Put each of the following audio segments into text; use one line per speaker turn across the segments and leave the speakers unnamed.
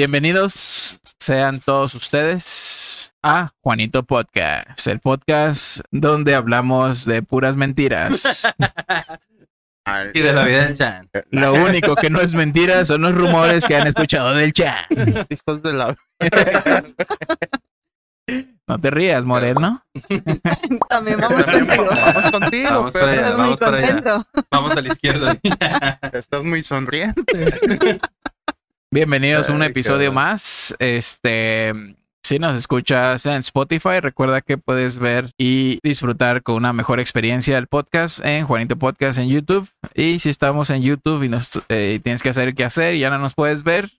Bienvenidos sean todos ustedes a Juanito Podcast, el podcast donde hablamos de puras mentiras.
Y de la vida del Chan.
Lo único que no es mentira son los rumores que han escuchado del chat.
Hijos de la...
No te rías, Moreno.
También vamos contigo.
Vamos contigo,
Vamos
pero
para allá.
Estás muy
vamos para allá.
contento.
Vamos a la izquierda.
estás muy sonriente.
Bienvenidos a un
Ay,
episodio
cabrón.
más. Este, si nos escuchas en Spotify, recuerda que puedes ver y disfrutar con una mejor experiencia el podcast en Juanito Podcast en YouTube. Y si estamos en YouTube y nos eh, y tienes que hacer qué hacer y ya no nos puedes ver,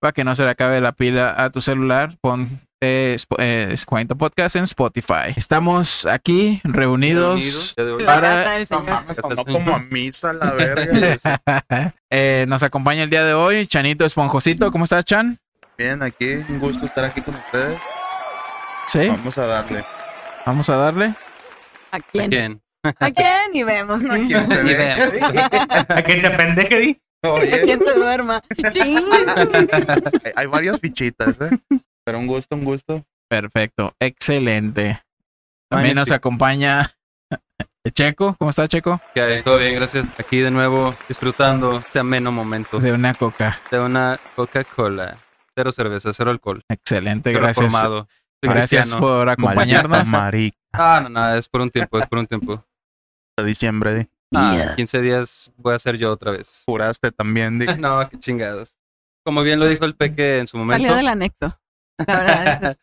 para que no se le acabe la pila a tu celular, pon eh, Sp- eh, Juanito Podcast en Spotify. Estamos aquí reunidos.
Unidos, ya de hoy.
La
Para-
grasa del
No
señor.
mames, sonó como a misa la verga.
Eh, nos acompaña el día de hoy Chanito Esponjosito. ¿Cómo estás, Chan?
Bien, aquí, un gusto estar aquí con ustedes.
Sí,
Vamos a darle.
vamos a darle.
¿A
¿A
quién?
quién?
¿A quién? Y vemos.
¿A
¿A
quién se
Ni
ve?
idea.
¿A que se apendeje, di?
Oye,
quién se duerma? Chin.
hay, hay varias fichitas, ¿eh? Pero un gusto, un gusto.
Perfecto, excelente. También nos
Magnífico.
acompaña Checo. ¿Cómo está Checo?
¿Qué hay? Todo bien, gracias. Aquí de nuevo disfrutando este ameno momento
De una coca.
de una Coca-Cola. Cero cerveza, cero alcohol.
Excelente,
Cero
gracias.
formado. Soy
Gracias
cristiano.
por acompañarnos.
Maldita marica
Ah, no, no, es por un tiempo, es por un tiempo.
de diciembre. di.
Ah, 15 días voy a ser yo otra vez.
Juraste también, di.
No, qué chingados. Como bien lo dijo el Peque en su momento.
Salió del anexo. La verdad, eso es-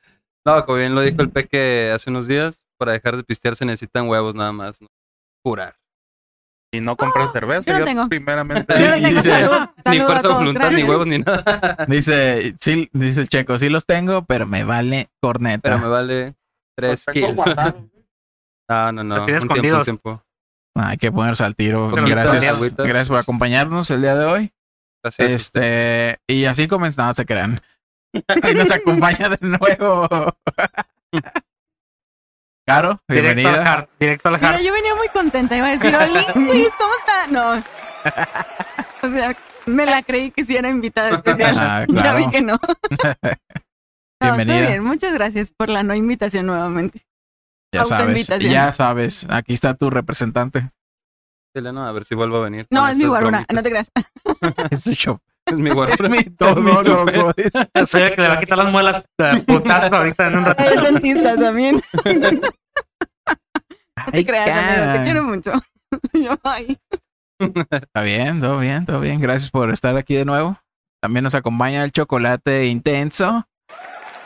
No, como bien lo dijo el Peque hace unos días, para dejar de pistear se necesitan huevos nada más. ¿no? Jurar.
Y no compras cerveza.
Ah, yo no tengo.
primeramente.
Sí,
Yo no tengo
dice-
salud.
Ni
Salud a
fuerza de
todos,
voluntad, ni
gracias.
huevos, ni nada.
Dice, sí, dice Checo, sí los tengo, pero me vale corneta.
Pero me vale tres
Los pues, tengo
kilos.
guardados.
Ah, no, no.
Los
Un
tienes
tiempo, un
escondidos.
tiempo.
Hay que ponerse al tiro.
Pero
Gracias,
agüitas.
gracias por acompañarnos el día de hoy.
Gracias.
Este, y así comenzamos, se crean. Ahí nos acompaña de nuevo. Caro,
Directo al
bienvenida.
hard. Directo al
Mira,
hard.
yo venía muy contenta. Iba a decir, hola, Luis, ¿cómo está? No. O sea, me la creí que sí era invitada especial.
Ah,
Ya
claro.
vi que no. No, está
Bienvenida.
bien. Muchas gracias por la no invitación nuevamente.
Ya sabes,
Autoinvitación.
ya sabes, aquí está tu representante.
Dile, no, a ver si vuelvo a venir.
No,
con
es mi
estas
guarura. No
bromitas.
te creas.
Es tu show.
Es mi guarura.
Mi todo
Mi chofer.
loco, dice.
Soy el que le va a quitar las muelas a putazo ahorita en un rato.
Es dentista también. No
Ay,
te creas, amigo,
cara.
te quiero mucho. Yo, ay,
Está bien, todo bien, todo bien. Gracias por estar aquí de nuevo. También nos acompaña el chocolate intenso,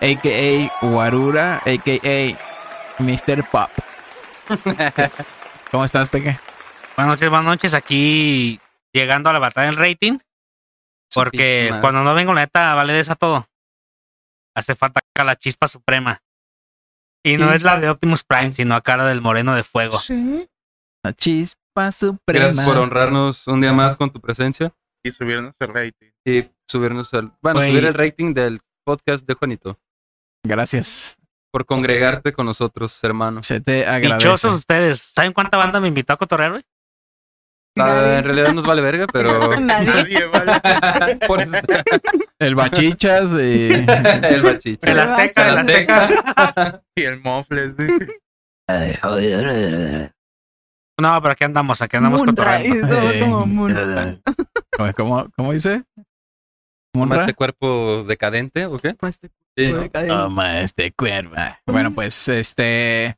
a.k.a. Warura, a.k.a. Mr. Pop. ¿Cómo estás, Peque?
Buenas noches, buenas noches. Aquí llegando a la batalla en rating. Porque
Su pinche
cuando no vengo, la neta, vale de esa todo. Hace falta acá la chispa suprema. Y no
Sí.
es la de Optimus Prime, sino acá la del Moreno de Fuego.
Sí.
La chispa suprema.
Gracias por honrarnos un día más con tu presencia
Y subirnos el rating.
y subirnos al. Bueno,
Güey.
subir el rating del podcast de Juanito.
Gracias.
Por congregarte con nosotros, hermano.
Se te agradece.
Dichosos ustedes. ¿Saben cuánta banda me invitó a cotorrear, güey?
Ah, en realidad nos vale verga, pero.
nadie.
Nadie vale.
Por eso-
El bachichas y...
el bachicha.
El
El
Azteca, el
Azteca.
Azteca.
Y el mofle. sí.
No, pero aquí andamos, aquí andamos cotorreando.
Eh,
Moonrise, somos como Moon-
¿Cómo- ¿Cómo, cómo dice?
¿Cómo
Monra.
este cuerpo decadente o qué?
Master-
Sí.
Decadente.
Toma este cuerva. Bueno, pues este.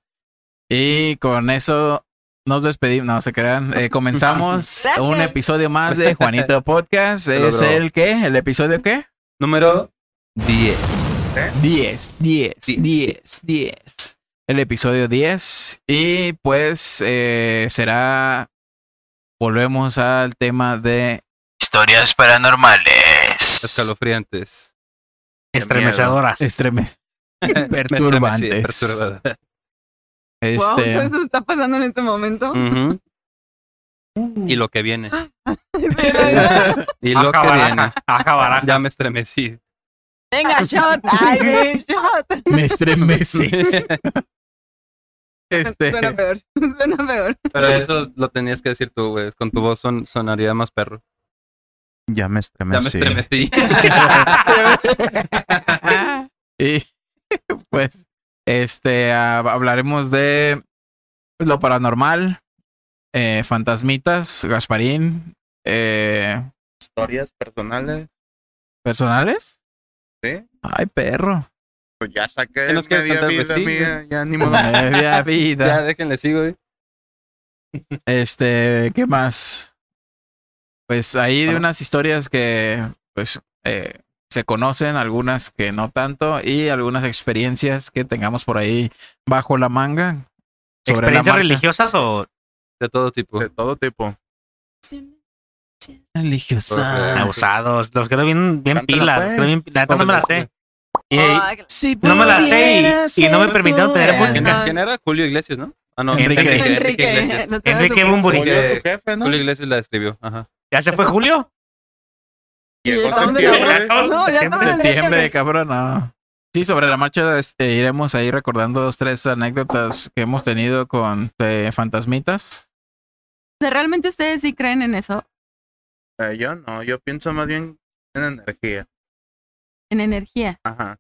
Y con eso nos despedimos. No se crean. Eh, comenzamos
Gracias.
un episodio más de Juanito Podcast.
Se
¿Es
logró.
el qué? ¿El episodio qué?
Número 10.
10, 10,
Diez,
10, 10. El episodio 10. Y pues eh, será. Volvemos al tema de. Historias paranormales.
Escalofriantes.
Estremecedoras.
Estreme-
Perturbantes.
Perturbantes.
perturbada.
Wow,
Este,
pues, eso está pasando en este momento.
Ujú. Y lo que viene. Ah, Y lo
Aja
que viene.
baraja, aja baraja.
Ya me estremecí.
Venga, shot. Ay, sí, shot.
me estremecí.
Suena
Este,
peor. Suena peor.
Pero eso lo tenías que decir tú, güey. Con tu voz son, sonaría más perro.
Ya me
Ya me
estremecí.
estremecí.
y pues, este, ah, hablaremos de pues, lo paranormal, eh, fantasmitas, Gasparín, eh,
Historias personales.
personales.
Sí.
Ay, perro.
Pues ya saqué
¿Qué nos quieres
media
contar?
vida
Pues sí,
mía. Ya ni modo.
Media
ya,
vida.
déjenle sigo, güey.
Este, ¿qué más? Pues ahí de
Bueno.
unas historias que, pues, eh, se conocen, algunas que no tanto, y algunas experiencias que tengamos por ahí bajo la manga. sobre la
¿Experiencias
marcha.
religiosas o
De todo tipo.
De todo tipo.
Ah,
abusados? Los creo bien, bien
Cántala,
pilas.
pues.
los creo bien pi- la neta no me la sé. Y-
Ay,
Si
No me la sé y-
pudieras
y no me
ser
permitieron
tú.
tener pues,
Eh,
posición.
¿Quién,
no.
quién era? Julio Iglesias, ¿no? Ah, no,
Enrique.
Enrique, Enrique
Enrique,
Iglesias.
lo tengo
Enrique
en su-
Bumburi.
Julio es su jefe, ¿no?
Julio Iglesias la escribió. Ajá.
¿Ya se fue Julio?
Llegó
¿A dónde
septiembre.
llegó? No, ya estamos en
Septiembre, cabrón, no. Sí, sobre la marcha este, iremos ahí recordando dos, tres anécdotas que hemos tenido con eh, fantasmitas.
O sea, ¿Realmente ustedes sí creen en eso?
Eh, yo no, yo pienso más bien en energía.
En energía.
Ajá.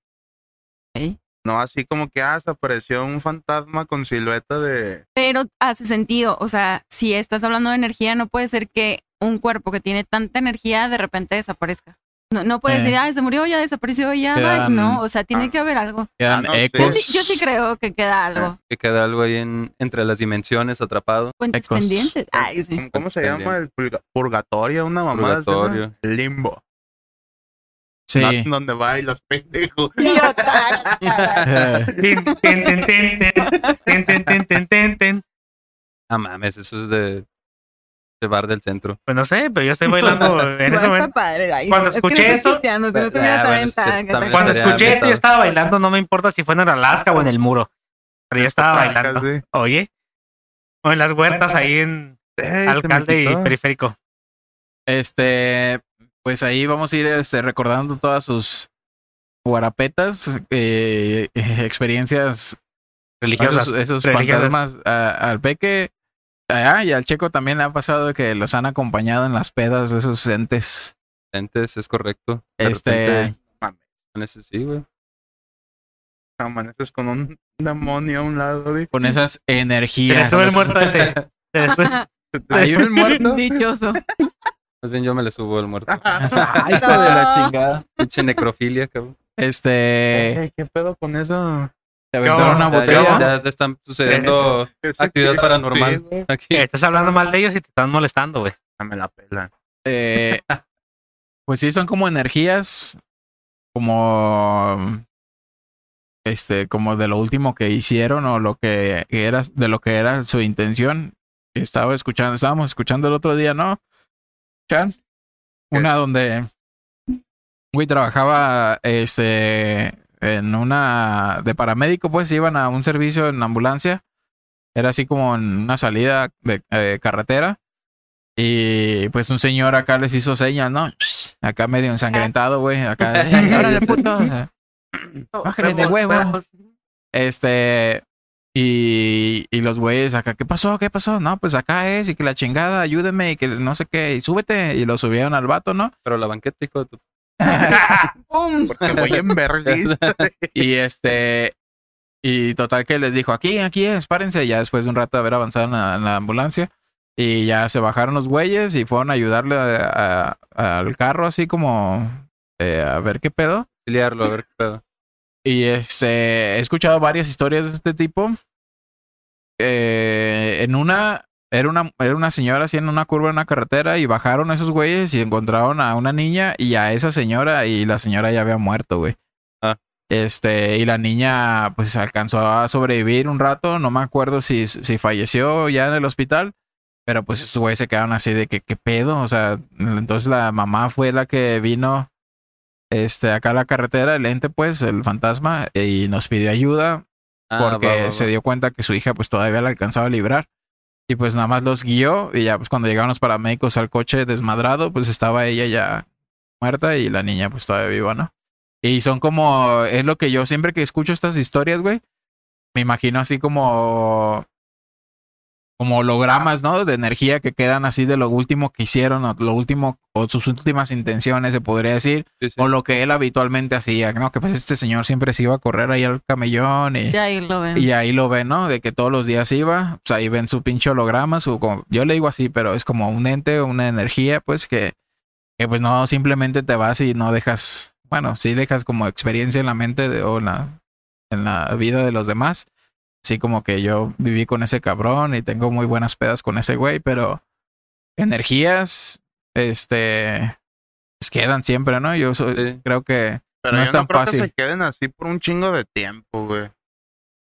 Ok.
No, así como que, ah, se apareció un fantasma con silueta de...
Pero hace sentido. O sea, si estás hablando de energía, no puede ser que un cuerpo que tiene tanta energía de repente desaparezca. No, no puedes
Eh.
decir, ah, se murió, ya desapareció, ya.
Quedan-
bye". No, o sea, tiene
Ah.
que haber algo.
Quedan
Ah, no sé.
Yo
ecos.
sí, yo sí creo que queda algo.
Que queda algo ahí en, entre las dimensiones, atrapado.
Cuentas
Ecos.
pendientes. Ay, sí.
¿Cómo, cómo se llama? El purga- purgatorio, una mamada. así, ¿no?
Purgatorio.
Limbo.
Sí.
Más donde bailas, pendejo.
Eh,
Tin, tin, tin, tin, tin, tin, tin, tin, tin, tin.
Ah, mames, eso es de, de bar del centro.
Pues no sé, pero yo estoy bailando en ese
Bueno, está
momento.
padre. ay,
Cuando
es que
escuché
no estoy
eso-
pisteando, si no
Ah,
estuviera
bueno, sí,
tan-
también
tan-
estaría
Cuando escuché esto,
ambientado.
yo estaba bailando, no me importa si fue en Alaska o en el muro. Pero yo estaba bailando.
Casi.
Oye. O en las huertas ahí en
Ey, se me
Alcalde y
quitó.
Periférico.
este, pues ahí vamos a ir este, recordando todas sus guarapetas, eh, experiencias,
Religiosas.
esos, esos
religiosas.
fantasmas a- al peque. Ah, y al checo también le ha pasado que los han acompañado en las pedas de esos entes.
Lentes, es correcto. De
Este,
repente, amaneces, sí, güey.
Amaneces con un demonio a un lado, güey.
con esas
Se le
energías.
sube el muerto a este. Se le sube-
Se te
Hay
sube el
un
muerto.
Dichoso.
Más bien yo me le subo al muerto.
Ay, hijo
No.
chingada.
Pinche necrofilia, cabrón.
Este,
Ey, ¿Qué pedo con eso?
te aventaron una
No,
Ya, ya,
botella.
ya te están sucediendo
Ese
actividad
tío, sí,
paranormal
güey.
aquí.
Estás hablando mal de ellos y te están molestando, güey.
Ah, me la pela.
Eh, pues sí, son como energías, como este, como de lo último que hicieron o lo que era, de lo que era su intención. Estaba escuchando, estábamos escuchando el otro día, ¿no? Chan, una donde güey trabajaba este en una de paramédico, pues iban a un servicio en ambulancia. Era así como en una salida de eh, carretera. Y pues un señor acá les hizo señas, ¿no? Acá medio ensangrentado, güey. Acá. ¡Órale, puto! Bájale de huevo. Este. Y, y los güeyes acá, ¿qué pasó? ¿Qué pasó? No, pues acá es y que la chingada, ayúdeme y que no sé qué, y súbete. Y lo subieron al vato, ¿no?
Pero la banqueta, hijo de tu...
¡Pum!
Porque voy en Berlis.
Y este. Y total que les dijo, aquí, aquí es, párense. Ya después de un rato de haber avanzado en la, en la ambulancia. Y ya se bajaron los güeyes y fueron a ayudarle a- a- al carro, así como eh, a ver qué pedo.
Filiarlo, a ver qué pedo.
Y este, he escuchado varias historias de este tipo. Eh, en una, era una, era una señora así en una curva en una carretera y bajaron esos güeyes y encontraron a una niña y a esa señora y la señora ya había muerto, güey.
Ah.
Este, y la niña pues alcanzó a sobrevivir un rato, no me acuerdo si, si falleció ya en el hospital, pero pues esos güeyes se quedaron así de que, ¿qué pedo? O sea, entonces la mamá fue la que vino este, acá a la carretera, el ente, pues, el fantasma, y nos pidió ayuda
Ah,
porque
va, va, va.
se dio cuenta que su hija, pues, todavía la alcanzaba a librar. Y pues nada más los guió y ya, pues, cuando llegaron los paramédicos al coche desmadrado, pues estaba ella ya muerta y la niña, pues, todavía viva, ¿no? Y son como, es lo que yo siempre que escucho estas historias, güey, me imagino así como como hologramas, ¿no? De energía que quedan así de lo último que hicieron, o lo último, o sus últimas intenciones, se podría decir,
Sí, sí.
o lo que él habitualmente hacía, ¿no? Que pues este señor siempre se iba a correr ahí al camellón y,
Ya ahí lo ven.
y ahí lo ven, ¿no? De que todos los días iba, pues ahí ven su pinche holograma, su, como- yo le digo así, pero es como un ente, una energía, pues que, que pues no, simplemente te vas y no dejas, bueno, sí dejas como experiencia en la mente de- o en la, en la vida de los demás. Así como que yo viví con ese cabrón y tengo muy buenas pedas con ese güey, pero energías, este, pues quedan siempre, ¿no? Yo soy-
Sí.
creo que
Pero
No
yo
es tan
no creo que
fácil.
se queden así por un chingo de tiempo, güey.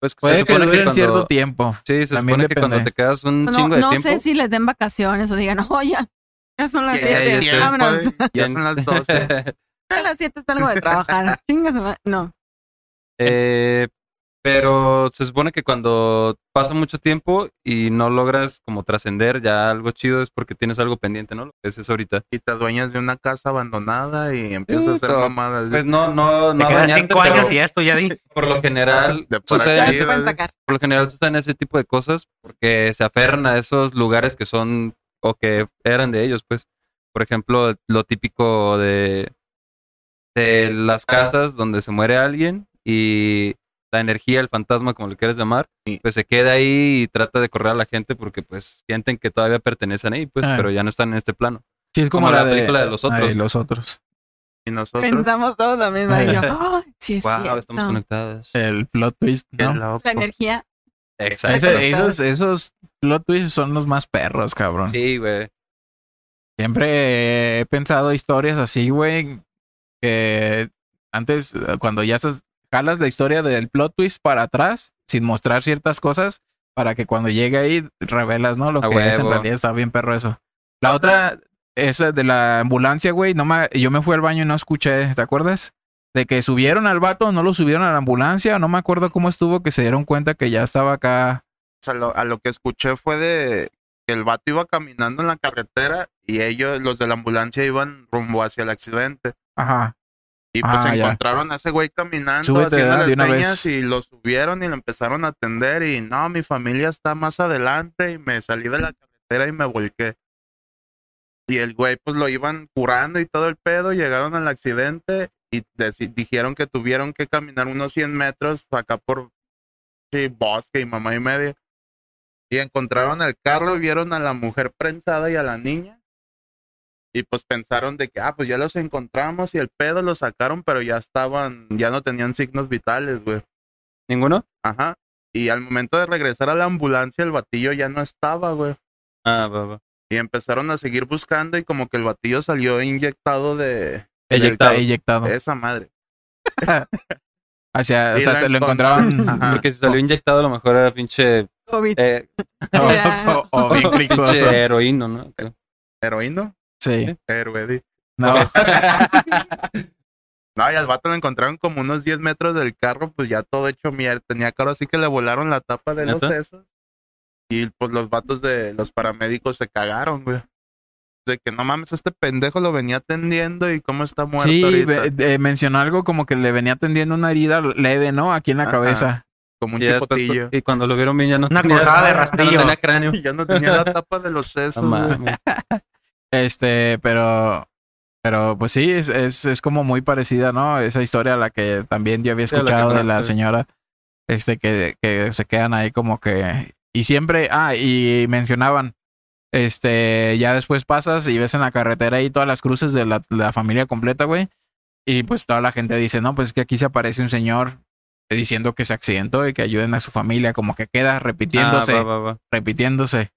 Pues se
puede que
supone
duren
cuando-
cierto tiempo.
Sí, se
También
supone que cuando
depende.
te quedas un
No,
chingo de
no
tiempo.
sé si les den vacaciones o digan, oye, ya son las
Que
ya
siete,
sé. pues.
tiempo
vámonos.
de- Ya son las 12.
A las 7 algo de trabajar. Chingas, ma- no.
Eh, pero se supone que cuando pasa mucho tiempo y no logras como trascender ya algo chido es porque tienes algo pendiente, ¿no? Lo que es eso ahorita.
Y te adueñas de una casa abandonada y empiezas
Sí,
a hacer
pero-
mamadas.
Pues no, no,
Te
no
quedas
bañarte,
cinco años
pero
y ya esto ya di.
por lo general
De por
suceden
Ya
acá.
ese-
se pueden sacar.
por lo general suceden ese tipo de cosas porque se aferran a esos lugares que son o que eran de ellos, pues. Por ejemplo, lo típico de, de las casas donde se muere alguien y la energía, el fantasma, como lo quieras llamar, pues se queda ahí y trata de correr a la gente porque pues sienten que todavía pertenecen ahí, pues,
Ah.
pero ya no están en este plano.
Sí, es como,
Como
la,
la película de los otros.
Ay, los otros.
Y nosotros,
Pensamos todos la misma. Y yo, "Ah, sí es
Wow,
cierto.
estamos conectados.
El plot twist,
qué
¿no?
loco.
La energía.
Exacto.
Ese- eh, esos, esos plot twists son los más perros, cabrón.
Sí, güey.
Siempre he pensado historias así, güey, que antes, eh, cuando ya estás, jalas la historia del plot twist para atrás, sin mostrar ciertas cosas, para que cuando llegue ahí revelas, ¿no? Lo
A
que es en
huevo.
realidad está bien perro eso. La otra, esa de la ambulancia, güey, no ma- yo me fui al baño y no escuché, ¿te acuerdas? De que subieron al vato, no lo subieron a la ambulancia, no me acuerdo cómo estuvo, que se dieron cuenta que ya estaba acá.
O sea, lo- pues, a lo que escuché fue de que el vato iba caminando en la carretera y ellos, los de la ambulancia, iban rumbo hacia el accidente.
Ajá.
Y pues
Ah, ya.
encontraron a ese güey caminando,
Súbete, ¿verdad? De
haciéndole
una
señas
vez.
y lo subieron y lo empezaron a atender. Y no, mi familia está más adelante y me salí de la carretera y me volqué. Y el güey, pues lo iban curando y todo el pedo. Llegaron al accidente y deci- dijeron que tuvieron que caminar unos 100 metros acá por sí, bosque y mamá y media. Y encontraron el carro y vieron a la mujer prensada y a la niña. Y pues pensaron de que, ah, pues ya los encontramos y el pedo los sacaron, pero ya estaban, ya no tenían signos vitales, güey.
¿Ninguno?
Ajá. Y al momento de regresar a la ambulancia, el batillo ya no estaba, güey.
Ah, va, va.
Y empezaron a seguir buscando y como que el batillo salió inyectado de
Eyectado.
Eyectado.
de esa madre.
Hacia, o
Y
sea,
la
se lo
encontraron.
encontraron.
Ajá.
Porque si salió inyectado, a lo mejor era pinche
COVID.
eh,
O, o- o bien cricoso.
pinche heroíno, ¿no?
¿Heroíno?
Sí.
Héroe, di.
No.
No, y al vato lo encontraron como unos 10 metros del carro, pues ya todo hecho mierda. Tenía carro así que le volaron la tapa de los
¿Neta?
sesos. Y pues los vatos de los paramédicos se cagaron, güey. De que no mames, este pendejo lo venía atendiendo y cómo está muerto
Sí,
ahorita.
ve- eh, mencionó algo como que le venía tendiendo una herida leve, ¿no? Aquí en la
Ajá.
cabeza.
como un
Y, ya después-
chipotillo.
y cuando lo vieron bien ya no
Una
tenía,
cortada de
ya no
rastrillo.
tenía cráneo. Ah,
Y ya no tenía la tapa de los sesos.
No
güey.
mames.
Este, pero. Pero pues sí, es, es, es como muy parecida, ¿no? Esa historia a la que también yo había
Sí, a la que
escuchado de la
conoces.
señora. Este, que, que se quedan ahí como que. Y siempre. Ah, y mencionaban. Este, ya después pasas y ves en la carretera ahí todas las cruces de la, la familia completa, güey. Y pues toda la gente dice, no, pues es que aquí se aparece un señor diciendo que se accidentó y que ayuden a su familia, como que queda repitiéndose,
Ah, va, va, va.
repitiéndose.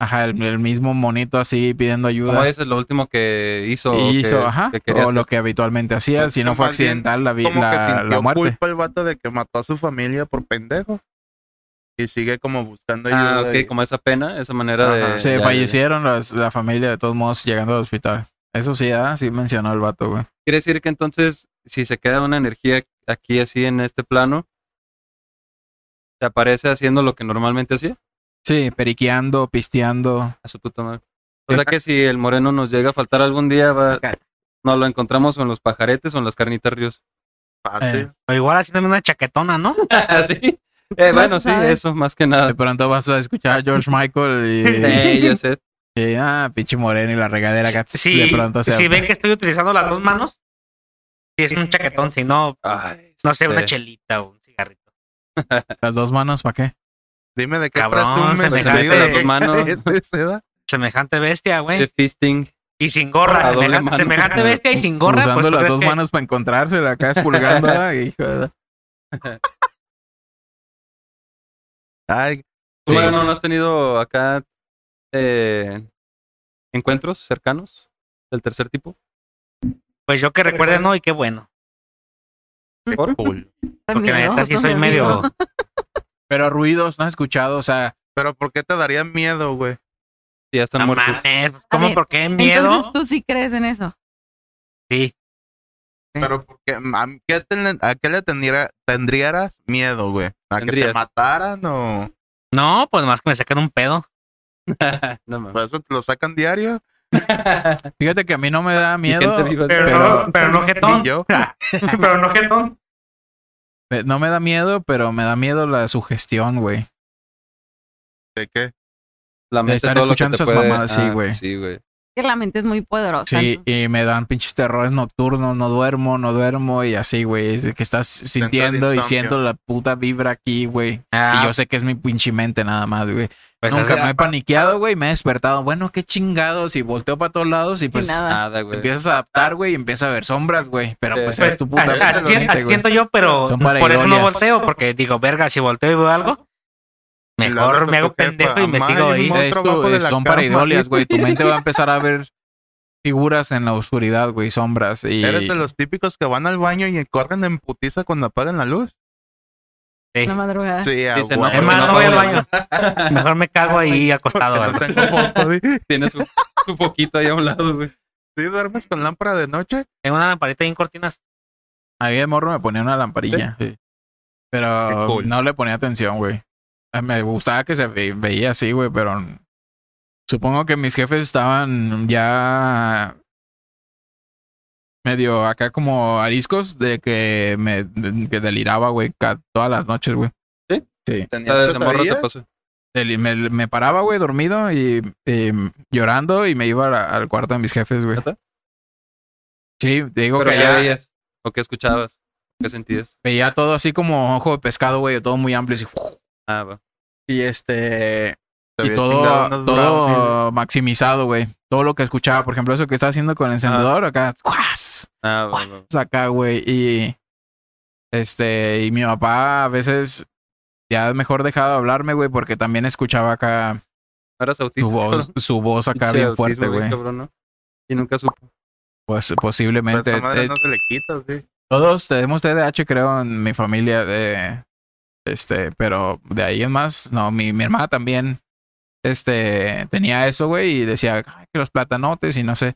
Ajá, el, el mismo monito así pidiendo
Como
ayuda.
dices, lo último que hizo. o
Y
que-
hizo, ajá,
que quería
o
hacer.
lo que habitualmente hacía,
Pues,
si no fue
más bien,
accidental la, vi-
Como que
la,
sintió
la muerte.
culpa el vato de que mató a su familia por pendejo. Y sigue como buscando ayuda.
Ah, ok,
y-
como esa pena, esa manera
Ajá.
de.
Se
ya, ya, ya.
fallecieron las- la familia de todos modos llegando al hospital. Eso sí, ah, sí mencionó el vato, güey.
Quiere decir que entonces, si se queda una energía aquí así en este plano, te aparece haciendo lo que normalmente hacía.
Sí, periqueando, pisteando.
A su puta madre. O sea que si el moreno nos llega a faltar algún día, va. Nos lo encontramos o en los pajaretes o en las carnitas ríos.
Fácil.
Eh.
O igual haciéndome una chaquetona, ¿no?
Así. Eh, bueno, sí,
¿Sabes?
eso, más que
De
nada.
pronto vas a escuchar a George Michael
Eh, yo sé.
y, y, ah, pinche moreno y la regadera acá, tss,
Si,
de pronto se
si ven que estoy utilizando las dos manos, si es un chaquetón, si no,
Ay,
no sé, una
este,
chelita o un cigarrito.
las dos manos, ¿para qué?
Dime de qué
Cabrón,
presumes.
semejante.
te digo de
Las
qué
manos.
cabeza es esa.
Semejante bestia, güey.
de fisting.
Y sin gorra.
A doble
Semejante,
mano.
semejante bestia y sin gorra.
Usando
pues, ¿tú
las
crees
dos
que-
manos para encontrársela acá espulgando. ay, hijo de-
Ay,
Tú,
Sí.
Bueno, ¿no has tenido acá eh, encuentros cercanos del tercer tipo?
Pues yo que recuerde, no, y qué bueno.
qué
¿Por?
cool.
Porque la neta sí
Miedo,
soy
me
medio.
dio.
Pero ruidos, ¿no has escuchado? O sea,
Pero ¿por qué te daría miedo, güey?
Sí, ya están
No
muertos.
mames, pues, ¿cómo?
ver,
¿Por qué miedo?
Entonces tú sí crees en eso.
Sí.
Pero porque a qué, te- a qué le tendría, tendrías miedo, güey? ¿A que te
Tendrías.
mataran o
No, pues más que me sacan un pedo.
No mames.
por pues, eso te lo sacan diario?
fíjate que a mí no me da
Y
miedo.
gente viva-
Pero,
Pero-
no, pero no jetón.
Ni yo.
pero no jetón.
eh, No me da miedo, pero me da miedo la sugestión, güey.
¿De qué?
La mente
estar
todo lo que
escuchando
te
esas
puede-
mamadas, sí,
Ah,
güey.
Sí, güey.
Que la mente es muy poderosa.
Sí,
entonces-
y me dan pinches terrores nocturnos, no duermo, no duermo y así, güey. Es de que estás sintiendo y
insomnio.
siento la puta vibra aquí, güey.
Ah.
Y yo sé que es mi pinche mente nada más, güey.
pues
Nunca me he paniqueado, güey, me he despertado. Bueno, qué chingados. Y volteo para todos lados y pues
Y nada.
Nada, güey.
empiezas a adaptar, güey, y empiezas a ver sombras, güey. Pero
Sí.
pues
Pues,
es tu puta
así,
mente,
así-
güey.
así siento yo, pero
Son
por eso no
pareidolias.
volteo, porque digo, verga, si volteo y veo algo,
Y le hablas
mejor
a
me
tu
hago
jefa,
pendejo y me
"Amá,
sigo
hay un
ahí.
monstruo
Es tu-
abajo de
es-
la
son
cama".
pareidolias, güey. Tu mente va a empezar a ver figuras en la oscuridad, güey, sombras. Y
Eres de los típicos que van al baño y corren en putiza cuando apagan la luz.
Sí.
La madrugada.
Sí, a
Dice, no,
huevo.
Es más,
no
no voy al
puedo.
baño. Mejor me cago ahí acostado.
Porque no
¿verdad?
tengo foto, ¿sí?
Tienes su, su foquito ahí a un lado, güey.
¿Sí duermes con lámpara de noche?
Tengo una lamparita ahí en cortinas.
A mí de morro me ponía una lamparilla. sí. Pero
Qué cool.
no le ponía atención, güey. Eh, Me gustaba que se ve- veía así, güey, pero n- supongo que mis jefes estaban ya medio acá como ariscos de que me de- que deliraba, güey, ca- todas las noches, güey.
¿Sí?
Sí.
O sea, desde morro te
pesadillas?
pasó.
Deli- Me, me paraba, güey, dormido y, y llorando y me iba a la- al cuarto de mis jefes, güey.
¿Neta?
Sí, te digo
Pero
que
ya
ya-
veías. ¿O qué escuchabas? ¿Qué sentías?
veía todo así como ojo de pescado, güey, todo muy amplio. Así,
Ah, va.
y este.
Te
Y
había chingado
todo,
unos Pues,
todo maximizado, güey. Todo lo que escuchaba, por ejemplo, eso que está haciendo con el encendedor, acá, ¡cuas!
Ah, va, va.
Acá, güey. Y. Este. Y mi papá a veces. Ya mejor dejaba de hablarme, güey, porque también escuchaba acá
¿Eras
su
autista?
voz,
cabrón?
su voz acá
Pinche
bien
autismo
fuerte,
bien
güey.
cabrón, ¿no? Y nunca supo.
Pues
brownies.
posiblemente.
Esa madre
Eh,
no se le quita, sí.
Ah, Todos tenemos TDAH, creo, en mi familia. De, este, pero de ahí en más, no, mi, mi hermana también este, tenía eso, güey, y decía "Ay, que los platanotes y no sé.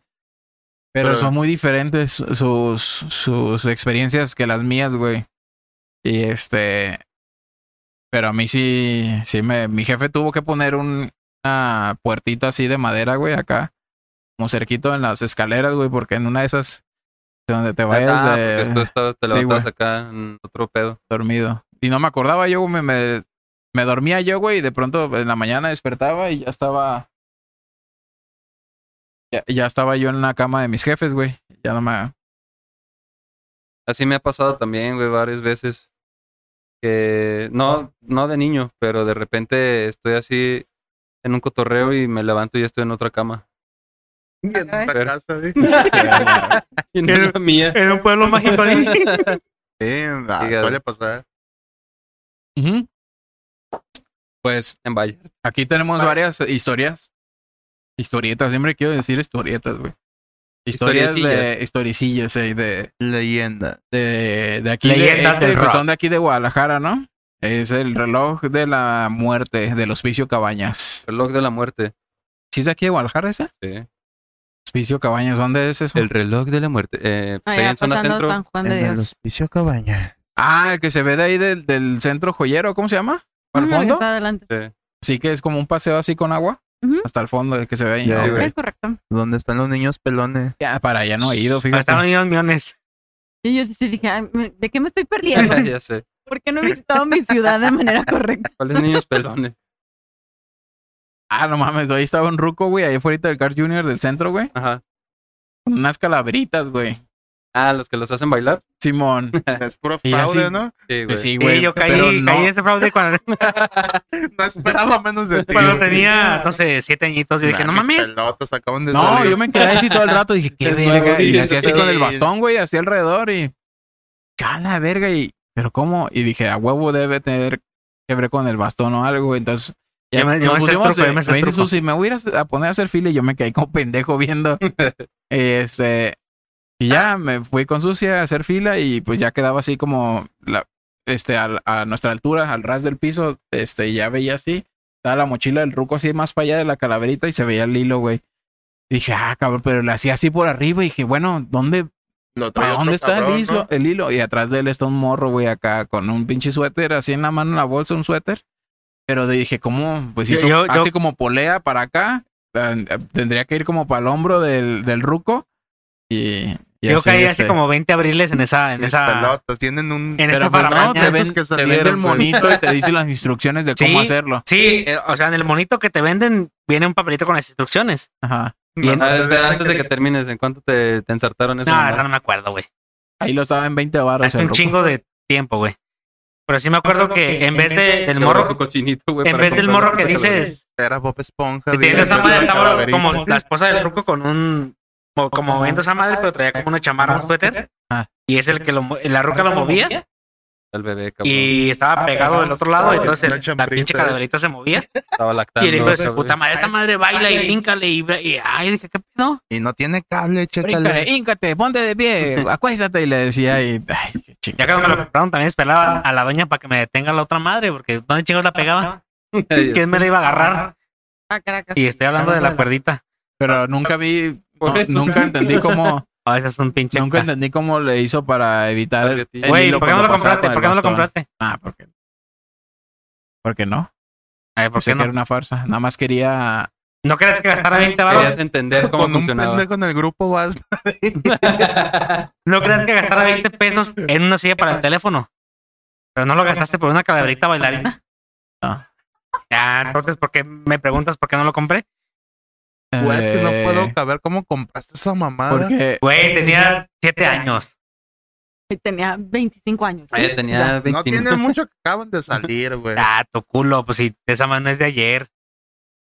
Pero
Pero-
son muy diferentes sus, sus experiencias que las mías, güey. Y este. Pero a mí sí, sí me. Mi jefe tuvo que poner un- una puertita así de madera, güey, acá. Como cerquito en las escaleras, güey, porque en una de esas. Donde te vayas
ah,
de
porque tú estabas, te
güey.
levantabas acá en otro pedo.
dormido. Y no me acordaba yo, güey, me, me, me dormía yo, güey, y de pronto en la mañana despertaba y ya estaba. Ya, ya estaba yo en la cama de mis jefes, güey. Ya no me.
Así me ha pasado también, güey, varias veces. Que no, no de niño, pero de repente estoy así en un cotorreo y me levanto y ya estoy en otra cama.
Y en
Ajá.
otra casa, sí.
Y no es la mía.
En un pueblo mágico.
Sí, ah,
Fíjate.
suele pasar.
Ujú. Pues
En Valle.
Aquí tenemos varias historias. Historietas, siempre quiero decir historietas, güey. Historias de historiecillas, eh, de,
Leyenda.
de, de aquí.
Leyendas
de,
del
pues,
rock.
son de aquí de Guadalajara, ¿no? Es el reloj de la muerte del Hospicio Cabañas.
Reloj de la muerte.
¿Sí es de aquí de Guadalajara ese?
Sí.
Hospicio Cabañas, ¿dónde es eso?
El reloj de la muerte. Eh, pues ahí
Allá
en zona
Ah, pasando
centro.
San Juan de Dios.
hospicio cabaña.
Ah, el que se ve de ahí del, del centro joyero, ¿cómo se llama? ¿Para el
Ujú, el Mm, que
fondo?
está adelante.
Sí.
Sí que es como un paseo así con agua.
Ujú.
Hasta el fondo, el que se ve ahí.
Ya,
Ah,
güey.
ok.
Es correcto.
¿Dónde están los niños pelones?
Ya, para allá no he ido, fíjate.
Estaban niños millones.
Y yo sí dije, "Ay, me- ¿de qué me estoy perdiendo?
ya sé.
¿Por qué no he visitado mi ciudad de manera correcta?
¿Cuáles niños pelones?
Ah, no mames, ahí estaba un ruco, güey, ahí afuera del Carl Jr. del centro, güey.
Ajá.
Con unas calaveritas, güey.
Ah, los que los hacen bailar.
Simón.
Es puro
Y así-
fraude, ¿no?
Sí, güey.
Pues sí, güey.
Y yo caí,
pero
caí
no.
en ese fraude cuando,
No esperaba menos de ti.
cuando
güey.
tenía, no sé, siete añitos. Yo dije,
Nah,
no
mis
mames.
pelotas acaban de
No,
salir.
yo me quedé así todo el rato. Dije, qué
Es
verga.
nuevo,
Y le
dices,
hacía así
pero-
con el bastón, güey, así alrededor. Y. Cala, verga. Y. Pero cómo? Y dije, a huevo debe tener que ver con el bastón o algo. Entonces. Ya
Yo me- yo
nos
me sé el
pusimos,
truco,
eh,
yo
me
me sé el
dice
truco.
Susi, me voy a ir a a poner a hacer fila y yo me caí como pendejo viendo. este. Y ya me fui con Susi a hacer fila y pues ya quedaba así como la, este, al- a, nuestra altura, al ras del piso, este, y ya veía así. Estaba la mochila del ruco así más para allá de la calaverita y se veía el hilo, güey. Y dije, ah, cabrón, pero le hacía así por arriba y dije, bueno, ¿dónde,
Lo trae
¿para
otro
dónde está
cabrón,
el, hilo,
¿no?
el hilo? Y atrás de él está un morro, güey, acá con un pinche suéter, así en la mano, en la bolsa, un suéter. Pero dije, ¿cómo? Pues
Yo-
hizo
yo- yo-
así como polea para acá. tan- eh, Tendría que ir como para el hombro del, del ruco. Y, y
Yo caí
este.
así como 20 abriles en esa, en
Mis
esa.
pelotas tienen un...
en
Pero
esa
pues no,
patraña,
te
esos
ven,
que
te ven
salieron, pues.
el
güey.
monito y te dice las instrucciones de cómo
Sí.
hacerlo.
Sí, eh, o sea, en el monito que te venden viene un papelito con las instrucciones.
Ajá.
Bien,
Ajá,
Ah, espera, antes de que termines, ¿en cuánto te, te ensartaron esa
No, la
mamada?
verdad no me acuerdo, güey.
Ahí lo estaba en 20 baros.
Hace un chingo de tiempo, güey. Pero sí me acuerdo que en vez de, del
Te borró su
morro,
cochinito, güey,
en
para
vez del
comprar
morro que
la calaverita.
dices,
Era Bob Esponja.
que
bien,
tiene esa
la
madre, estaba
calaverita.
como la esposa del ruco con un, como, como viendo esa madre, pero traía como una chamarra, un suéter.
Ah.
Y es el que lo mo- la ruca lo movía
El bebé, cabrón.
y estaba pegado Ah, del otro lado, entonces la
chambrita.
pinche calaverita se movía.
Estaba lactando.
Y le dijo,
ese
su puta madre, esta madre baila y bríncale y, ve- y ay, dije, ¿qué pedo?
Y no tiene cable,
Híncate,
chécale.
ponte de pie, acuéstate. Y le decía, y. Ay, qué
Ya
chingada.
que me lo compraron, también esperaba a la doña para que me detenga la otra madre, porque ¿dónde chingados la pegaba?
güey.
¿Quién me la iba a agarrar?
Ah, Caracas.
Y estoy hablando de la cuerdita.
Pero nunca vi,
Por
no,
eso.
nunca entendí cómo,
A veces Ah, es un pinche.
nunca entendí cómo le hizo para evitar el
Güey,
Güey,
hilo
¿por qué no
cuando
lo
pasaba
compraste?
con el
¿Por qué no lo
bastón.
compraste?
Ah, porque. Porque no,
Ay, ¿por
pensé
qué
que era
no?
una farsa. Nada más quería.
¿No crees que gastara 20
Querías
varos?
entender cómo
Con un
funcionaba.
pendejo en el grupo vas.
¿No crees que gastara 20 pesos en una silla para el teléfono? Pero no lo gastaste por una calaverita bailarina.
No.
Ah, entonces, ¿por qué me preguntas por qué no lo compré? Pues
Güey, es que no
eh,
puedo caber cómo compraste esa mamada.
Porque.
Güey, tenía 7 años.
Tenía 25 años.
Ella
O sea,
Ah, Eh, tenía 20.
no tienen mucho que acaban de salir, güey.
Ah, tu culo, pues si esa mano es de ayer.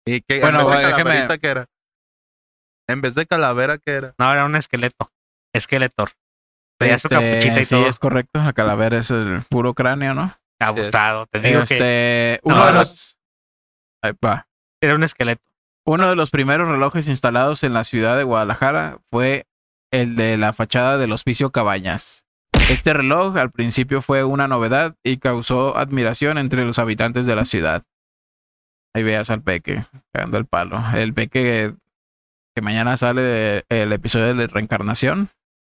Y que
Bueno,
en vez
güey,
de
déjeme-
calaverita que era. En vez de calavera que era.
No, era un esqueleto. Esqueletor. Tenía su
este,
capuchita y
sí,
todo.
es correcto. La calavera es el puro cráneo, ¿no?
Abusado. Te digo que
Este,
No,
uno de
no.
los Ahí va.
era un esqueleto.
uno de los primeros relojes instalados en la ciudad de Guadalajara fue el de la fachada del Hospicio Cabañas. Este reloj al principio fue una novedad y causó admiración entre los habitantes de la ciudad. Ahí veas al Peque, cagando el palo. El Peque que mañana sale el episodio de Reencarnación.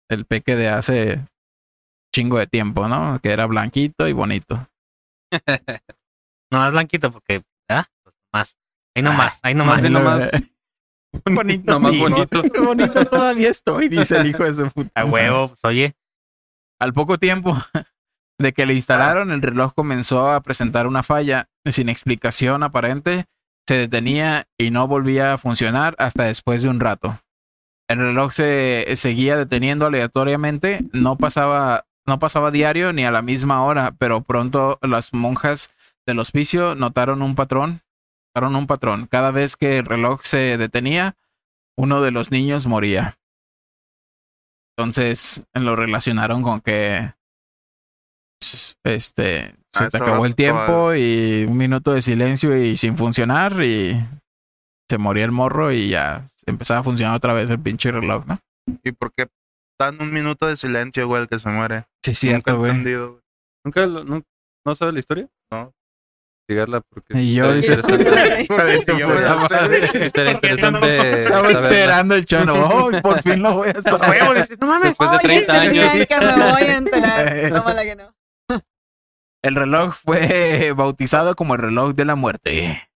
El Peque de hace chingo de tiempo, ¿no? Que era blanquito y bonito.
No más blanquito porque, ¿ah? Pues más. Ahí nomás, ahí nomás.
Más de
Ahí lo-
nomás.
Bonito,
Nomás
sí,
bonito.
bo- bonito todavía estoy, dice el hijo de su puta.
A
madre.
huevo, pues, oye.
Al poco tiempo de que le instalaron, el reloj comenzó a presentar una falla sin explicación aparente. Se detenía y no volvía a funcionar hasta después de un rato. El reloj se seguía deteniendo aleatoriamente, no pasaba, no pasaba diario ni a la misma hora, pero pronto las monjas del hospicio notaron un patrón, notaron un patrón. Cada vez que el reloj se detenía, uno de los niños moría. Entonces lo relacionaron con que s- este se
Ah,
te
eso
acabó
era
el tiempo
todo.
y un minuto de silencio y sin funcionar y se moría el morro y ya empezaba a funcionar otra vez el pinche reloj, ¿no?
¿Y por qué dan un minuto de silencio, güey, el que se muere?
Sí, es
Nunca he entendido, güey.
¿Nunca lo- nu- ¿No sabes la historia?
No.
Investigarla porque.
Y yo, dice-
estaría interesante-
Pero si yo me la sé, güey.
Estaría interesante.
Estaba
saberla.
esperando el chano. Oh, por fin lo voy a
A
saber.
huevo, dices, no mames.
Después de
Oye,
30
tenía
años.
que me voy a enterar. Tómala que no.
El reloj fue bautizado como el reloj de la muerte.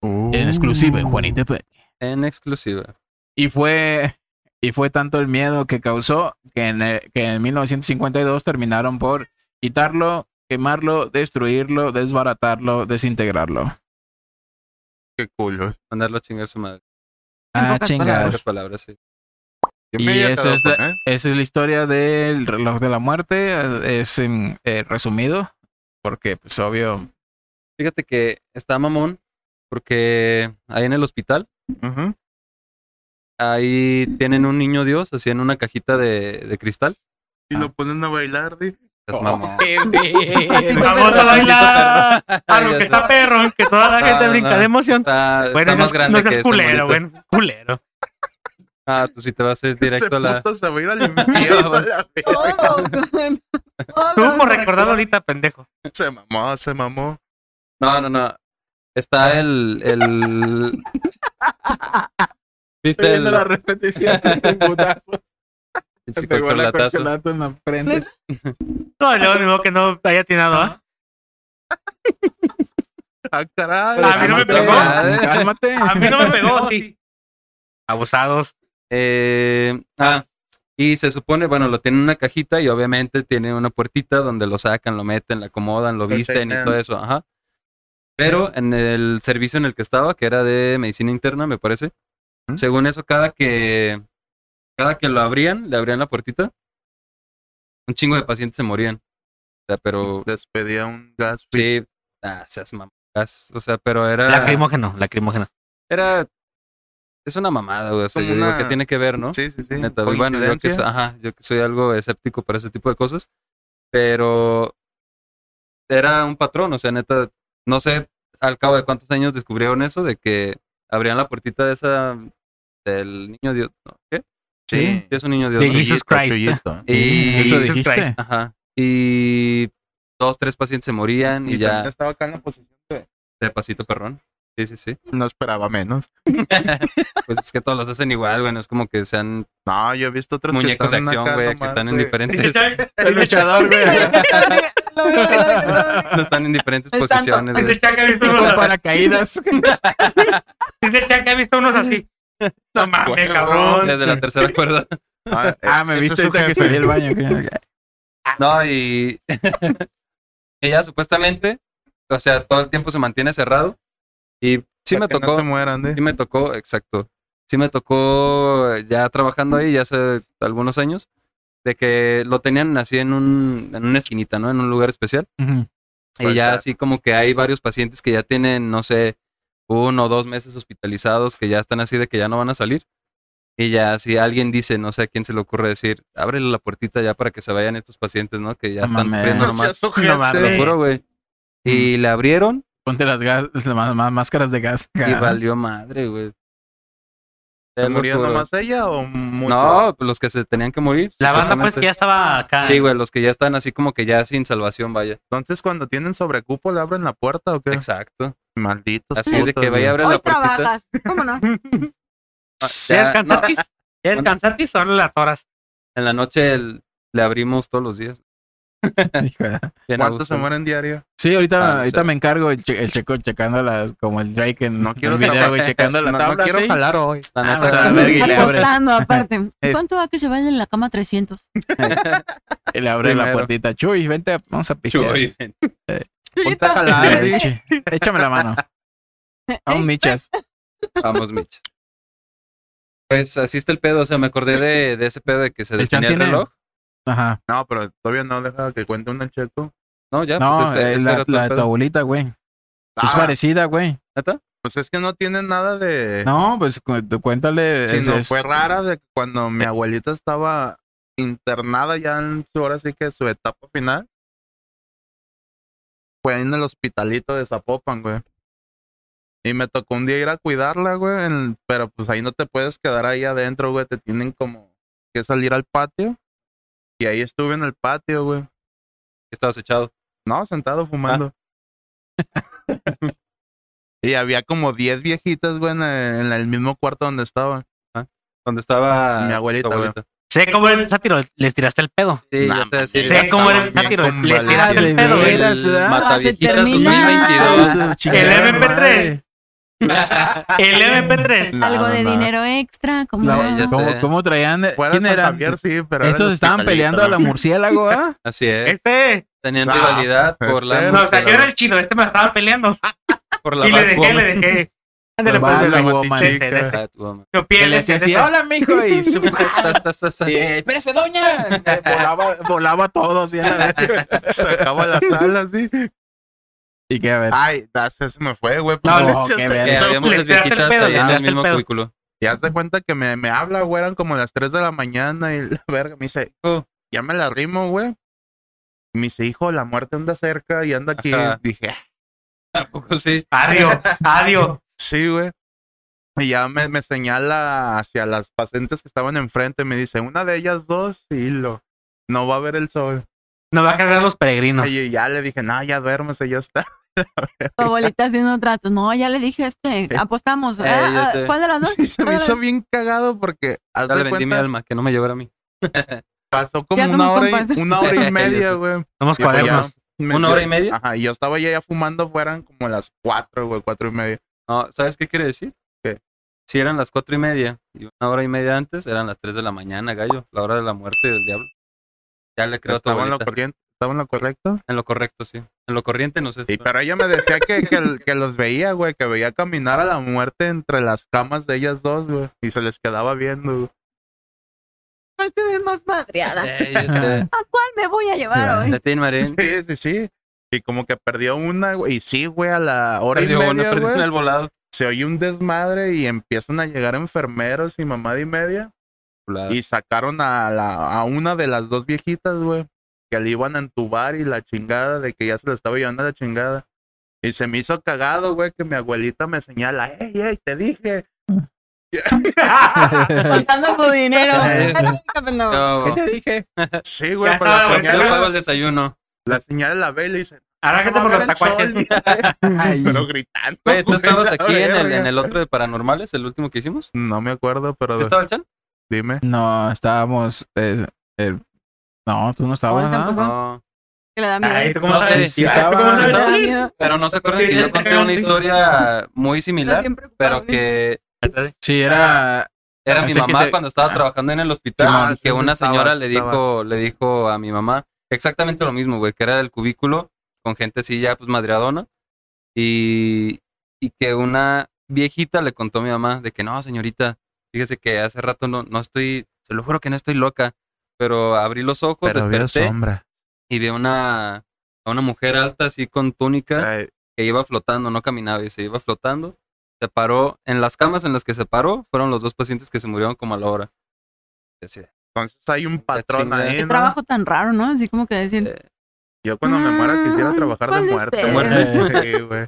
En exclusiva en Juanitepec.
En exclusiva.
Y fue, y fue tanto el miedo que causó que en, eh, que en 1952 terminaron por quitarlo quemarlo, destruirlo, desbaratarlo, desintegrarlo.
Qué culo.
Mandarlo a chingar su madre.
En
Ah,
pocas
En
chingar.
pocas palabras, sí.
Yo
Y
me había
eso
quedado
es
con,
la-
¿eh?
Esa es la historia del reloj de la muerte. eh, Es en, eh, resumido, porque pues obvio.
Fíjate que está mamón, porque ahí en el hospital
Ujú.
ahí tienen un niño Dios así en una cajita de, de cristal.
Y
Ah.
lo ponen a bailar, di.
Es mamón.
¡Qué verga!
Oh, Vamos a bailar. A
Ah,
Ah, lo
Ya
que
sé.
está perro, que toda la
No,
gente
no,
brinca
no.
de emoción.
Está, está
Bueno, no,
más
es-
grande
no seas
que
culero,
güey.
bueno, culero.
Ah, tú sí te vas a ir directo a
Ese
la.
"Este puto se va a ir al infierno. a la verga.
Tú por recordarlo ahorita, pendejo.
se mamó, se mamó.
No, no, no. Está el. el... ¿Viste
Estoy
el,
viendo la repetición. Un putazo.
pinche
Me pegó la
corcholatazo?
corcholata en la frente.
No, luego ni modo que no haya atinado, ¿ah?
Ah, caray.
A mí no
Cálmate,
me pegó.
Cálmate.
Ah, A mí no me pegó, sí. Abusados.
Eh, ah, y se supone, bueno, lo tiene en una cajita y obviamente tiene una puertita donde lo sacan, lo meten, lo acomodan, lo
Lo
visten y
checan.
todo eso, ajá. Pero en el servicio en el que estaba, que era de medicina interna, me parece,
¿Mm?
según eso, cada que cada que lo abrían, le abrían la puertita, un chingo de pacientes se morían. O sea, pero
Despedía un gas.
sí, ah, seas mamás. O sea, pero era.
Lacrimógeno, lacrimógeno.
Era. Es una mamada, güey. O sea,
Como
yo digo,
una-
¿qué tiene que ver, no?
Sí, sí, sí.
Neta, güey. bueno, yo que, ah,
Coincidencia.
soy, ajá, yo que soy algo escéptico para ese tipo de cosas, pero era un patrón, o sea, neta, no sé al cabo de cuántos años descubrieron eso, de que abrían la puertita de esa, del niño Dios, ¿no? ¿qué?
Sí.
Sí, es un niño Dios.
De
¿no?
Jesus Christ.
Chuyito.
Y,
Eso
Jesus
dijiste.
Christ.
ajá, y dos, tres pacientes se morían y,
Y también
ya,
estaba acá en la posición. de-
de pasito perrón. Sí, sí, sí.
No esperaba menos.
Pues es que todos los hacen igual, bueno, es como que sean
No, yo he visto otros
muñecos
que
de
están
acción,
acá
güey, que
nomás,
están en
güey.
diferentes...
El luchador, güey.
no están en diferentes
El tanto.
posiciones. güey.
Dice Chaca, he visto unos
Con
así.
paracaídas.
Dice Chaca, he visto unos así. No mames,
Huevo.
cabrón.
Desde la tercera cuerda.
Ah,
Ah, me
ese
viste
es su
ahorita que
jefe.
salí del baño.
No, y ella supuestamente, o sea, todo el tiempo se mantiene cerrado. Y sí
Para
me
que no
tocó,
se mueran, ¿eh?
sí me tocó, exacto. Sí me tocó eh, ya trabajando ahí ya hace algunos años, de que lo tenían así en, un, en una esquinita, ¿no? En un lugar especial. Y ya
Ajá.
así como que hay varios pacientes que ya tienen, no sé, uno o dos meses hospitalizados que ya están así de que ya no van a salir. Y ya si alguien dice, no sé a quién se le ocurre decir, ábrele la puertita ya para que se vayan estos pacientes, ¿no? Que ya
No
están
mames. Mm.
sufriendo
No
nomás.
seas
No mames.
Te lo
ojete.
juro, güey. Y le abrieron
Ponte las, gas- las ma- ma- máscaras de gas.
y valió madre, güey. Te
¿Se
lo
murió
juro.
nomás ella o mucho?
No, pues los que se tenían que morir.
La banda, pues, que
supuestamente.
ya estaba acá.
Sí, güey, los que ya están así como que ya sin salvación, vaya.
Entonces, cuando tienen sobrecupo, ¿le abren la puerta o qué?
Exacto.
Malditos.
Así de
putos,
que vaya a
güey.
abrir
Hoy
la puertita.
trabajas. ¿Cómo no?
Ah,
¿Ya
ya, no,
descansatis? ¿Ya descansatis o no las toras?
En la noche el- le abrimos todos los días.
Híjole.
Bien a
¿Cuántos
gusto.
se mueren diario?
Sí,
Ah,
ahorita,
no
ahorita
sé.
me encargo el, che- el checo checando las, como el Drake en
No quiero
el video,
trabajar.
güey, checando la
no, no
tabla.
quiero
sí.
jalar hoy.
La
Ah,
neta,
o sea, la verga y le abre,
Apostando, aparte.
Es-
¿Cuánto va que se vaya en la cama 300?
y le abre la
Primero.
puertita. Chuy, vente, vamos a pichar.
Chuy.
Ponte a jalar, eh. di.
Échame la mano. A un michas.
Vamos, Mitch. Pues así está el pedo. O sea, me acordé de, de ese pedo de que se
El
detenía el
Chan tiene-
reloj.
Ajá.
No, pero todavía no deja que cuente un checo.
No, ya.
No,
pues ese-
es
ese
la,
era todo
la
el
de tu
pedo.
abuelita, güey.
Pues
Es
Ah,
parecida, güey.
¿Neta?
pues es que no tiene nada de...
No, pues cu- tú cuéntale.
Sí,
es-
no,
es-
fue rara de cuando mi abuelita estaba internada ya en su hora sí que su etapa final. Fue ahí en el hospitalito de Zapopan, güey. Y me tocó un día ir a cuidarla, güey. en- pero pues ahí no te puedes quedar ahí adentro, güey. Te tienen como que salir al patio. Y ahí estuve en el patio, güey.
Estabas echado.
No, sentado fumando. y había como 10 viejitas, güey, en el, en el mismo cuarto donde estaba.
Donde estaba.
Mi
tu
abuelita,
Sé cómo eres el sátiro, les tiraste el pedo.
Sí,
Nah,
ya te decía.
Sí,
Sé cómo
estaba
eres el
bien
sátiro, les
convaleciente.
tiraste el
Ah,
pedo.
de
güey.
veras, ¿verdad?
Mataviejitas
Se termina.
2022.
Ah, su
El
chingada
MP3.
Ella
El MP3.
No,
Algo de
no, no.
dinero extra. ¿Cómo
La-
no?
ya sé.
¿Cómo, cómo traían?
Fuera
¿Quién
San
era?
Javier, sí, pero. era
Esos
el
estaban
hospitalito,
peleando a la
¿no?
murciélago, ¿ah?
Así es.
Este.
Tenían
Ah,
rivalidad por la.
este-
No, o sea, yo era el chido, este me la estaba peleando.
Por la
Y le dejé,
Batwoman.
le dejé. Ándale,
Va,
pues,
la
le
Batwoman.
Ese, de ese.
Batwoman.
Yo
Que
piel,
le
ese,
hacía
de
así,
esa.
hola, mijo, y su...
Sa, sa, sa, sa.
y, eh, espérese, doña. Eh, volaba, volaba todo, así, a la vez.
Sacaba las alas, sí.
Y que a ver.
Ay, ya se se me fue, güey. pues
No,
le
no,
eches
qué
eso,
Que
verga.
había
güey.
muchas
Les pegaste el
viejitas
pedo,
ahí
les
en el
Este
pegaste el
mismo
pedo.
cubículo.
Y haz de cuenta que me, me habla, güey, eran como las 3 de la mañana y la verga me dice,
Oh.
ya me la rimo, güey. Y Me dice, hijo, la muerte anda cerca y anda aquí.
Ajá.
Dije, "Ah,
Tampoco sí.
Adiós, adiós.
sí, güey. Y ya me, me señala hacia las pacientes que estaban enfrente. Me dice, una de ellas dos y lo, no va a ver el sol.
Nos va a cargar los peregrinos.
Y ya le dije, no, ya duérmese, ya está.
Tu abuelita haciendo tratos. No, ya le dije este, apostamos.
Eh,
Ah,
yo
ah,
sé.
¿Cuál de las dos?
Sí, se me
¿Cuál de
hizo
las-
bien cagado porque haz
Dale,
de
vendí mi
cuenta,
alma, que no me llevara a mí.
pasó como
Ya
una
somos
hora,
compas.
y, una hora
Ya
y media,
sé.
güey.
Somos
Y pues ya,
cuadernos.
me-
¿Una hora y media?
Ajá, y yo estaba ya, ya fumando, fueran como las cuatro, güey, cuatro y media.
No, ¿sabes qué quiere decir?
¿Qué?
Si eran las cuatro y media y una hora y media antes, eran las tres de la mañana, gallo. La hora de la muerte del diablo. Ya le creo a tu
Estaba en lo
abuelita.
corriente, estaba en lo correcto.
En lo correcto, sí. En lo corriente, no sé.
Y, pero ella me decía que, que, el- que los veía, güey, que veía caminar a la muerte entre las camas de ellas dos, güey. Y se les quedaba viendo, güey.
¿Cuál se ve más madreada?
Eh, yo sé.
¿A cuál me voy a llevar hoy?
Le tiene Marín.
Sí, sí, sí. Y como que perdió una, güey. Y sí, güey, a la hora
Perdió
y
una,
media,
perdió
güey.
una al volado.
Se oye un desmadre y empiezan a llegar enfermeros y mamada y media. Y sacaron a, la, a una de las dos viejitas, güey, que le iban a entubar y la chingada, de que ya se le estaba llevando la chingada. Y se me hizo cagado, güey, que mi abuelita me señala, ¡ey, ey, te dije!
Contando tu dinero.
Eh,
No.
Yo,
¿Qué te dije?
Sí, güey,
Ya
pero
estaba
la
volteando.
yo pago
señala,
Este el desayuno.
la señala la ve y le dice,
Ahora
"No
que te
va a
por los
ver el
tacuaches.
sol",
Ay.
pero gritando.
Oye, ¿tú
güey,
estabas
la
aquí en el,
verga.
en el otro de Paranormales, el último que hicimos?
No me acuerdo, pero
¿Estaba el chan?
dime.
No, estábamos. eh, eh, no, tú no estabas.
Ay,
¿no?
tampoco.
No.
Que le da miedo.
Ay, ¿tú cómo
No sé,
sabes?
sí
Ay, ¿tú
estaba-
cómo sabes?
Le da miedo.
Pero no se acuerdan que yo conté una historia muy
Está
similar,
bien preocupado, ¿eh?
pero que
Sí, era.
era mi
Así que
mamá
se-
cuando estaba trabajando en el
Ah,
hospital,
sí,
que una
estabas,
señora le
estabas.
dijo, le dijo a mi mamá exactamente lo mismo, güey, que era del cubículo con gente así ya pues madreadona y, y que una viejita le contó a mi mamá de que no, señorita, fíjese que hace rato no, no estoy, se lo juro que no estoy loca, pero abrí los ojos,
Pero vio
desperté
sombra.
y vi a una, a una mujer alta así con túnica
Ay,
que iba flotando, no caminaba y se iba flotando. Se paró en las camas en las que se paró, fueron los dos pacientes que se murieron como a la hora. Y así,
Entonces hay un patrón
chingada.
ahí,
Qué
¿no?
trabajo tan raro, ¿no? Así como que decir.
eh,
Yo cuando me muera quisiera
Mm,
trabajar de
¿cuál de
muerte.
ustedes?
güey. Sí, güey.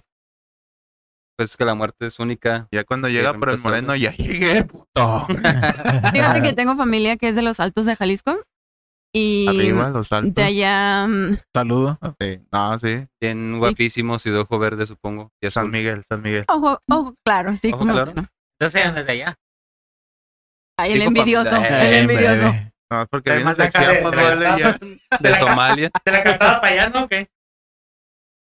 pues es que la muerte es única.
Ya cuando llega
Pero
por el
empezó,
moreno, ya llegué, puto.
eh,
Fíjate que tengo familia que es de los altos de Jalisco. Y
Arriba, los altos.
de allá. mm,
Saludo.
Sí. No, sí.
Bien guapísimo, su ojo verde, supongo. Y
San
azul.
Miguel, San Miguel.
Ojo, ojo, claro, sí,
Ojo
como
claro.
que no.
Entonces, desde allá.
Ay, el
Dijo
envidioso,
familia.
el
Eh,
envidioso.
bebé.
No, es porque
Pero
vienes
más
de
acá
Chiapas,
de-
duele ya.
De Somalia.
¿Te la calzada para allá, no? o ¿Qué?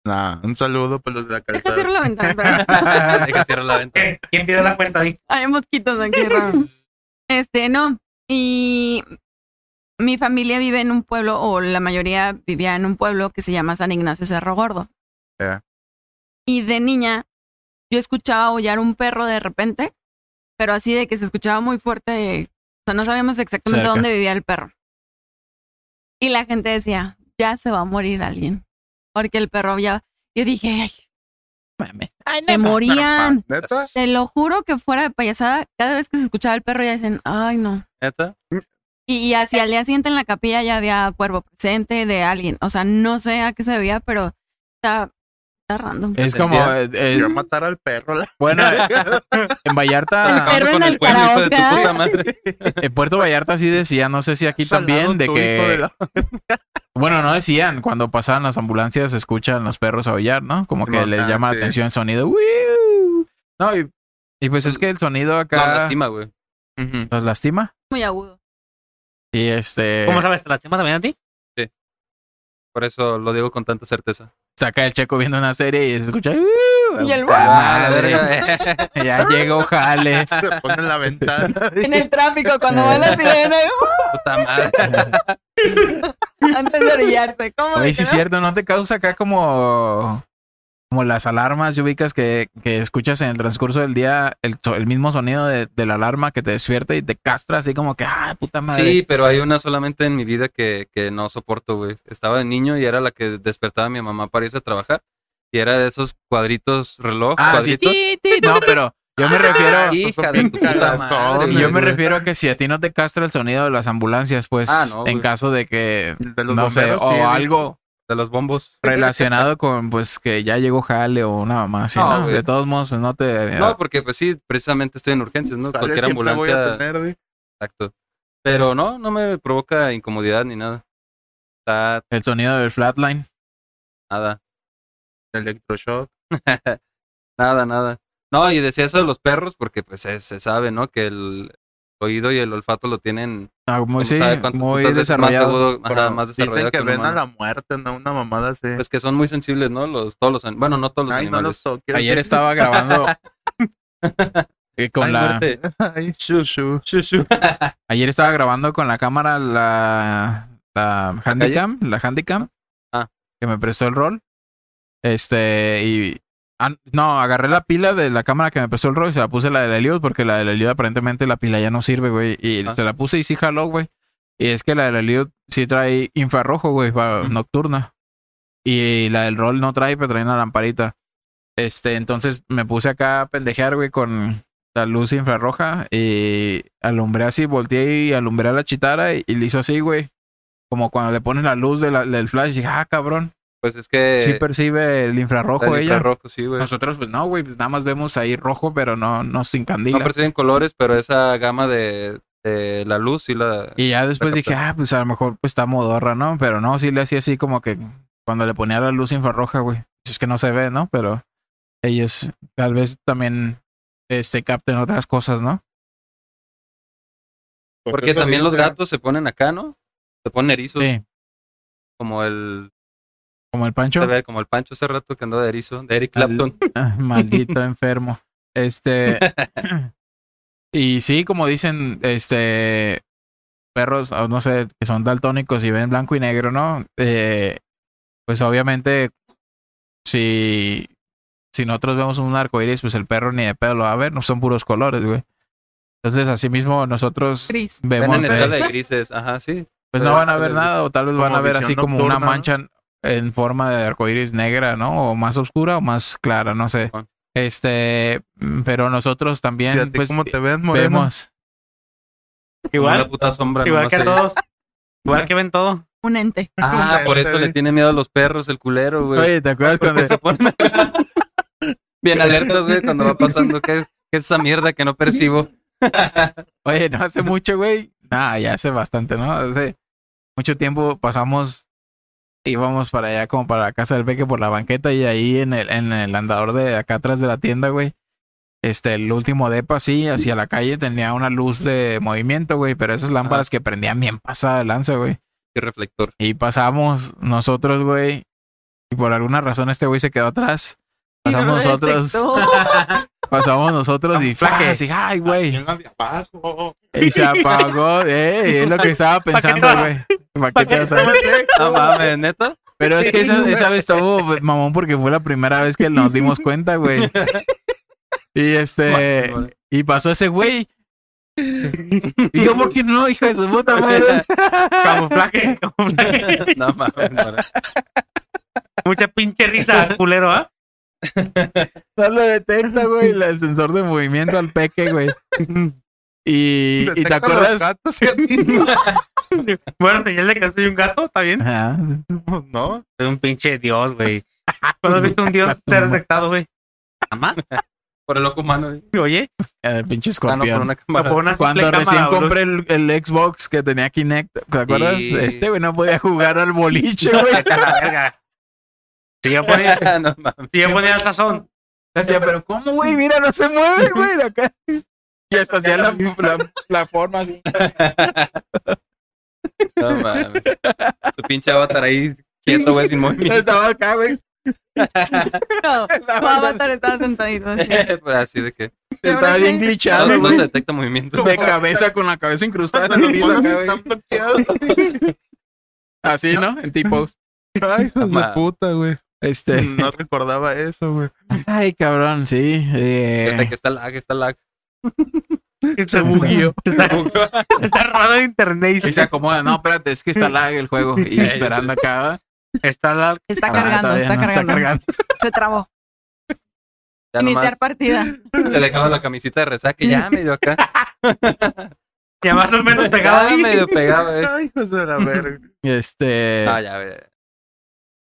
Nah, un saludo por los de la
Deja
calzada.
cierro la ventana. espera.
Hay que cerrar la ventana.
¿Qué? ¿Quién pidió la cuenta ahí?
Hay mosquitos aquí. raro. Este, no. Y mi familia vive en un pueblo, o la mayoría vivía en un pueblo que se llama San Ignacio Cerro Gordo.
Ya.
Y de niña, yo escuchaba aullar un perro de repente, pero así de que se escuchaba muy fuerte. O sea, no sabíamos exactamente
Cerca.
dónde vivía el perro. Y la gente decía, ya se va a morir alguien. Porque el perro ya. Yo dije, ay,
Mames.
me morían.
Pero, pa, ¿Neta?
Te lo juro que fuera de payasada, cada vez que se escuchaba el perro ya dicen, ay no.
¿Neta?
Y, y hacia el día siguiente en la capilla ya había cuervo presente de alguien. O sea, no sé a qué se debía, pero está, está random.
Es como. eh, eh,
Yo matar al perro. La...
bueno, eh, en
Estás
Vallarta,
acabando
Pero en
con
el
el pueblo, hijo de tu
karaoke.
puta madre.
en Puerto Vallarta sí decía, no sé si aquí también, de
Salado tu hijo de
que.
la-
Bueno, no decían, cuando pasaban las ambulancias escuchan los perros aullar, ¿no? Como que
Simón,
les
ah,
llama la
sí.
atención el sonido. "Wiu". No, y, y pues es que el sonido
No,
acá
lastima, güey.
Ujú.
nos lastima.
Muy agudo.
Y este.
Eh.
¿Cómo sabes? ¿Te lastima también a ti?
Por eso lo digo con tanta certeza.
Saca el checo viendo una serie y se escucha. "Wiu".
Y el-
Puta
Ah, la
madre,
verga.
Ya llegó Jale.
Se pone en la ventana.
En el tráfico, cuando va la sirena.
Puta madre.
Antes de orillarse. ¿Cómo?
Oye,
de
sí
que
es
no?
cierto, ¿no te causa acá como, como las alarmas ubicas que, que escuchas en el transcurso del día el, so- el mismo sonido de, de la alarma que te despierta y te castra así como que, ah, puta madre.
Sí, pero hay una solamente en mi vida que, que no soporto, güey. Estaba de niño y era la que despertaba a mi mamá para irse a trabajar. Y era de esos cuadritos reloj,
ah, sí.
cuadritos.
ti, ti. No, pero yo me refiero,
Ah, Hija
Estos son
de
bien
tu puta madre,
cagazones,
güey.
yo me refiero a que si a ti no te castra el sonido de las ambulancias, pues
Ah, no,
en
güey.
caso de que,
De los
no sé,
bomberos,
o
sí,
algo
De los bombos.
relacionado con, pues, que ya llegó Jale o una mamá así,
No,
¿no?
güey.
De todos modos, pues, no te...
No, porque pues sí, precisamente estoy en urgencias, ¿no?
Sale,
Cualquier
siempre voy a
ambulancia.
tener, di.
Exacto. Pero no, no me provoca incomodidad ni nada. Está
El sonido del flatline.
nada.
Electroshock.
Nada, nada. No, y decía eso de los perros porque pues se, se sabe, ¿no? Que el oído y el olfato lo tienen
Ah, muy,
como
sí,
sabe cuántas
muy
putas veces
desarrollado.
Más, agudo, ajá,
Pero
más
Dicen
desarrollado
que
el
ven a
humano.
la muerte, ¿no? Una mamada así.
Pues que son muy sensibles, ¿no? Los, todos los an- Bueno, no todos los
Ay, no los
animales.
toques.
Ayer estaba grabando eh, con
Ay,
la
muerte.
Ay, shushu.
ayer estaba grabando con la cámara la la handycam, la handycam
Ah.
que me prestó el rol. Este y ah, no, agarré la pila de la cámara que me prestó el rol y se la puse la de la Eliud porque la de la Eliud aparentemente la pila ya no sirve, güey, y
Ah.
se la puse y sí jaló, güey. Y es que la de la Eliud sí trae infrarrojo, güey, para
Ujú.
nocturna. Y la del rol no trae, pero trae una lamparita. Este, entonces me puse acá a pendejear, güey, con la luz infrarroja y alumbré así, volteé y alumbré a la chitara y, y le hizo así, güey. Como cuando le pones la luz de la- del flash, y dije, ah, cabrón,
Pues es que.
sí percibe el infrarrojo
el
ella.
infrarrojo, sí, güey.
Nosotros, pues no, güey, pues, nada más vemos ahí rojo, pero no, no sin
No
candila.
perciben colores, pero esa gama de, de la luz y la.
y ya después
la
dije, ah, pues a lo mejor pues está modorra, ¿no? Pero no, sí le hacía así como que cuando le ponía la luz infrarroja, güey. Es que no se ve, ¿no? Pero ellos tal vez también este capten otras cosas, ¿no? pues,
Porque también los gatos se ponen acá, ¿no? Se ponen erizos,
Sí,
como el.
como el Pancho.
se ve como el Pancho hace rato que andaba de erizo, de Eric
Al-
Clapton.
Ah, Maldito enfermo. Este. y sí, como dicen, este. Perros, o no sé, que son daltónicos y ven blanco y negro, ¿no? Eh, pues obviamente, si. Si nosotros vemos un arco iris, pues el perro ni de pedo lo va a ver, no son puros colores, güey. Entonces, así mismo nosotros
Gris.
Ven
vemos.
en
eh,
escala de grises, ajá, sí.
pues no
Pero
van a
se
ver
les
nada, o tal vez van
como
a ver
visión
así como una
nocturna, ¿no?
mancha en forma de arcoíris negra, ¿no? O más oscura o más clara, no sé.
Simón.
Este, mm, pero nosotros
¿Y a
también
ti
pues
cómo te ves, moreno?
vemos
Como
Igual,
una puta sombra.
igual
nomás
que
ahí.
todos. Igual que ven todo.
Un ente.
Ah, por eso le tiene miedo a los perros, el culero, güey.
Oye, ¿te acuerdas
Pues,
Porque
cuando
se ponen bien alertas, güey, cuando va pasando. ¿Qué, qué es esa mierda que no percibo?
Oye, no hace mucho, güey. Nah, ya hace bastante, ¿no? Hace mucho tiempo pasamos íbamos para allá como para la casa del Peque por la banqueta y ahí en el en el andador de acá atrás de la tienda, güey. Este, el último depa, así, hacia la calle, tenía una luz de movimiento, güey, pero esas lámparas que prendían bien pasada de lanza, güey.
Y reflector.
Y pasamos nosotros, güey, y por alguna razón este güey se quedó atrás.
Y no lo
Pasamos nosotros,
detectó.
pasamos nosotros y ¡flas! Y, ay, güey,
¿Quién la de abajo?
y se apagó, eh, es lo que estaba pensando,
vas?
güey. ¿Para qué te vas a-
No mames, neta.
Pero es que esa, esa vez estuvo mamón porque fue la primera vez que nos dimos cuenta, güey. Y este, y pasó ese güey. Y yo, ¿por qué no, hija de su puta madre?
Camuflaje, camuflaje.
No mames, Mora.
Mucha pinche risa, culero, ¿ah?
No lo detecta, güey, la- el sensor de movimiento al peque, güey. Y, y te
Detecta los
acuerdas.
gatos y a mí no.
Bueno, señal de que soy un gato, ¿está bien?
Ajá.
No,
Soy un pinche dios, güey. ¿Cuándo has visto un dios ser detectado, güey? ¿Jamás?
Por el ojo humano, güey.
Oye,
Eh, pinche
Ah, no, por
escorpión.
una
me
cámara.
pongo una simple
Cuando recién
cámara,
compré el, el Xbox que tenía Kinect, ¿te acuerdas?
Sí.
Este, güey, no podía jugar al boliche, güey.
boludo. A la verga. Si yo ponía,
Ah, no mames.
si yo ponía el sazón,
Decía, pero ¿cómo, güey? Mira, no se mueve, güey. de Acá. Y hasta hacía la, la, la forma así.
No mames. Tu pinche avatar ahí quieto, güey, sin movimiento.
Estaba acá, güey.
No,
La
tu
verdad,
avatar estaba sentadito. así.
Ah,
Pero así de que.
Estaba bien
No,
glitchado,
no
güey.
se detecta movimiento.
De cabeza, con la cabeza incrustada en el piso acá, güey.
bloqueados.
Así, ¿no? En tipos.
Ay, hijos de
Ma-
puta, güey.
Este.
No recordaba eso, güey.
Ay, cabrón, sí. eh,
Fíjate que está lag, está lag.
Se bugueó.
Está robado de internet. y
y se acomoda. No, espérate, es que está lag el juego. Y esperando acá.
Está la...
Está
Ah,
cargando,
todavía
está
no,
cargando.
Está cargando.
Se trabó.
Ya nomás
Iniciar partida.
se le acaba la camisita de resaca y ya medio acá.
Ya más o menos pegado
Ya
ahí.
medio pegado, eh.
Ay, hijos de la verga.
Este.
Ah, ya, ve.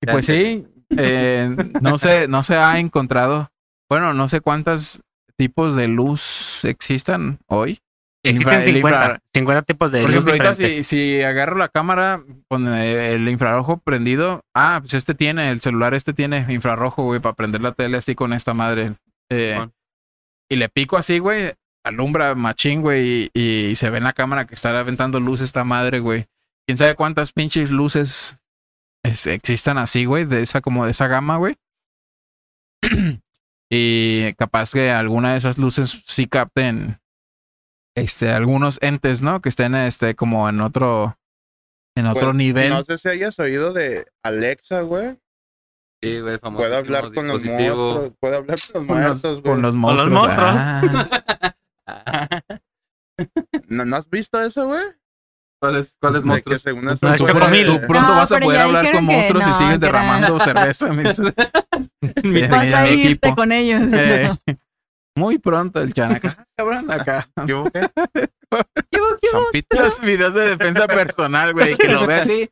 Y pues sí, eh, no, se, no se ha encontrado. Bueno, no sé cuántos tipos de luz existan hoy.
Existen
Infra- el
50,
infra-
50 tipos de
Por
luz
ejemplo, ahorita
diferente.
si, si agarro la cámara con eh, el infrarrojo prendido. Ah, pues este tiene, el celular este tiene infrarrojo, güey, para prender la tele así con esta madre. Eh,
Simón.
y le pico así, güey, alumbra machín, güey, y, y se ve en la cámara que está aventando luz esta madre, güey. Quién sabe cuántas pinches luces es- existan así, güey, de esa, como de esa gama, güey. y capaz que alguna de esas luces sí capten este algunos entes, ¿no? Que estén este como en otro en otro
Pues,
nivel.
No sé si hayas oído de Alexa, güey.
Sí, güey, famoso.
Puedo hablar con los
dispositivo.
monstruos. Puedo hablar con los
con, los,
muertos,
con
güey.
los monstruos.
monstruos.
Ah,
Ah,
¿No, no has visto eso, güey?
¿Cuáles, cuáles
De
monstruos?
que según
No,
eso
es que
puede-
por mí,
tú pronto
No,
vas a
pero
poder
ya
hablar
dijeron
con
que
monstruos y
no,
sigues
que era-
derramando cerveza. mis- en mi-
Vas
en
a
mi
irte
equipo.
con ellos.
Eh, muy pronto el chanaca. Ah, Cabrón, acá.
¿Qué hubo, qué?
¿Qué hubo, qué hubo?
Zampito.
Los videos de defensa personal, güey, que lo ve así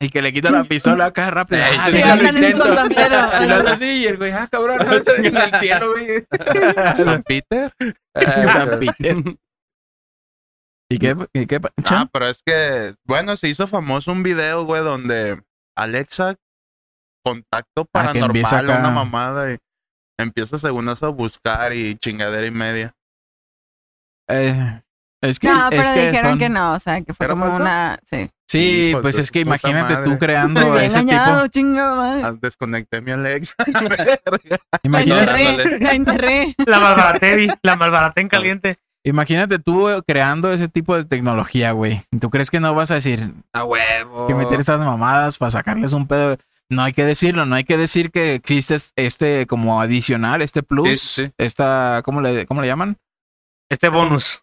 y que le quita la pistola acá rápido.
Ey,
Ah,
sí.
mira, lo
Andan en
intento.
con San Pedro.
Y lo hace así y el güey, ah, cabrón, no, está en el cielo, güey.
¿San Peter?
Ah,
San Peter. ¿Y qué? ¿Y qué? pa-
Ah, pero es que, bueno, se hizo famoso un video, güey, donde Alexa contacto
Ah, que
paranormal,
empieza acá.
una mamada, y empieza según eso a buscar y chingadera y media.
Eh, es que,
No, pero
es que
dijeron
son-
que no, o sea, que fue
¿Era
como
falso?
una. Sí.
Sí,
Hijos
pues
de
es
su
que
puta
imagínate tú
madre.
Me
creando
había
ese
engañado,
tipo.
chinga madre.
Ah, Desconecté mi Alexa.
La
Imagínate,
enterré,
Ándale.
la enterré.
La malbaraté, vi, la malbaraté en caliente.
imagínate tú creando ese tipo de tecnología, güey. ¿Tú crees que no vas a decir,
A huevo.
que meter estas mamadas para sacarles un pedo. No hay que decirlo, no hay que decir que existe este como adicional, este plus,
Sí, sí.
esta, ¿cómo le, cómo le llaman?
Este bonus.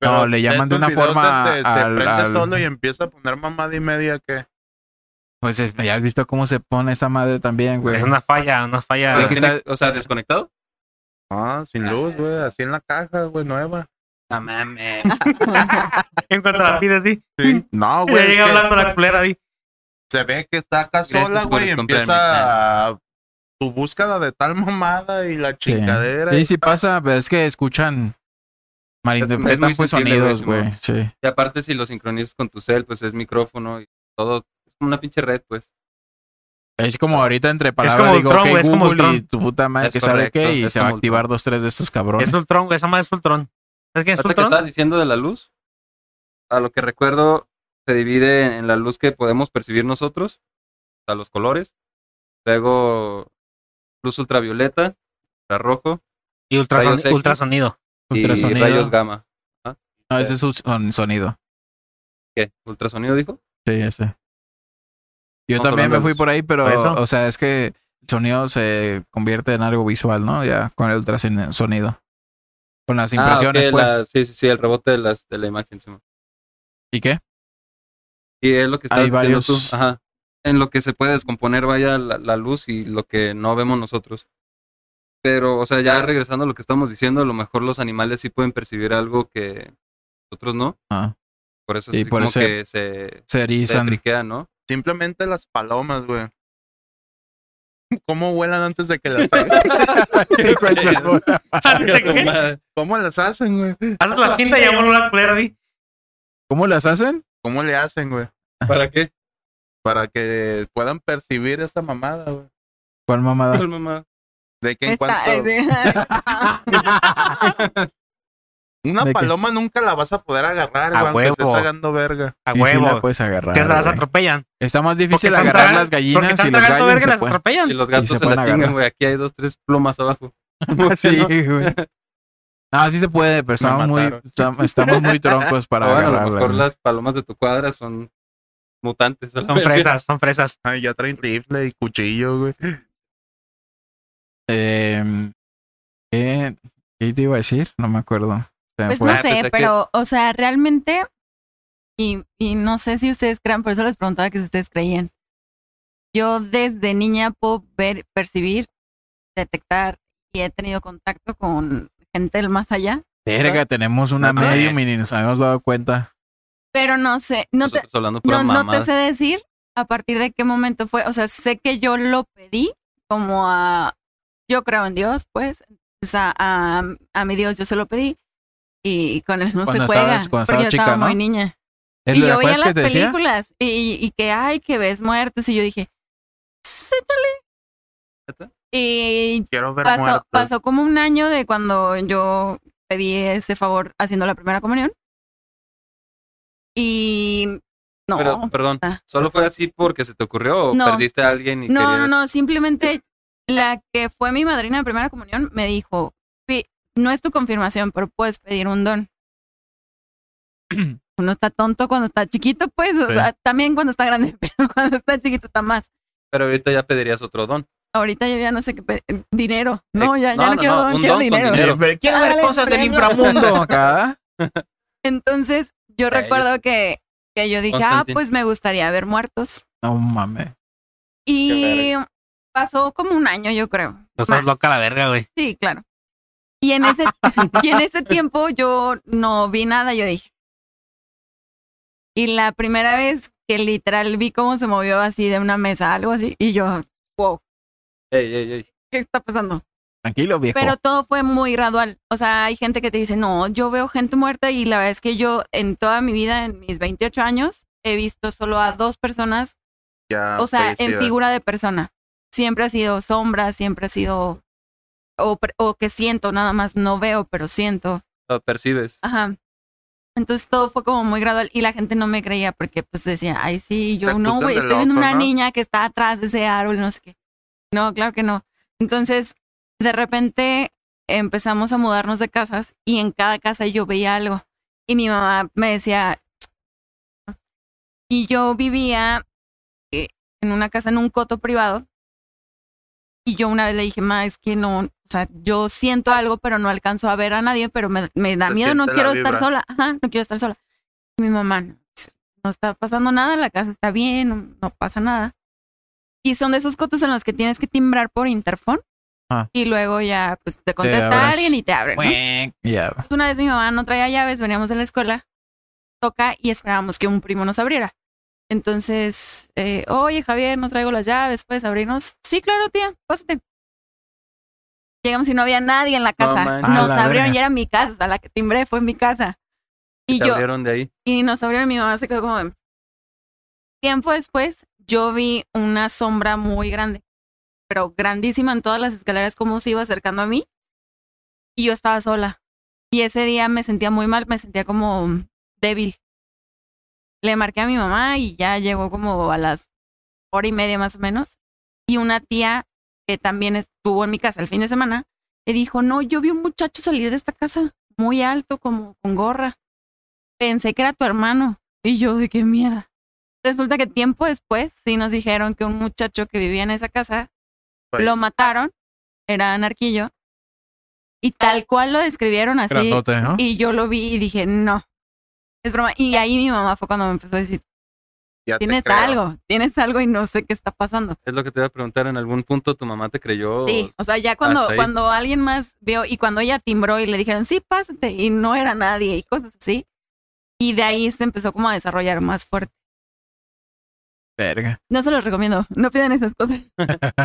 No, le llaman de una
esos videos
forma
donde se
al-
prende
al-
solo y empieza a poner mamada y media que...
Pues eh, ya has visto cómo se pone esta madre también, güey.
Es Pues una falla, una
Güey,
falla.
que-
Tiene- O sea, desconectado.
Ah, sin luz, güey, así en la caja, güey, nueva.
No mames.
En cuanto la pides, sí.
No,
Ya
güey,
llega
es que
hablando la culera, vi.
Mm. se ve que está acá
Gracias
sola,
por
güey, y
comprarme.
empieza a- tu búsqueda de tal mamada y la
Sí.
chingadera.
Sí, sí pasa, pero es que escuchan,
Es- es
malinterpretan
muy
pues
sensible,
sonidos,
güey,
güey. Sí.
Y aparte, si lo sincronizas con tu cel, pues es micrófono y todo. Es como una pinche red, pues.
Es como ahorita entre palabras
como el
digo,
Tron,
ok,
güey, es como el
Google y
Tron.
tu puta madre
Es
que sabe
correcto,
qué y
es
se va a
como el
activar
Tron.
dos, tres de estos cabrones.
Es Ultron, güey. Esa madre es Ultron. ¿Sabes quién es
Ahorita que estabas
Ultron?
diciendo de la luz, a lo que recuerdo, se divide en la luz que podemos percibir nosotros, a los colores. Luego, luz ultravioleta, infrarrojo
Y ultrason-
Rayos X.
ultrasonido.
y
Ultrasonido.
rayos gamma.
No, ese es un son- sonido.
¿Qué? ¿Ultrasonido dijo?
Sí, ya sé. Yo
Estamos
también
hablando
me
de
fui
luz.
por ahí, pero,
¿Por eso?
o sea, es que el sonido se convierte en algo visual, ¿no? Ya con el ultrasonido. Con las impresiones,
Ah, ok,
pues.
la- sí, sí, sí, el rebote de, las, de la imagen. sí, man.
¿Y qué?
Y es lo que estás
Hay
diciendo
varios-
tú. Ajá. En lo que se puede descomponer, vaya la, la luz y lo que no vemos nosotros. Pero, o sea, ya regresando a lo que estamos diciendo, a lo mejor los animales sí pueden percibir algo que nosotros no.
Ah,
Por eso
Y
es
por
como
eso-
que se,
se
se
erizan.
friquea, ¿no?
Simplemente las palomas, güey. ¿Cómo vuelan antes de que las ¿Cómo las hacen, güey?
Haz la pinta y ya voló la culera, vi.
¿Cómo las hacen?
¿Cómo le hacen, güey?
¿Para qué?
Para que puedan percibir esa mamada, güey.
¿Cuál mamada?
mamá?
De que en
Está-
cuanto... Una
de que-
paloma nunca la vas a poder agarrar,
A
güey, aunque esté
huevo.
tragando verga.
A
Sí, sí la
huevo.
puedes agarrar.
Que se las
güey.
atropellan.
Está más difícil
están
agarrar
tragan-
las
Porque
gallinas y
están
los
tragando
gallos
verga y
se
las
pueden.
atropellan.
Y los
Ah. se
gatos se,
pueden
la
agarrar.
chingan, güey. Aquí hay dos, tres plumas abajo.
Sí, güey. No, sí se puede, pero estamos muy,
mataron.
estam- estamos muy troncos para
Pero bueno, a lo
agarrarlas.
mejor las palomas de tu cuadra son mutantes. a la
Son
verga.
fresas, son fresas.
Ay, ya traen rifle y cuchillo, güey.
Eh, ¿qué, qué te iba a decir? No me acuerdo. Se me
Pues
fue.
no
pues, es
sé,
que-
pero, o sea, realmente, y, y no sé si ustedes crean, por eso les preguntaba que si ustedes creían. Yo desde niña puedo ver, percibir, detectar y he tenido contacto con gente del más allá,
Verga, tenemos una
No,
medio
eh.
y ni nos habíamos dado cuenta.
pero no sé, no te,
Nosotros hablando pura
no, no
mamada.
te sé decir a partir de qué momento fue, o sea, sé que yo lo pedí como a, yo creo en Dios, pues, o sea, a, a mi Dios yo se lo pedí y con eso no
Cuando
se juega,
estabas- cuando
porque
estabas
yo
chica,
estaba muy
¿no?
niña.
¿Es
y
lo de
yo veía
acuerdas
las
que te decía?
películas y, y que, ay, que ves muertos. Y yo dije, "Sí, échale".
¿Neta?
Y
Quiero ver
pasó,
muertos.
pasó como un año de cuando yo pedí ese favor haciendo la primera comunión. Y no,
Pero, perdón,
Ah.
¿solo fue así porque se te ocurrió o
No.
perdiste a alguien y
no, no,
querías-
no, simplemente la que fue mi madrina de primera comunión me dijo, "Pi- no es tu confirmación, pero puedes pedir un don. Uno está tonto cuando está chiquito, pues, o
Sí.
sea, también cuando está grande, pero cuando está chiquito está más.
Pero ahorita ya pedirías otro don.
Ahorita yo ya no sé qué pe- dinero. No,
Eh,
ya, ya
no,
no,
no,
quiero
no,
don,
un
quiero
don con
dinero.
dinero.
Pero quiero ver
Dale,
cosas del
premio.
inframundo acá.
Entonces, yo
Ya,
recuerdo
ellos-
que, que yo dije, ah,
Constantín.
pues me gustaría ver muertos.
No mames.
Y pasó como un año, yo creo.
No
Más.
estás loca la verga, güey.
Sí, claro. Y en ese, y en ese tiempo yo no vi nada, yo dije. Y la primera vez que literal vi cómo se movió así de una mesa, algo así, y yo, wow,
Ey, ey, ey.
¿qué está pasando?
Tranquilo, viejo.
Pero todo fue muy gradual. O sea, hay gente que te dice, no, yo veo gente muerta y la verdad es que yo en toda mi vida, en mis 28 años, he visto solo a dos personas,
Ya
o sea, en
fallecidas.
figura de persona. Siempre ha sido sombra, siempre ha sido, o, pre- o que siento, nada más no veo, pero siento.
Lo percibes.
Ajá. Entonces todo fue como muy gradual y la gente no me creía porque pues decía, ay sí, yo
Te
no,
acusan
güey,
de
estoy viendo
loco,
una
¿no?
niña que está atrás de ese árbol, no sé qué. No, claro que no. Entonces, de repente empezamos a mudarnos de casas y en cada casa yo veía algo. Y mi mamá me decía, y yo vivía eh, en una casa, en un coto privado. Y yo una vez le dije, ma, es que no, o sea, yo siento algo, pero no alcanzo a ver a nadie, pero me, me da
Se
miedo, no
siente la
quiero estar
vibra.
sola. Ajá, no quiero estar sola. Y mi mamá, no, no está pasando nada, la casa está bien, no, no pasa nada. Y son de esos cotos en los que tienes que timbrar por interfón.
Ah.
Y luego ya, pues, te contesta
abres.
alguien y te abren. ¿no?
Cuec. Ya.
Pues Una vez mi mamá no traía llaves, veníamos de la escuela, toca y esperábamos que un primo nos abriera. Entonces, eh, oye Javier, no traigo las llaves, ¿puedes abrirnos? Sí, claro, tía, pásate. Llegamos y no había nadie en la casa.
manches.
A
nos
la
abrieron
verga.
y era mi casa, o sea, la que timbré fue mi casa. Y
te
yo,
abrieron de ahí.
y nos abrieron y mi mamá se quedó como de- tiempo después yo vi una sombra muy grande pero grandísima en todas las escaleras como se iba acercando a mí y yo estaba sola y ese día me sentía muy mal me sentía como débil le marqué a mi mamá y ya llegó como a las hora y media más o menos y una tía que también estuvo en mi casa el fin de semana le dijo no yo vi un muchacho salir de esta casa muy alto como con gorra pensé que era tu hermano. Y yo, ¿de qué mierda? Resulta que tiempo después sí nos dijeron que un muchacho que vivía en esa casa
Vaya.
lo mataron, era anarquillo, y tal cual lo describieron así.
Grandote, ¿no?
Y yo lo vi y dije, no, es broma. Y ahí mi mamá fue cuando me empezó a decir,
Ya te
tienes
creo.
algo, tienes algo y no sé qué está pasando.
Es lo que te iba a preguntar. ¿En algún punto tu mamá te creyó?
Sí, o sea, ya cuando,
Pues, hasta ahí.
cuando alguien más vio y cuando ella timbró y le dijeron, sí, pásate, y no era nadie y cosas así. Y de ahí se empezó como a desarrollar más fuerte.
Verga.
No se los recomiendo. No pidan esas cosas.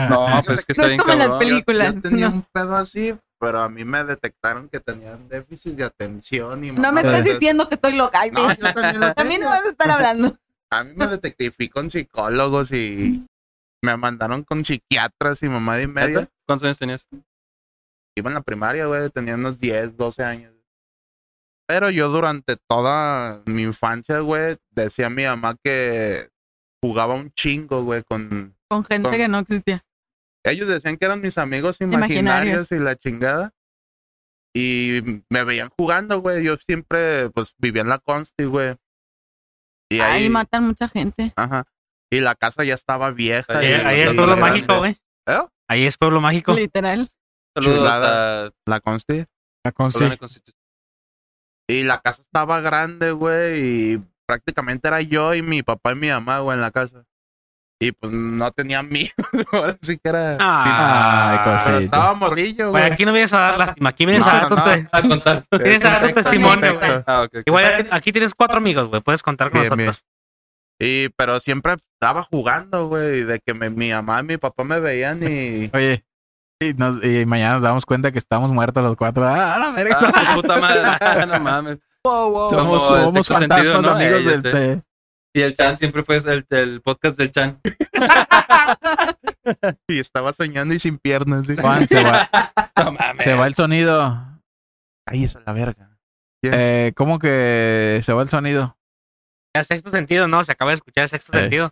No, pues es que está
No es
bien
como en las
cabrón.
Yo-
películas,
Yo, tenía
no.
un pedo así, pero a mí me detectaron que tenía un déficit de atención y
No me
Sí.
estás
mamadas.
diciendo que estoy loca. Ay,
No,
no.
yo también lo
También no
tengo.
vas a estar hablando.
A mí me detecté con psicólogos y me mandaron con psiquiatras y mamá de
¿Neta?
media.
¿Cuántos años tenías?
Iba en la primaria, güey, tenía unos 10, 12 años. Pero yo durante toda mi infancia, güey, decía a mi mamá que jugaba un chingo, güey, con
Con gente
Con-
que no existía.
Ellos decían que eran mis amigos
Imaginarios.
imaginarios, y la chingada. Y me veían jugando, güey. Yo siempre, pues, vivía en la consti, güey. Y
Ahí
ahí,
matan mucha gente.
ajá. Y la casa ya estaba vieja.
Ahí-
y-
ahí es
y
pueblo
grande.
mágico, güey.
¿Eh?
Ahí es pueblo mágico.
Literal.
Saludos
Chulada.
a
La consti.
La consi.
Colonia Constitución.
Y la casa estaba grande, güey. Y prácticamente era yo y mi papá y mi mamá, güey, en la casa. Y pues no tenía amigos. Ahora sí que era.
Ay,
Ah,
Pero
cosita.
estaba morrillo,
Güey,
güey.
aquí no vienes a dar lástima, aquí vienes
No,
a dar tu
no, no.
te-
A contar.
tienes a dar tu
Contexto,
testimonio,
contexto.
güey.
Ah, ok, ok.
Igual aquí- aquí tienes cuatro amigos, güey, puedes contar con
Bien, bien.
nosotros.
Y, pero siempre estaba jugando, güey. De que me- mi mamá y mi papá me veían y.
Oye, y, nos- y mañana nos damos cuenta que estamos muertos los cuatro. Ah, a la verga.
Ah, su puta madre. No mames. como
Ah, somos
el
somos
sexto sentido,
fantasmas
¿no? Eh,
amigos
ya
del...
sé.
de-
Y el Chan siempre fue el, el podcast del Chan.
Y estaba soñando y sin piernas. ¿sí?
Juan, se va,
No mames.
se va el sonido.
Ahí es la verga.
Eh, ¿Cómo que se va el sonido?
Ya, sexto sentido, ¿no? Se acaba de escuchar el sexto
Eh.
sentido.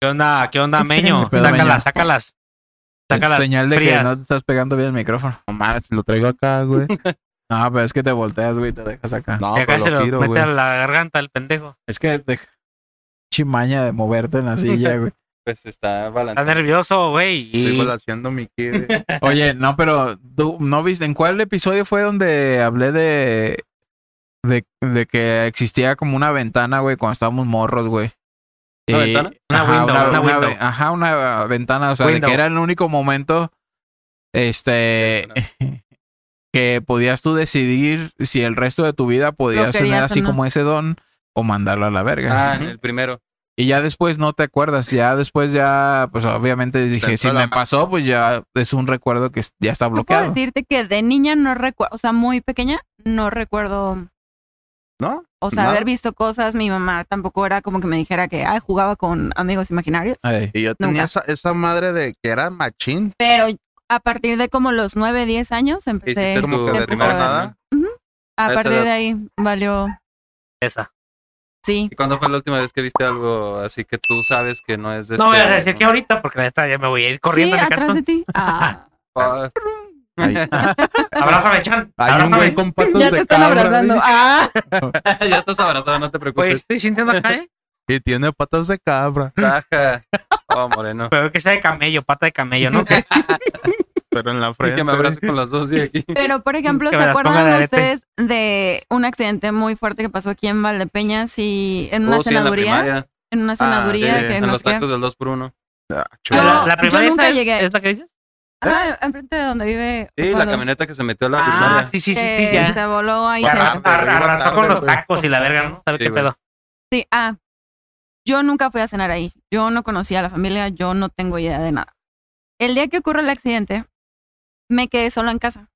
¿Qué onda, qué onda,
Es que
Meño?
no
espero, Meño.
Sácalas, sácalas.
Es
Sácalas.
señal de que
frías.
no te estás pegando bien el micrófono.
No mames, lo traigo acá, güey.
No, pero es que te volteas, güey, te dejas acá.
No,
Y acá
pero
se
lo
lo
tiro,
mete
güey.
a la garganta el pendejo.
Es que deja chimaña de moverte en la silla, güey.
Pues está
Está
balanceado.
nervioso, güey. y-
pues,
Sigo haciendo mi kid.
Oye, no, pero tú no viste, ¿en cuál episodio fue donde hablé de de, de que existía como una ventana, güey, cuando estábamos morros, güey?
¿Una
Y-
ventana?
Una
ajá,
window, una
ve-
window.
ajá, una ventana, o sea, de
Window.
que era el único momento
Eh,
este que podías tú decidir si el resto de tu vida podías tener
querías o
así
no.
como ese don o mandarlo a la verga.
Ah, en el primero.
Y ya después no te acuerdas, ya después ya, pues obviamente dije,
entró
si
la
me
magia.
pasó, pues ya es un recuerdo que es- ya está
Yo puedo
bloqueado.
decirte que de niña no recuerdo, o sea, muy pequeña, no recuerdo,
¿No?
o sea,
Nada.
haber visto cosas. Mi mamá tampoco era como que me dijera que ay, jugaba con amigos imaginarios.
Ay,
Y yo tenía
Nunca.
esa, esa madre de que era machín.
Pero a partir de como los 9, 10 años
¿Qué
empecé.
hiciste
como
tú?
que de
empezaba.
tomar nada.
A
esa
partir
edad?
de ahí valió,
Esa.
sí.
¿Y cuándo fue la última vez que viste algo así que tú sabes que no es de
No
este
voy a
año?
decir que ahorita, porque la neta ya me voy a ir corriendo.
sí,
de
atrás de ti. Ah,
Ah,
Hay,
Abrázame, Chan.
hay un güey
Abrázame.
con patas
ya te
de
están
cabra,
abrazando.
güey,
Ah,
ya estás abrazado, no te
Güey,
preocupes.
estoy sintiendo acá, ¿eh?
Y tiene patas de cabra.
Baja. Oh, moreno.
Pero que sea de camello, pata de camello, ¿no? Que-
Pero en la
Y
frente.
que me abrace con las dos y aquí.
pero por ejemplo,
Que
¿se
me las pongan
acuerdan
de
ustedes de un accidente muy fuerte que pasó aquí en Valdepeñas y en una
Oh, sí, en la
senaduría?
primaria, Ah, eh,
en una senaduría
sí,
que
en
no
los
sé qué.
tacos del 2 por 1
Ah,
Yo-
la,
chula.
la
yo
primera
nunca
esa es-
llegué.
¿Es la que dices?
Ah, enfrente de donde vive.
Sí, la
Osvaldo.
camioneta que se metió a la
Ah,
primaria.
sí, sí, sí, sí,
Que
ya.
Se voló ahí.
Bueno,
gente.
Arrasó, arrasó con los
güey.
tacos y la verga, ¿no? ¿Sabe
Sí,
qué
güey.
pedo?
Sí, ah. Yo nunca fui a cenar ahí. Yo no conocía a la familia, yo no tengo idea de nada. El día que ocurre el accidente, me quedé sola en casa.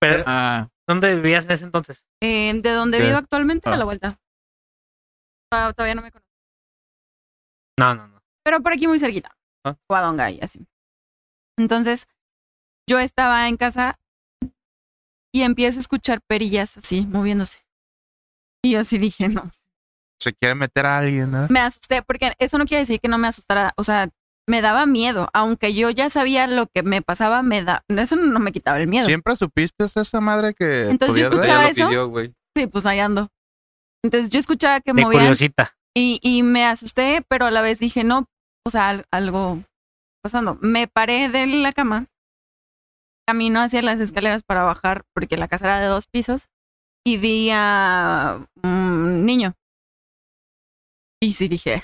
Pero,
ah,
¿Dónde vivías en ese entonces?
Eh, de donde
¿Qué?
vivo actualmente,
Ah.
a la vuelta. Ah, Todavía no me conozco.
No, no, no.
Pero por aquí muy cerquita.
Ah.
Guadonga y así. Entonces, yo estaba en casa y empiezo a escuchar perillas así, moviéndose. Y yo así dije, no,
Se quiere meter a alguien, ¿no?
me asusté, porque eso no quiere decir que no me asustara, o sea, me daba miedo, aunque yo ya sabía lo que me pasaba, me da, eso no me quitaba el miedo.
Siempre supiste esa madre que.
Entonces
podías
yo
ver?
escuchaba
Ella lo
eso?
pidió, güey.
Sí, pues ahí ando. Entonces yo escuchaba que
De
movían
curiosita.
y, y me asusté, pero a la vez dije, no, o sea, al- algo pasando. Me paré de la cama, camino hacia las escaleras para bajar, porque la casa era de dos pisos, y vi a un niño. Y sí dije,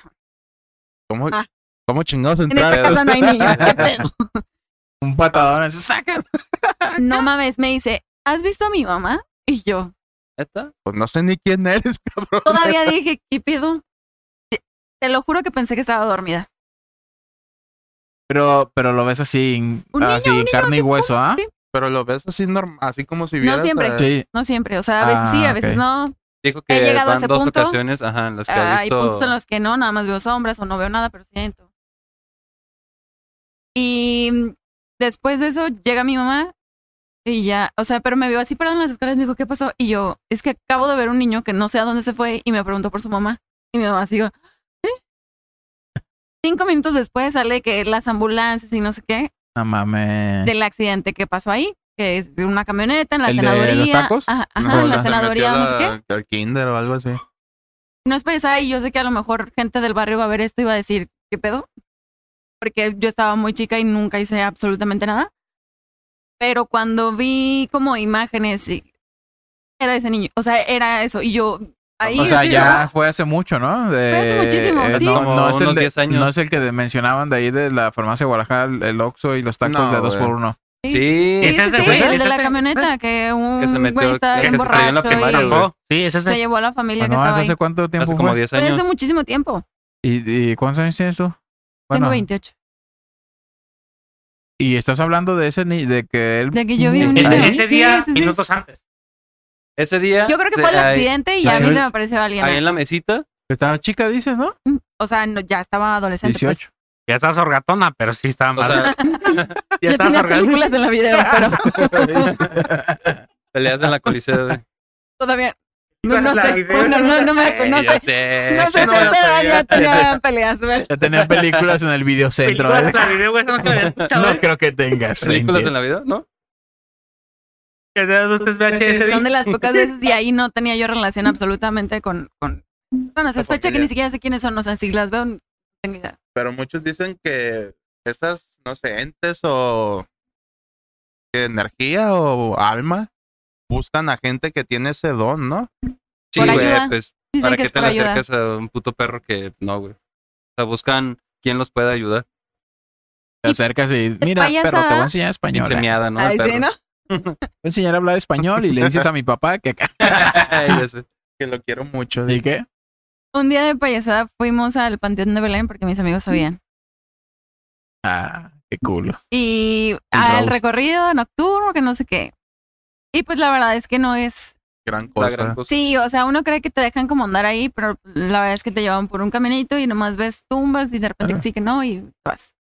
¿Cómo,
Ah.
¿Cómo chingados
en esta
entraste?
casa no hay niños, qué pedo.
un patadón, eso, saca.
no mames, me dice, ¿has visto a mi mamá? Y yo
¿Neta?
Pues no sé ni quién eres, cabrón.
todavía dije, ¿qué pedo? Te- Te lo juro que pensé que estaba dormida.
Pero, pero lo ves así, en-
Un niño,
así
un niño,
carne y
¿qué
hueso, ¿ah?
Sí.
Pero lo ves así normal, así como si vieras.
siempre.
a-
Sí.
No siempre, o sea, a veces sí,
Ah,
a veces
ok.
no.
Dijo que
He llegado a
van
ese
dos
punto. Ah,
ocasiones, ajá, en las que ha
Hay
visto.
puntos en los que no, nada más veo sombras o no veo nada, pero siento. Y mm, después de eso llega mi mamá y ya, o sea, pero me vio así parado en las escaleras, me dijo, ¿qué pasó? Y yo, es que acabo de ver un niño que no sé a dónde se fue y me preguntó por su mamá. Y mi mamá sigo, ¿sí? Cinco minutos después sale que las ambulancias y no sé qué,
No mames.
del accidente que pasó ahí, que es una camioneta en la
Eh. ¿El de los
senadoría.
tacos?
Ajá, ajá,
No,
en la
se metió
senadoría, no sé qué.
la- Al kinder o algo así.
No es pensada y yo sé que a lo mejor gente del barrio va a ver esto y va a decir, ¿qué pedo? Porque yo estaba muy chica y nunca hice absolutamente nada. Pero cuando vi como imágenes, y- era ese niño, o sea, era eso. Y yo "Ah, ahí...
O sea,
sí,
ya
¿no?
fue hace mucho, ¿no? De- eh,
Fue hace muchísimo, sí.
No,
Como
no es el
unos
de-
10 años.
no es el que de- mencionaban de ahí de la farmacia de Guadalajara, el, el Oxxo y los tacos
No,
de 2
güey.
por 1
Sí,
Sí. Sí,
Ese
sí,
es el
sí,
güey,
el
ese
de
es
la
el-
camioneta, que un
Que se metió-
güey estaba
que
bien
se estrelló en la
borracho
primaria,
y
güey.
Tampoco. Sí, ese es
se
el.
llevó a la familia
Bueno,
que estaba
¿hace,
ahí.
hace cuánto tiempo
hace
fue?
como 10
Fue hace
años.
muchísimo tiempo.
¿Y, y cuántos años tienes tú? Bueno,
Tengo 28.
Y estás hablando de ese ni de que él
De que yo vi un
¿Ahí?
Ese,
niño.
ese
Sí,
día,
sí, sí.
minutos antes.
Ese día.
Yo creo que
se-
fue el
ahí-
accidente y a
ahí-
mí se me apareció alguien.
Ahí en la mesita.
estaba chica dices, ¿no?
O sea, no, ya estaba adolescente. pues.
18.
Ya estás sorgatona, pero sí estaba
O
mal.
sea,
ya estás sorgatona.
en la vida, pero
peleas en la coliseo. güey.
todavía no,
La
estoy-
idea.
no, no, no me
Eh,
no
yo
estoy-
sé.
no sé,
no me la
pero
sabía.
ya tenía peleas. ¿verdad?
ya tenía películas en el videocentro. ¿eh?
La video, güey, eso no te había escuchado. ¿eh?
No creo que tengas.
Películas
20.
en la vida, ¿no?
Que te das tres VHS.
Son de las pocas veces y ahí no tenía yo relación absolutamente con... con... Bueno, es fecha que
familia.
ni siquiera sé quiénes son. O sea, si las veo, no tengo idea.
Pero muchos dicen que esas, no sé, entes o que energía o alma buscan a gente que tiene ese don, ¿no?
Sí,
Por
güey,
ayuda.
pues.
Dicen
¿Para
que
qué
es
te
por
le
ayuda.
acercas a un puto perro que no, güey? O sea, buscan quién los puede ayudar.
Te acercas y mira, pero te voy a
payasada.
enseñar español.
Pinche
¿eh?
miada, ¿no? El
Ay,
perro.
sí, ¿no?
Voy a enseñar a hablar español y le dices a mi papá que acá.
Ya sé.
Que lo quiero mucho.
¿Y qué?
Un día de payasada fuimos al Panteón de Belén porque mis amigos sabían.
Ah, qué culo.
Y
El
al
roast.
recorrido nocturno, que no sé qué. Y pues la verdad es que no es
Gran cosa.
La gran cosa.
Sí, o sea, uno cree que te dejan como andar ahí, pero la verdad es que te llevan por un caminito y nomás ves tumbas y de repente
Ah.
sí que no y te vas.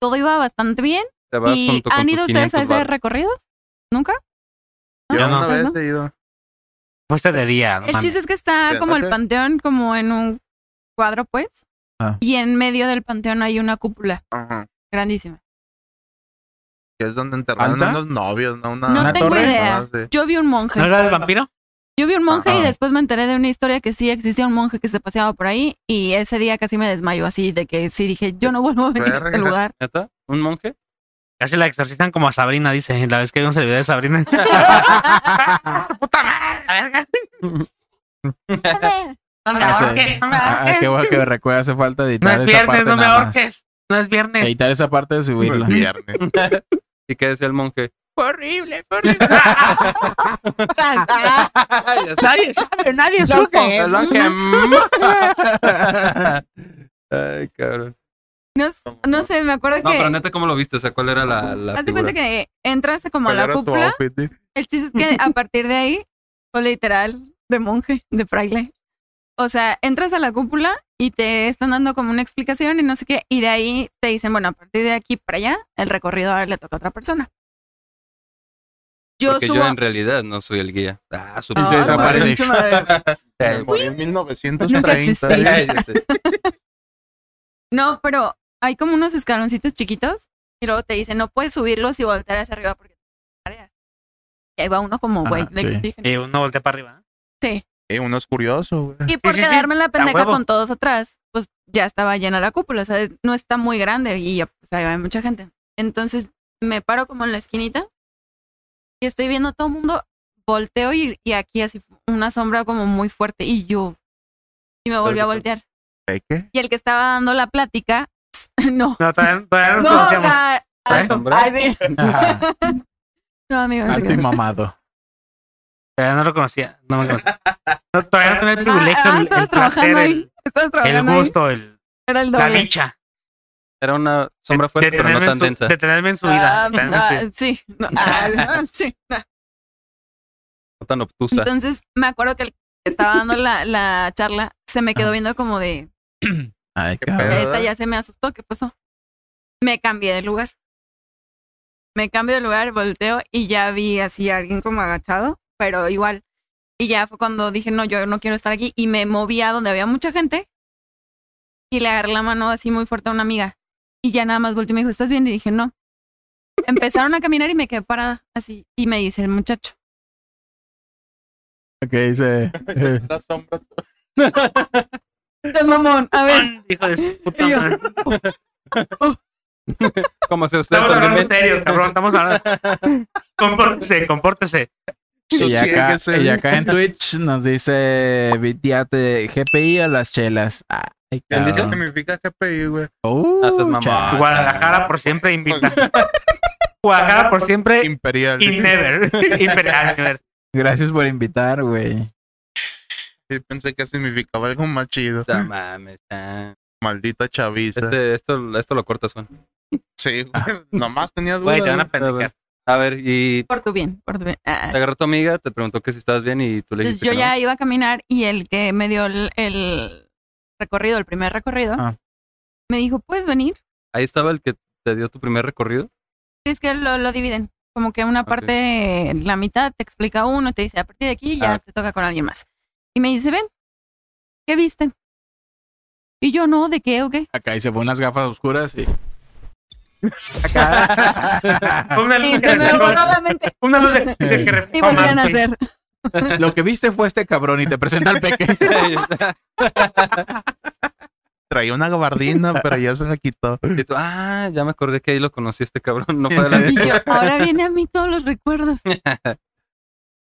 Todo iba bastante bien.
Te vas
¿Y
junto con
han
tus
ido ustedes a
500
ese
varos.
recorrido? ¿Nunca?
Yo
Yo no.
una vez
Ajá.
he ido.
Fuiste de día. no
El
mames.
chiste es que está
Ya,
como el
ok.
panteón, como en un cuadro, pues.
Ah.
Y en medio del panteón hay una cúpula
Ajá.
grandísima.
Que es donde enterraron
¿Alta?
a unos novios, ¿no? Una,
No
¿Una
tengo
torre?
idea.
Ah, sí.
Yo vi un monje.
¿No era el vampiro?
Yo vi un monje y
Ajá.
después me enteré de una historia que sí existía un monje que se paseaba por ahí y ese día casi me desmayo así de que sí dije, yo no vuelvo a venir a este
Verga.
lugar.
¿Neta? ¿Un monje?
Casi la exorcistan como a Sabrina, dice. La vez que vimos el video de Sabrina. ¡Su puta madre! la verga! ¡No me
Ah, sí.
ahorques! ¡No me
Ah, ah,
ahorques!
qué bueno que recuerda, hace falta
No
editar
es
esa
viernes,
parte
no me
nada más.
ahorques. No es viernes.
Editar esa parte de subirla.
Viernes.
¿Y qué decía el monje?
Horrible, horrible.
ya sé.
Nadie sabe, nadie
No,
supo.
que-
El monje. mm. Ay, cabrón.
No, s- no sé, me acuerdo
No, pero
que.
neta, ¿cómo lo viste? O sea, ¿cuál era la, la
Haz de
figura?
cuenta que entras como a
¿Cuál
la
era su
cúpula.
outfit?
El chiste es que a partir de ahí, o literal, de monje, de fraile. O sea, entras a la cúpula y te están dando como una explicación y no sé qué. Y de ahí te dicen, bueno, a partir de aquí para allá, el recorrido ahora le toca a otra persona. Yo
Porque
subo.
yo en realidad no soy el guía. Ah, su
Y se
Ah,
desaparece.
pinche madre.
Me morí en
Nunca
1930.
existí.
Ay, ya sé.
No, pero hay como unos escaloncitos chiquitos y luego te dicen, no puedes subirlos y voltear hacia arriba porque te mareas. Y ahí va uno como,
Ajá,
güey, de
sí.
oxígeno.
Y uno voltea para arriba.
Eh, uno es curioso, güey.
Y por
sí, sí,
quedarme en la pendeja
huevo.
con todos atrás, pues ya estaba llena la cúpula, o sea, no está muy grande y ya pues, ahí va mucha gente. Entonces me paro como en la esquinita y estoy viendo a todo el mundo, volteo y, y aquí así una sombra como muy fuerte y yo, y me volví a
Perfecto.
voltear.
¿De qué?
Y el que estaba dando la plática, no,
No, todavía, todavía
no,
no
o
nos conocíamos.
sea,
¿Eh?
ah,
Sombra.
ah, sí.
Ajá,
no, amigo, no te
Alto y
creas.
mamado.
Todavía no lo conocía. No me conocía. No, todavía no tenía el privilegio,
Ah, ah,
el, el
estabas
placer,
trabajando
el,
ahí. Estabas
el
trabajando ahí.
gusto, el,
Era el
la
doble.
dicha.
Era una sombra
De-
fuerte,
de
pero no
tenerme en
tan
su-
densa.
De tenerme en su vida.
Ah,
de tenerme en su
ah,
vida.
sí, no, ah, ah, sí.
No tan obtusa.
Entonces, me acuerdo que el que estaba dando la, la charla se me quedó
Ajá.
viendo como de,
Ay,
Qué
cabrón.
pedo.
"Neta, ya se me asustó, ¿qué pasó? Me cambié de lugar. Me cambio de lugar, volteo y ya vi así a alguien como agachado, pero igual. Y ya fue cuando dije, no, yo no quiero estar aquí. Y me moví a donde había mucha gente y le agarré la mano así muy fuerte a una amiga. Y ya nada más volteé y me dijo, ¿estás bien? Y dije, no. Empezaron a caminar y me quedé parada así. Y me dice el muchacho,
Ok, dice. eh,
La sombra.
"Estás mamón, a ver.
Hijo de su puta
Y yo,
madre.
Como si ustedes
Estamos hablando
también.
en serio, cabrón. Estamos hablando. Compórtese, compórtese.
Y acá,
Sosiéguese.
y acá en Twitch nos dice Vitiate GPI a las chelas. Ay,
¿Qué dice
cabrón.
significa GPI, güey?
Uh,
Haces mamá.
cha-
Guadalajara por siempre invita. Guadalajara por siempre
Imperial.
y never. Imperial, never.
Gracias por invitar, güey.
Sí, pensé que significaba algo más chido.
Ya mames, ya.
Maldita chaviza.
Este, esto, esto lo cortas, Juan.
Sí, güey. Nomás tenía dudas.
Güey, te van a
A
pendejear.
ver, a ver, y
Por tu bien, por tu bien. Ah.
te agarró tu amiga, te preguntó que si estabas bien y tú le
Entonces
dijiste.
Pues yo
que
ya iba a caminar y el que me dio el, el recorrido, el primer recorrido,
Ah.
me dijo, ¿puedes venir?
no. Ahí estaba el que te dio tu primer recorrido.
Sí, Es que lo, lo dividen. Como que una
Ok.
parte, la mitad te explica uno, te dice, a partir de aquí ya
Ah.
te toca con alguien más. Y me dice, ven, ¿qué viste? Y yo, no, ¿de qué o qué?
Acá y se pone unas gafas oscuras y.
Una luz
Y
de
se me borró
que
la mente
Una luz de de que
y
repito
volvían a
más, güey.
hacer.
Lo que viste fue este cabrón y te presenta al pequeño.
Traía una gabardina, pero ya se la quitó.
Y tú, ah, ya me acordé que ahí lo conocí este cabrón. No fue de la
Y yo, ahora viene a mí todos los recuerdos.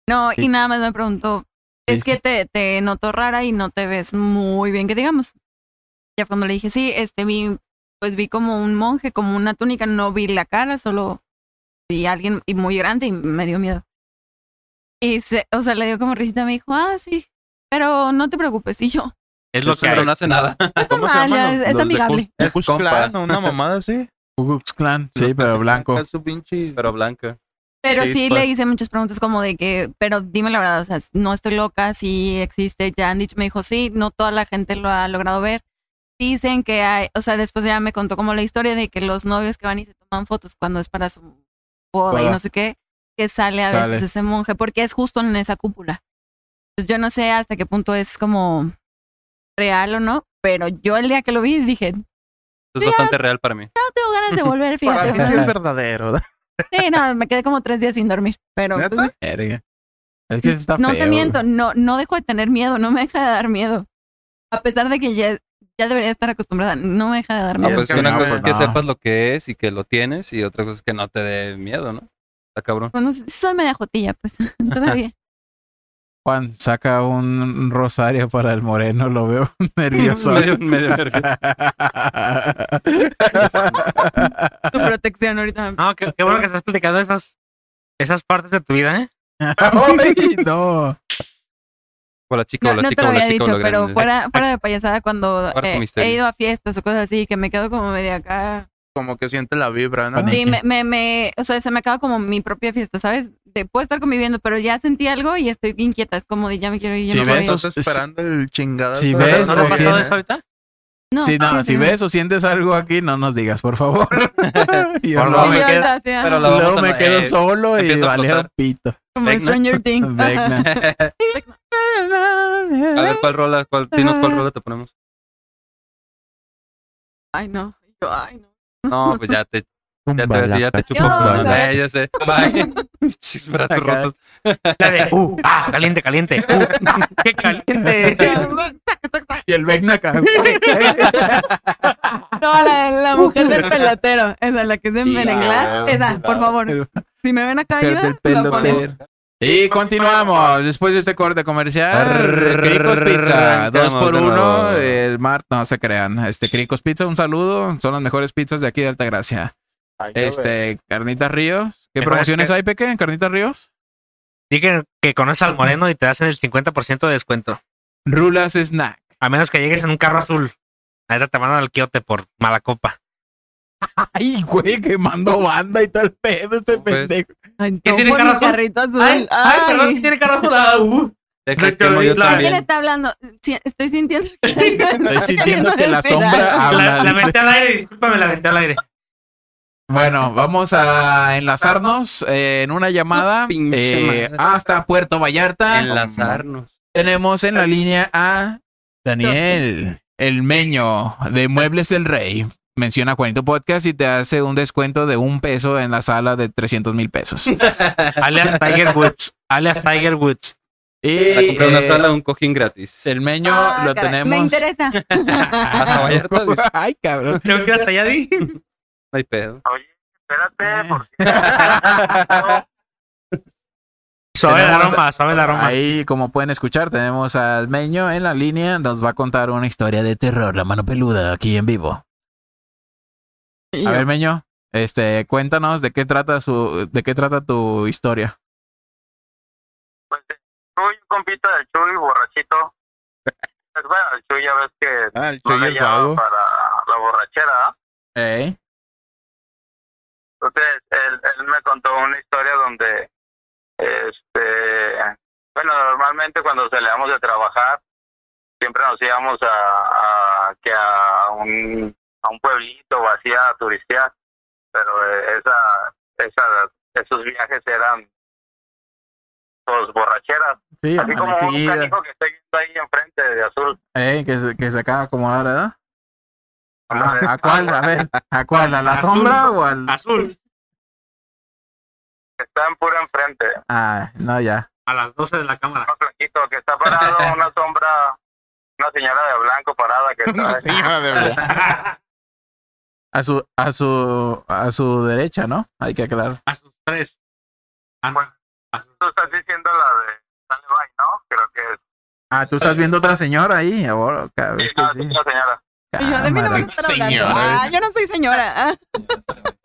No, y nada más me preguntó, es que te, te noto rara y no te ves muy bien, que digamos. Ya fue cuando le dije, sí, este vi, pues vi como un monje, como una túnica, no vi la cara, solo vi a alguien y muy grande y me dio miedo. Y se, o sea, le dio como risita, me dijo, ah, sí, pero no te preocupes. Y yo,
Ah,
Es lo que
Pero
hay.
no hace nada.
no está mal, es, es amigable.
Es
Es
compa.
plano, una mamada así.
Ku Klux Klan, sí, pero blanco.
Su pinche-
Pero blanca.
Pero
Sí,
sí
pues.
le hice muchas preguntas como de que, pero dime la verdad, o sea, no estoy loca, si existe, ya han dicho, me dijo, sí, no toda la gente lo ha logrado ver. Dicen que hay, o sea, después ya me contó como la historia de que los novios que van y se toman fotos cuando es para su boda y
Boda.
no sé qué, que sale a veces
Sale.
ese monje, porque es justo en esa cúpula. Pues yo no sé hasta qué punto es como real o no, pero yo el día que lo vi dije, no
Es bastante real para mí.
tengo ganas de volver,
Para mí
fíjate.
sí es verdadero.
Sí, no, me quedé como tres días sin dormir, pero...
¿Neta?
pues,
Verga. Es que está
No
feo,
te miento, no, no dejo de tener miedo, no me deja de dar miedo. A pesar de que ya, ya debería estar acostumbrada, no me deja de dar
No,
es
miedo.
pues
que
una
no,
cosa
pues
es que
no.
sepas lo que es y que lo tienes, y otra cosa es que no te dé miedo, ¿no? Está cabrón.
Bueno, sí Pues, soy media jotilla, pues todavía.
Juan saca un rosario para el moreno, lo veo nervioso.
Medio, medio nervioso.
Tu protección ahorita.
Ah,
me-
No, qué, qué bueno que estás platicando esas, esas partes de tu vida, ¿eh?
Ay, no.
O la chica,
No,
o la
no te
chica,
lo
o la
había
chica, o
dicho,
la
pero
grande.
fuera, fuera de payasada cuando
Ahora tu
eh,
misterio.
he ido a fiestas o cosas así que me quedo como media acá.
Como que siente la vibra, ¿no?
Panic.
Sí, me, me, me- o sea, se me acaba como mi propia fiesta, ¿sabes? De, puedo estar conviviendo, pero ya sentí algo y estoy inquieta. Es como de ya me quiero ir, ya
Sí,
no
¿ves?
voy.
Estás
Sí.
esperando el chingado.
Sí,
¿No te
ves,
pasó
o siente-
eso ahorita?
No,
Sí, no,
fíjate,
si
no.
ves o sientes algo aquí, no nos digas, por favor. Yo
Por
luego
favor.
me
Y yo,
quedo,
gracias.
Pero la vamos
luego
a
me quedo
eh,
solo y
empiezo a
vale
flotar.
pito.
Como
Vecna.
Stranger Things.
Vecna.
A ver cuál rola, cuál, dinos
Ah.
cuál rola te ponemos.
Ay, no. Yo, ay, no.
No, pues ya te, ya te, sí, ya te chupo.
Yo,
No,
la-
eh, ya sé. Bye. Pinches brazos
Acá.
rotos.
La de, uh, ah, caliente, caliente. Uh, ah, qué caliente.
Y el Vecna acá.
No, la, la mujer del pelotero, esa, la que es de
Sí,
merenglás,
la-
esa, por favor.
ah, El-
Si me ven acá,
el
ayuda,
del
la ponemos.
pelotero. Y continuamos. Después de este corte comercial,
Arr-
Cricos Pizza, dos
arrancamos
por
de
uno.
nuevo.
El Mart, no se crean. Este Cricos Pizza, un saludo. Son las mejores pizzas de aquí de Altagracia. Este, Carnitas Ríos. ¿Qué
Mejores
promociones
que-
hay, Peque, en Carnitas Ríos?
Dí que, que conoces al moreno y te hacen el 50% de descuento.
Rulas Snack.
A menos que llegues en un carro azul. Ahorita te mandan al quiote por mala copa.
Ay, güey, que mando banda y tal pedo este
No, pues.
pendejo.
Ay,
¿Quién tiene
tomo
carro
mi
azul?
carrito azul.
Ay, ay, perdón, ¿quién tiene carro azul? Ah, uh.
Deja
Yo
que yo
la-
¿Quién
también.
está hablando? Sí, estoy sintiendo. que-
Estoy sintiendo que la
Espera.
sombra
La,
habla.
la
dice.
aventé al aire, discúlpame, la aventé al aire.
Bueno, vamos a enlazarnos eh, en una llamada
Pinche
eh,
madre.
hasta Puerto Vallarta.
Enlazarnos.
Tenemos en la línea a Daniel, el meño de Muebles El Rey. menciona Juanito Podcast y te hace un descuento de un peso en la sala de 300 mil pesos. Y
Alias Tiger Woods. Alias Tiger Woods.
Para comprar una
eh,
sala, un cojín gratis.
el meño
Ah,
lo
caray, Me
tenemos.
interesa.
Hasta Vallarta, dice,
Ay, cabrón.
Creo que hasta allá di.
no hay pedo.
Espérate, porque
Suave el
Tenemos-
aroma, suave el aroma.
Ahí, como pueden escuchar, tenemos al Meño en la línea. Nos va a contar una historia de terror, la mano peluda, aquí en vivo. A ver, Meño, este, cuéntanos de qué trata su, de qué trata tu historia.
pues, soy un compita del Chuy, borrachito. Pues bueno, el Chuy ya ves que
Ah, el
no
Chuy
le
es
llevaba
vago.
para la borrachera. ¿ah?
¿Eh?
Entonces, él, él me contó una historia donde, este, bueno, normalmente cuando salíamos de trabajar, siempre nos íbamos a, a- que a un, a un pueblito o así a turistear, pero eh, esa, esa, esos viajes eran, pues, borracheras.
Sí,
Así como un
amanecida.
canijo que está yendo ahí enfrente de azul.
Eh, que se, que se acaba de acomodar, ¿verdad?
Ah,
¿A cuál? A ver, ¿a cuál? ¿A la
Azul.
sombra o al...?
Azul.
que está en puro enfrente.
Ah, no, ya.
A las 12 de la cámara.
Un flaquito que está parado, una sombra, una señora de blanco parada que está.
No, señora, de verdad.
A su, a su, a su derecha, ¿no? Hay que aclarar.
A sus 3. Ah, no. A sus-
Tú estás diciendo la de Dale Bye, ¿no? Creo que es.
Ah, tú estás viendo otra señora ahí. Ahora, cada vez
Sí, no,
que sí.
es otra señora.
Yo de mí
Cámara.
no van a estar hablando.
Señora.
Ah, yo no soy señora. Ah,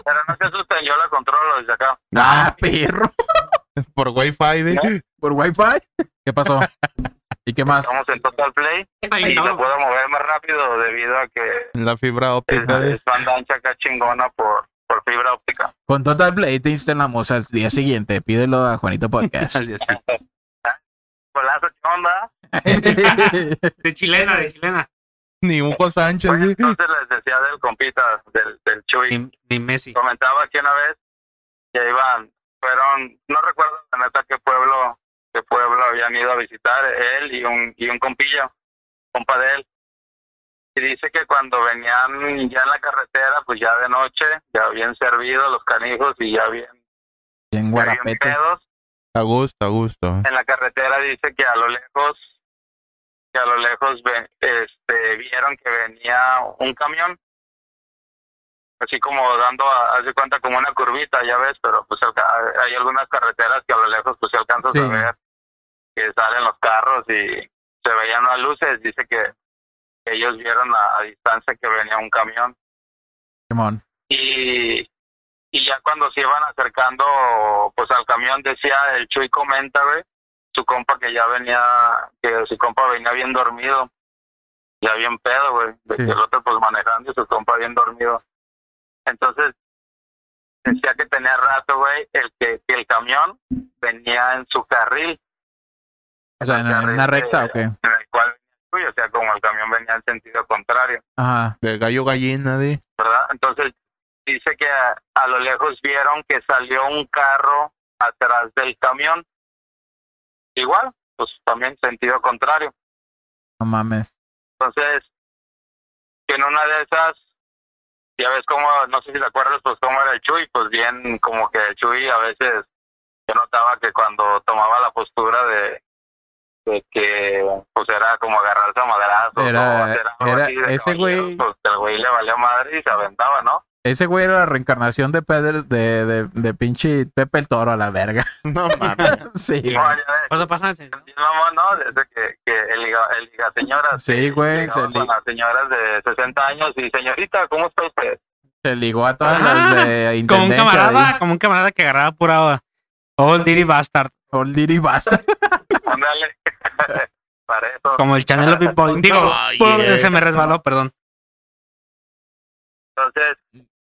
Pero no se asusten, yo la controlo desde acá.
Ah, perro.
Por Wi-Fi, de-
¿Por Wi-Fi? ¿Qué pasó? ¿Y qué más?
Estamos en Total Play y lo puedo mover más rápido debido a que
la fibra
es,
óptica. de-
es banda ancha acá chingona por, por fibra óptica.
Con Total Play te instalamos al día siguiente. Pídelo a Juanito Podcast.
Al día siguiente.
Golazo, ¿qué onda?
De chilena, de chilena.
Ni un Juan Sánchez.
Bueno,
¿sí?
entonces les decía del compita, del, del Chuy.
Ni, ni Messi.
comentaba que una vez que iban, fueron, no recuerdo la neta qué pueblo, qué pueblo habían ido a visitar, él y un, y un compilla, compa de él. Y dice que cuando venían ya en la carretera, pues ya de noche, ya bien servidos los canijos y ya bien,
Bien
ya bien
guarapete.
pedos,
A gusto, a gusto.
en la carretera dice que a lo lejos, que a lo lejos ve- este, vieron que venía un camión, así como dando, a- haz de cuenta, como una curvita, ya ves, pero pues alca- hay algunas carreteras que a lo lejos pues se alcanzas
Sí.
a ver, que salen los carros y se veían las luces, dice que, que ellos vieron a- a distancia que venía un camión
Simón.
y, y ya cuando se iban acercando pues al camión decía el Chuy comenta güey, su compa que ya venía que su compa venía bien dormido ya bien pedo güey de
Sí.
que el otro pues manejando y su compa bien dormido entonces decía que tenía rato güey el que, que el camión venía en su carril
O sea, en en una recta o qué?
en el cual venía el Chuy, o sea como el camión venía en sentido contrario
Ajá.
De gallo gallina, de.
¿verdad? Entonces dice que a, a lo lejos vieron que salió un carro atrás del camión. Igual, pues también sentido contrario.
No mames.
Entonces, que en una de esas, ya ves cómo, no sé si te acuerdas, pues cómo era el Chuy, pues bien, como que el Chuy a veces, yo notaba que cuando tomaba la postura de, de que, pues era como agarrarse a madrazos
Era-
o hacer algo
era
así de
ese güey-
caballeros, pues el güey le valía madre y se aventaba, ¿no?
Ese güey era la reencarnación de Pedro, de, de, de pinche Pepe el Toro a la verga.
No mames.
Sí,
No,
güey.
ya ves,
Cosa pasa en el-
Sí, mamá, ¿no? Desde que, que el, liga, el liga señoras.
Sí, güey. Se,
Llegaba
li-
con las señoras de 60 años y señorita, ¿cómo está usted?
se ligó a todas las de
Como un
intendencia.
camarada,
ahí.
como un camarada que agarraba pura. Oh, Diddy Bastard.
Old Diddy Bastard.
Ándale. Para eso.
Como el Chanel Big Boy. Digo,
Oye.
por- se me resbaló, perdón.
Entonces,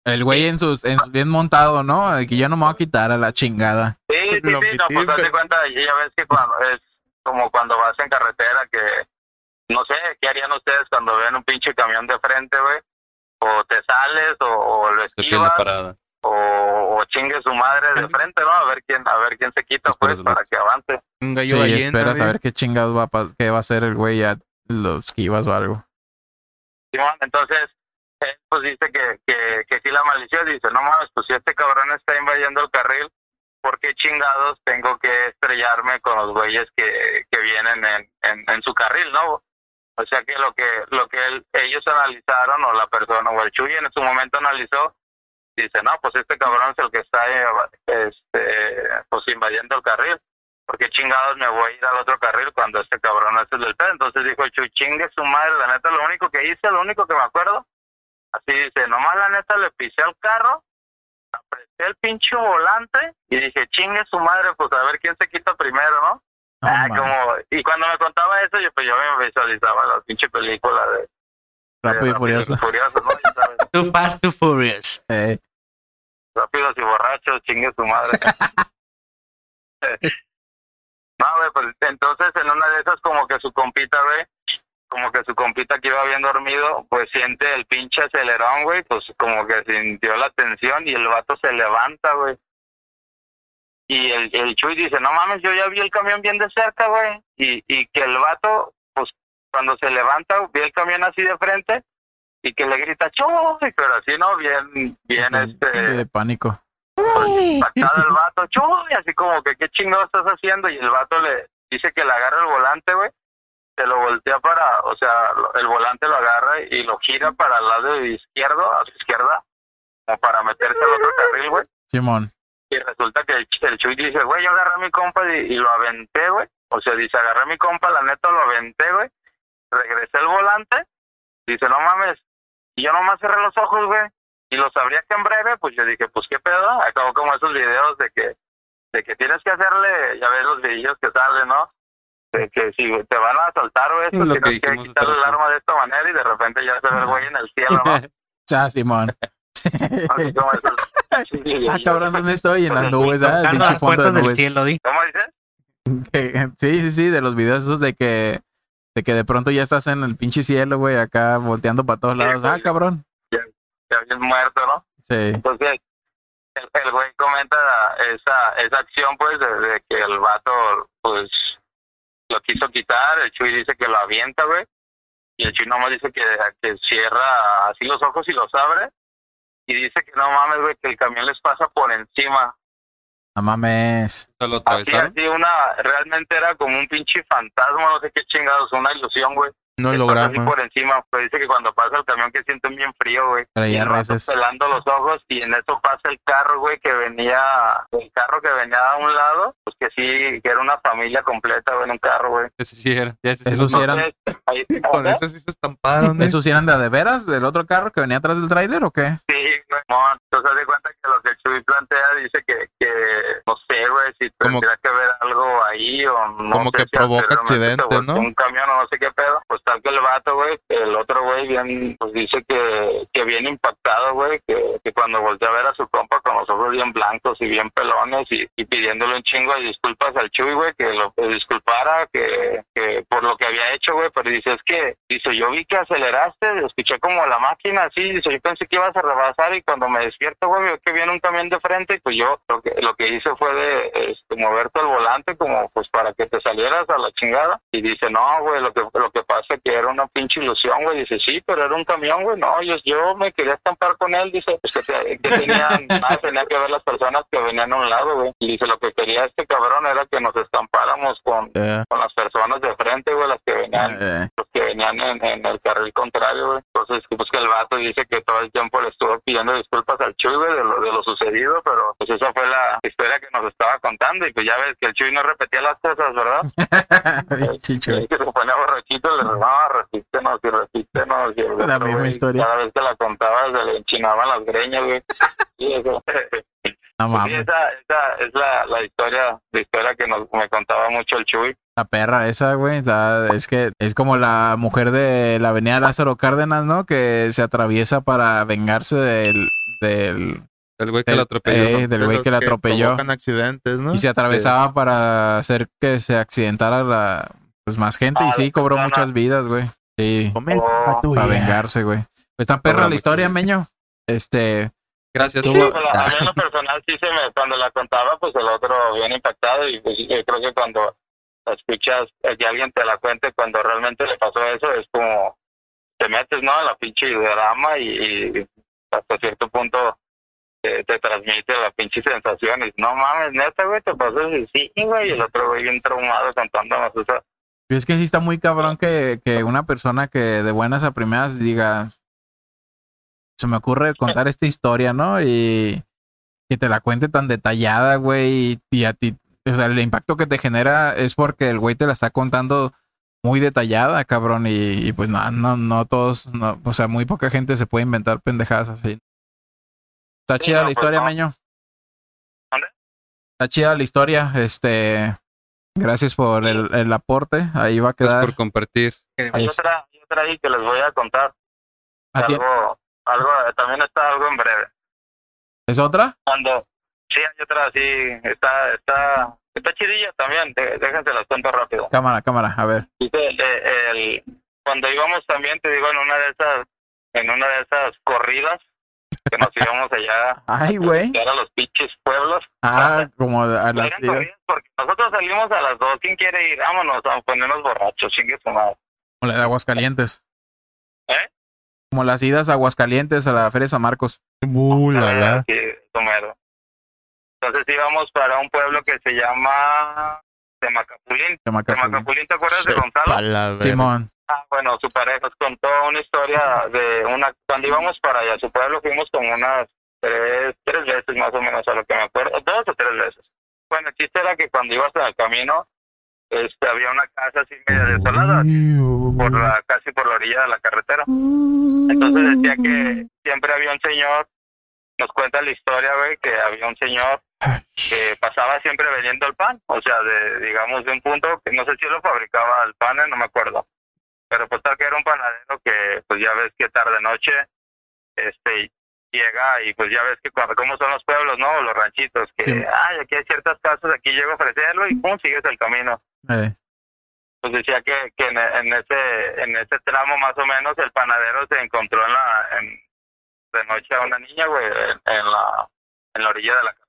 El güey en sus, en, bien montado, ¿no? De que yo no me voy a quitar a la chingada.
sí, sí,
Lo
sí, no, pues
metí,
date
pero-
cuenta, ya ves que cuando es como cuando vas en carretera que, no sé, ¿qué harían ustedes cuando ven un pinche camión de frente, güey? O te sales, o, o lo
Estoy pidiendo
esquivas,
parada.
o, o chingue su madre de frente, ¿no? A ver quién, a ver quién se quita,
Espero
pues,
su-
para que avance.
Un
Sí,
gallo gallina.
esperas
de.
a ver qué chingados va a, pas- qué va a hacer el güey a los esquivas o algo.
Simón, entonces, él, pues, pues dice que, que, que sí la malicia, dice, no mames, pues si este cabrón está invadiendo el carril, ¿por qué chingados tengo que estrellarme con los güeyes que, que vienen en, en, en su carril, no? O sea que lo que lo que él- ellos analizaron, o la persona, o el Chuy en su momento analizó, dice, no, pues este cabrón es el que está eh, este, pues invadiendo el carril. Porque chingados me voy a ir al otro carril cuando este cabrón hace el del pedo. Entonces dijo el Chuy, chingue su madre, la neta, lo único que hice, lo único que me acuerdo, así dice, nomás la neta le pisé al carro, apreté el pinche volante y dije, chingue su madre, pues a ver quién se quita primero, ¿no?
No
Ah,
mames.
como, y cuando me contaba eso, yo, pues yo me visualizaba la pinche película de... de
Rápido y
Rápidos
furioso.
y Furiosos, ¿no? Ya sabes,
Too fast, too furious.
Eh,
rápidos y borrachos, chingue su madre. no, güey, pues entonces en una de esas como que su compita, güey, como que su compita que iba bien dormido, pues siente el pinche acelerón, güey, pues como que sintió la tensión y el vato se levanta, güey. Y el, el Chuy dice, no mames, yo ya vi el camión bien de cerca, güey. Y, y que el vato, pues cuando se levanta, vi el camión así de frente y que le grita, Chuy, pero así, ¿no? Bien, bien,
de-
este
de pánico.
impactado el vato, chuy, así como que qué chingado estás haciendo, y el vato le dice que le agarra el volante, güey, se lo voltea para, o sea, lo- el volante lo agarra y lo gira para el lado izquierdo, a su izquierda, como para meterse al otro carril, güey,
Simón.
y resulta que el, ch- el chuy dice, güey, yo agarré a mi compa y, y lo aventé, güey, o sea, dice, agarré a mi compa, la neta lo aventé, güey, regresé el volante, dice, no mames, y yo nomás cerré los ojos, güey, y los sabría que en breve, pues yo dije, pues qué pedo, acabó como esos videos de que, de que tienes que hacerle, ya ves los videos que salen, ¿no? De que si te van a asaltar o esto,
Lo que
tienes que
dijimos
quitarle
hace
el
rato.
arma de esta manera y de repente ya se ve el güey en el cielo, ¿no?
Ah, Simón.
Así como esos-
Ah, cabrón, ¿dónde estoy? En las nubes, ah, el
Tocando
pinche
las
fondo de
puertas del
nubes.
cielo, di.
¿Cómo dices?
Que- Sí, sí, sí, de los videos esos de que, de que de pronto ya estás en el pinche cielo, güey, acá volteando para todos lados. Ah, cabrón.
Que habías muerto, ¿no?
Sí.
Entonces, el, el güey comenta esa, esa acción, pues, de, de que el vato, pues, lo quiso quitar. El Chuy dice que lo avienta, güey. Y el Chuy nomás dice que, que cierra así los ojos y los abre. Y dice que no mames, güey, que el camión les pasa por encima.
No mames.
¿Se lo
Así,
atravesaron?
así, una, realmente era como un pinche fantasma, no sé qué chingados, una ilusión, güey.
No
Que pasa así
logramos.
por encima, pero dice que cuando pasa el camión que sienten bien frío, güey.
Pero
Y
ya
el vato
reces.
pelando los ojos y en eso pasa el carro, güey, que venía, el carro que venía a un lado, pues que sí, que era una familia completa, güey, en un carro, güey.
Ese sí era. Ya ese sí
Eso
lo-
sí era.
Entonces, ahí,
Pues Con eso sí se estamparon. ¿eh?
¿Esos sí eran de a de veras del otro carro que venía atrás del tráiler o qué?
sí, güey, no, entonces haz de cuenta que lo que el Chuy plantea dice que, que no sé, güey, si
Como-
tendría que ver algo ahí o no.
como
sé
que
si
provoca
anteriormente se
accidente,
volteó
¿no?
Un camión o no sé qué pedo. Pues tal que el vato, güey, el otro güey bien, pues dice que, que bien impactado, güey, que, que cuando volteó a ver a su compa con los ojos bien blancos y bien pelones y, y pidiéndole un chingo de disculpas al Chuy, güey, que lo que disculpara, que, que por lo que había hecho, güey, pero dice, es que, dice, yo vi que aceleraste, escuché como la máquina así, dice, yo pensé que ibas a rebasar y cuando me despierto, güey, veo que viene un camión de frente y pues yo lo que, lo que hice fue de este, moverte el volante como pues para que te salieras a la chingada y dice, no, güey, lo que, lo que pasa es que era una pinche ilusión, güey, dice, sí, pero era un camión, güey, no, yo, yo me quería estampar con él, dice, pues que, te- que tenían, nada, tenía que ver las personas que venían a un lado, güey, y dice, lo que quería este cabrón era que nos estampáramos con,
Eh,
con las personas de frente, güey, las que venían
Eh,
los que venían en, en el carril contrario, güey. Entonces, pues que el vato dice que todo el tiempo le estuvo pidiendo disculpas al Chuy, güey, de lo, de lo sucedido, pero pues esa fue la historia que nos estaba contando y pues ya ves que el Chuy no repetía las cosas, ¿verdad?
chicho.
Y que se ponía borrachito, le no, repítenos y repítenos. Y el
La
otro,
misma
güey,
historia.
Cada vez que la contaba se le enchinaban las greñas, güey. Y eso.
No
Pues, sí,
mames.
esa, esa es la, la historia, la historia que nos, me contaba mucho el Chuy.
La perra esa, güey. está- es que es como la mujer de la avenida Lázaro Cárdenas, ¿no? Que se atraviesa para vengarse del. del
El güey que lo atropelló.
eh, del
de
güey
los
que la atropelló.
provocan accidentes, ¿no?
Y se atravesaba para hacer que se accidentara la, pues más gente.
Ah,
y
la
sí, cobró
persona.
muchas vidas, güey. Sí,
Come
Oh,
la tuya.
para vengarse, güey. Pues, Está perra
Cobra
la
muchas
historia,
vidas.
meño. Este,
Gracias.
Sí,
güey.
pues, la- a mí en lo personal sí se me, cuando la contaba, pues el otro bien impactado y pues, yo creo que cuando la escuchas eh, que alguien te la cuente cuando realmente le pasó eso es como te metes, ¿no? A la pinche drama y, y hasta cierto punto eh, te transmite las pinches sensaciones. No mames, neta, güey, te pasas y sí, güey, y el otro güey bien traumado contándonos eso.
Es que sí está muy cabrón que, que una persona que de buenas a primeras diga, se me ocurre contar esta historia, ¿no? Y que te la cuente tan detallada, güey, y, y a ti, o sea, el impacto que te genera es porque el güey te la está contando muy detallada, cabrón, y, y pues no, no, no todos, no, o sea, muy poca gente se puede inventar pendejadas así. Está
Sí,
chida
no,
la
pues
historia,
no.
Meño.
¿Mande?
Está chida la historia, este, gracias por el, el aporte, ahí va a
Gracias
quedar.
Pues por compartir.
ahí
Hay
está.
otra, hay otra ahí que les voy a contar.
Ah, tie-
Algo, algo, también está algo en breve.
¿Es otra?
Cuando, sí, hay otra así, está, está, está chidilla también, de- déjense las cuento rápido.
Cámara, cámara, a ver.
Dice, eh, el, cuando íbamos también, te digo, en una de esas, en una de esas corridas, que nos íbamos allá
Ay, güey.
a los pinches pueblos.
Ah, como a las
Eran
diez.
corridas porque nosotros salimos a las dos, ¿quién quiere ir? Vámonos a ponernos borrachos, chingue su madre.
Como la de Aguascalientes.
¿Eh?
Como las idas a Aguascalientes a la Feria San Marcos.
Ah, sí, su madre. Entonces íbamos para un pueblo que se llama Temacapulín.
de Macapulco.
Temacapulín, ¿te acuerdas de Gonzalo?
Simón.
Ah, bueno, su pareja nos contó una historia de una... Cuando íbamos para allá, su pueblo fuimos como unas tres, tres veces más o menos, a lo que me acuerdo, dos o tres veces. Bueno, el chiste era que cuando ibas en el camino, este, había una casa así media desolada, por la, casi por la orilla de la carretera.
Mm.
Entonces decía que siempre había un señor, nos cuenta la historia, güey, que había un señor que pasaba siempre vendiendo el pan, o sea, de, digamos, de un punto, que no sé si lo fabricaba el pan, eh, no me acuerdo, pero pues tal que era un panadero que, pues ya ves que tarde noche, este, llega y pues ya ves que cuando, cómo son los pueblos, ¿no? Los ranchitos, que,
Sí.
ay, aquí hay ciertas casas, aquí llego a ofrecerlo y pum, sigues el camino
Eh,
pues decía que, que en, en ese en ese tramo más o menos el panadero se encontró en la en- de noche a una niña güey en, en la en la orilla de la casa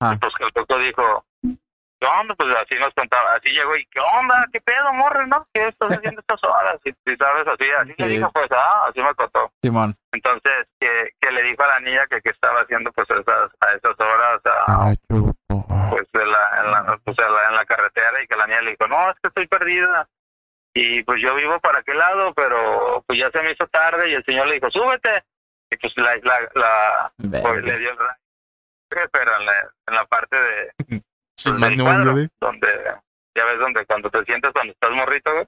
Ah.
y pues que el coco dijo qué onda pues así nos contaba así llegó y qué onda qué pedo morre no qué estás haciendo estas horas y, y sabes así así le
Sí.
dijo pues ah así me contó
Simón.
entonces que, que le dijo a la niña que, que estaba haciendo pues a esas a esas horas a, pues en la, en la, pues, en la, en la carretera y que la niña le dijo, no, es que estoy perdida. Y pues yo vivo para aquel lado, pero pues ya se me hizo tarde y el señor le dijo, súbete. Y pues la, la, la- pues, le dio el rayo, pero en la, en la parte de, pues, del cuadro, donde, ya ves, donde cuando te sientes cuando estás morrito, güey,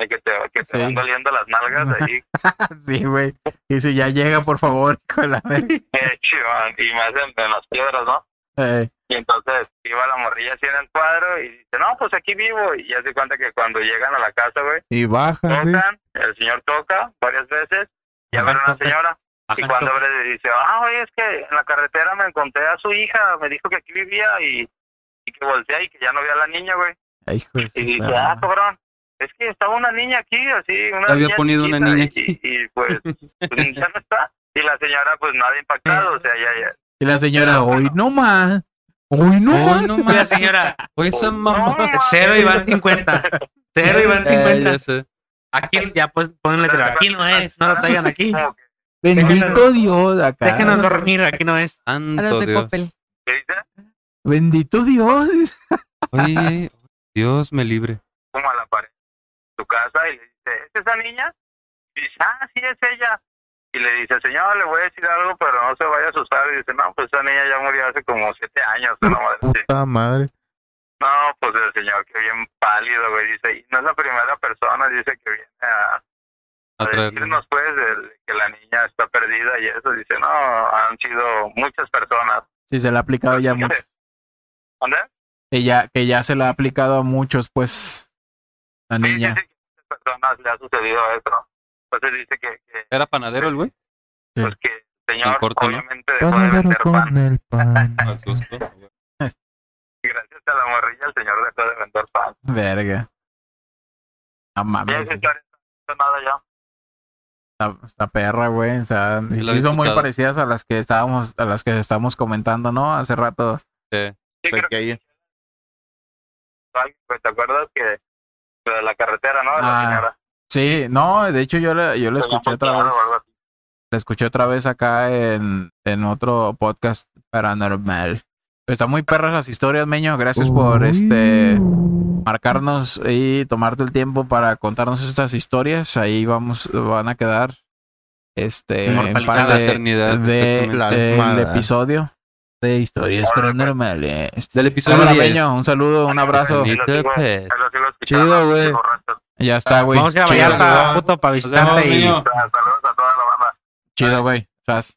de que te, que te
Sí.
van doliendo las nalgas ahí,
Sí, güey. Dice, ya llega, por favor. hijo de la verga.
eh, chivón, y más en- en las piedras, ¿no?
Eh,
Y entonces iba la morrilla así en el cuadro y dice, no, pues aquí vivo. Y ya se cuenta que cuando llegan a la casa, güey,
Y
Ah,
baja, güey.
tocan, el señor toca varias veces y a ver una señora. Y cuando abre le dice, ah, oye, es que en la carretera me encontré a su hija, me dijo que aquí vivía y, y que voltea y que ya no veía a la niña, güey.
ay, hijo de su
Y dice,
perra.
ah, cabrón, es que estaba una niña aquí, así, una
Había
niña
ponido una
chiquita",
niña
y-
aquí.
Y, y, pues, pues, ya no está. Y la señora, pues nada impactado, o sea, ya, ya.
Y la señora, hoy no más. Hoy no
Hoy
más.
no
Mira,
más.
señora,
Hoy esa mamá.
mames.
cero y van 50. Cero y van
Eh,
50.
ya sé.
Aquí ya pues ponle tela. Aquí no es, no lo traigan aquí.
Como que,
Bendito Dios acá.
Déjenos dormir, aquí no es.
A
Santo
los de
Dios.
Coppel.
¿qué dice?
Bendito Dios.
Oye, Dios me libre.
como a la pared de su casa y le dice, ¿es esa niña? Y dice, ah, sí, es ella. Y le dice, señor, le voy a decir algo, pero no se vaya a asustar. Y dice, no, pues esa niña ya murió hace como siete años. una madre así.
Puta madre.
No, pues el señor que bien pálido, güey, dice, y no es la primera persona, dice que viene a, a
A traerlo.
decirnos, pues, de- que la niña está perdida y eso. Dice, no, han sido muchas personas.
Sí, se la ha aplicado ya mucho.
¿Dónde?
Que ya, que ya se la ha aplicado a muchos, pues. La
Sí, sí,
niña.
sí, que muchas personas le ha sucedido eso. Entonces dice que, que,
¿Era panadero el güey?
pues, que el señor,
En corto, ¿no?
obviamente, dejó de
Panadero
vender pan.
con el pan.
Al susto.
Y gracias a la morrilla el señor dejó de vender pan.
Verga. No
Ya
mames.
esa historia no está nada ya.
Está, está perra, güey. O sea, y
lo
sí
he
son muy
escuchado.
parecidas a las que estábamos, a las que estamos comentando, ¿no? Hace rato.
Sí.
Sí, creo que hay, pues, ¿Te acuerdas que lo de la carretera, no? De
Ah.
La señora.
Sí, no, de hecho yo la, yo la
Se llama
escuché otra
Claro
vez.
o algo así.
La escuché otra vez acá en, en otro podcast paranormal. Pero está muy perras las historias, Meño. Gracias por este marcarnos y tomarte el tiempo para contarnos estas historias. Ahí vamos, van a quedar este en
Inmortalizadas.
par
La eternidad,
de,
exactamente.
del
Plasmadas.
episodio de historias
pues.
paranormales.
Del episodio
Hola,
10.
Meño, un saludo, un abrazo.
Ni te
Digo,
pe-
Ahí lo sigo escuchando,
Chido, güey.
sigo rato.
Ya está, güey.
Vamos a ir a
Chido,
Vallarta, puto, para
Nos vemos,
visitarte. Y...
Meño.
Saludos a toda la banda.
Chido, güey. Sas.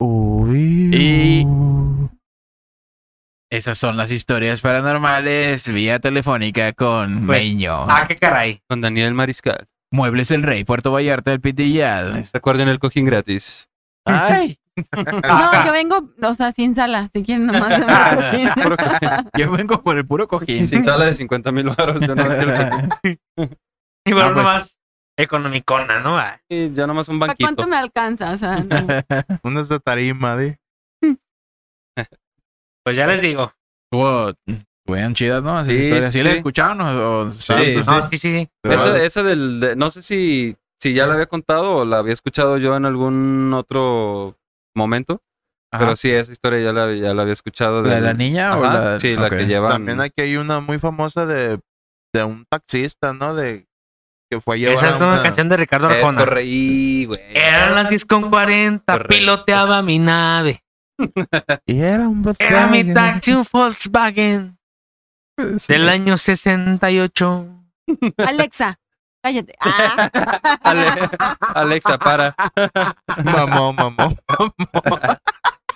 Uy.
Y- Esas son las historias paranormales vía telefónica con
Pues,
Meño.
Ah, qué caray.
Con Daniel Mariscal.
Muebles El Rey, Puerto Vallarta, El Pitillal.
Recuerden el cojín gratis.
Ay, Ah.
No, yo vengo, o sea, sin sala, si quieren nomás. se me cocina.
Puro cojín.
yo vengo por el puro cojín.
Sin sala de 50 mil baros. Yo nomás, quiero el cojín.
Y bueno,
No, pues-
nomás economicona, ¿no? Ah,
Y yo nomás un
¿Para
banquito.
cuánto me alcanza? O sea, no.
Una es de tarima, di.
Pues ya les digo.
Estuvo, Weón, chidas, ¿no? Esas
Sí,
historias. ¿Sí,
sí.
las escucharon? O, o-
Sí,
No, sí, sí.
Esa, esa del, de- no sé si, si ya la había contado o la había escuchado yo en algún otro momento,
Ajá.
pero sí, esa historia ya la, ya la había escuchado.
¿La de
del-
la niña o
Ajá,
la...?
Sí, la
Ok.
que llevan.
También aquí hay una muy famosa de, de un taxista, ¿no? De que fue a llevar
Esa es
a
una
una-
canción de Ricardo
Es
Arjona.
correí, güey.
Eran las 10 con 40,
Correcto.
piloteaba mi nave.
Y era un Volkswagen.
Era mi taxi, un Volkswagen del año 68.
Alexa, cállate. Ah,
Ale- Alexa, para.
Mamó, mamó.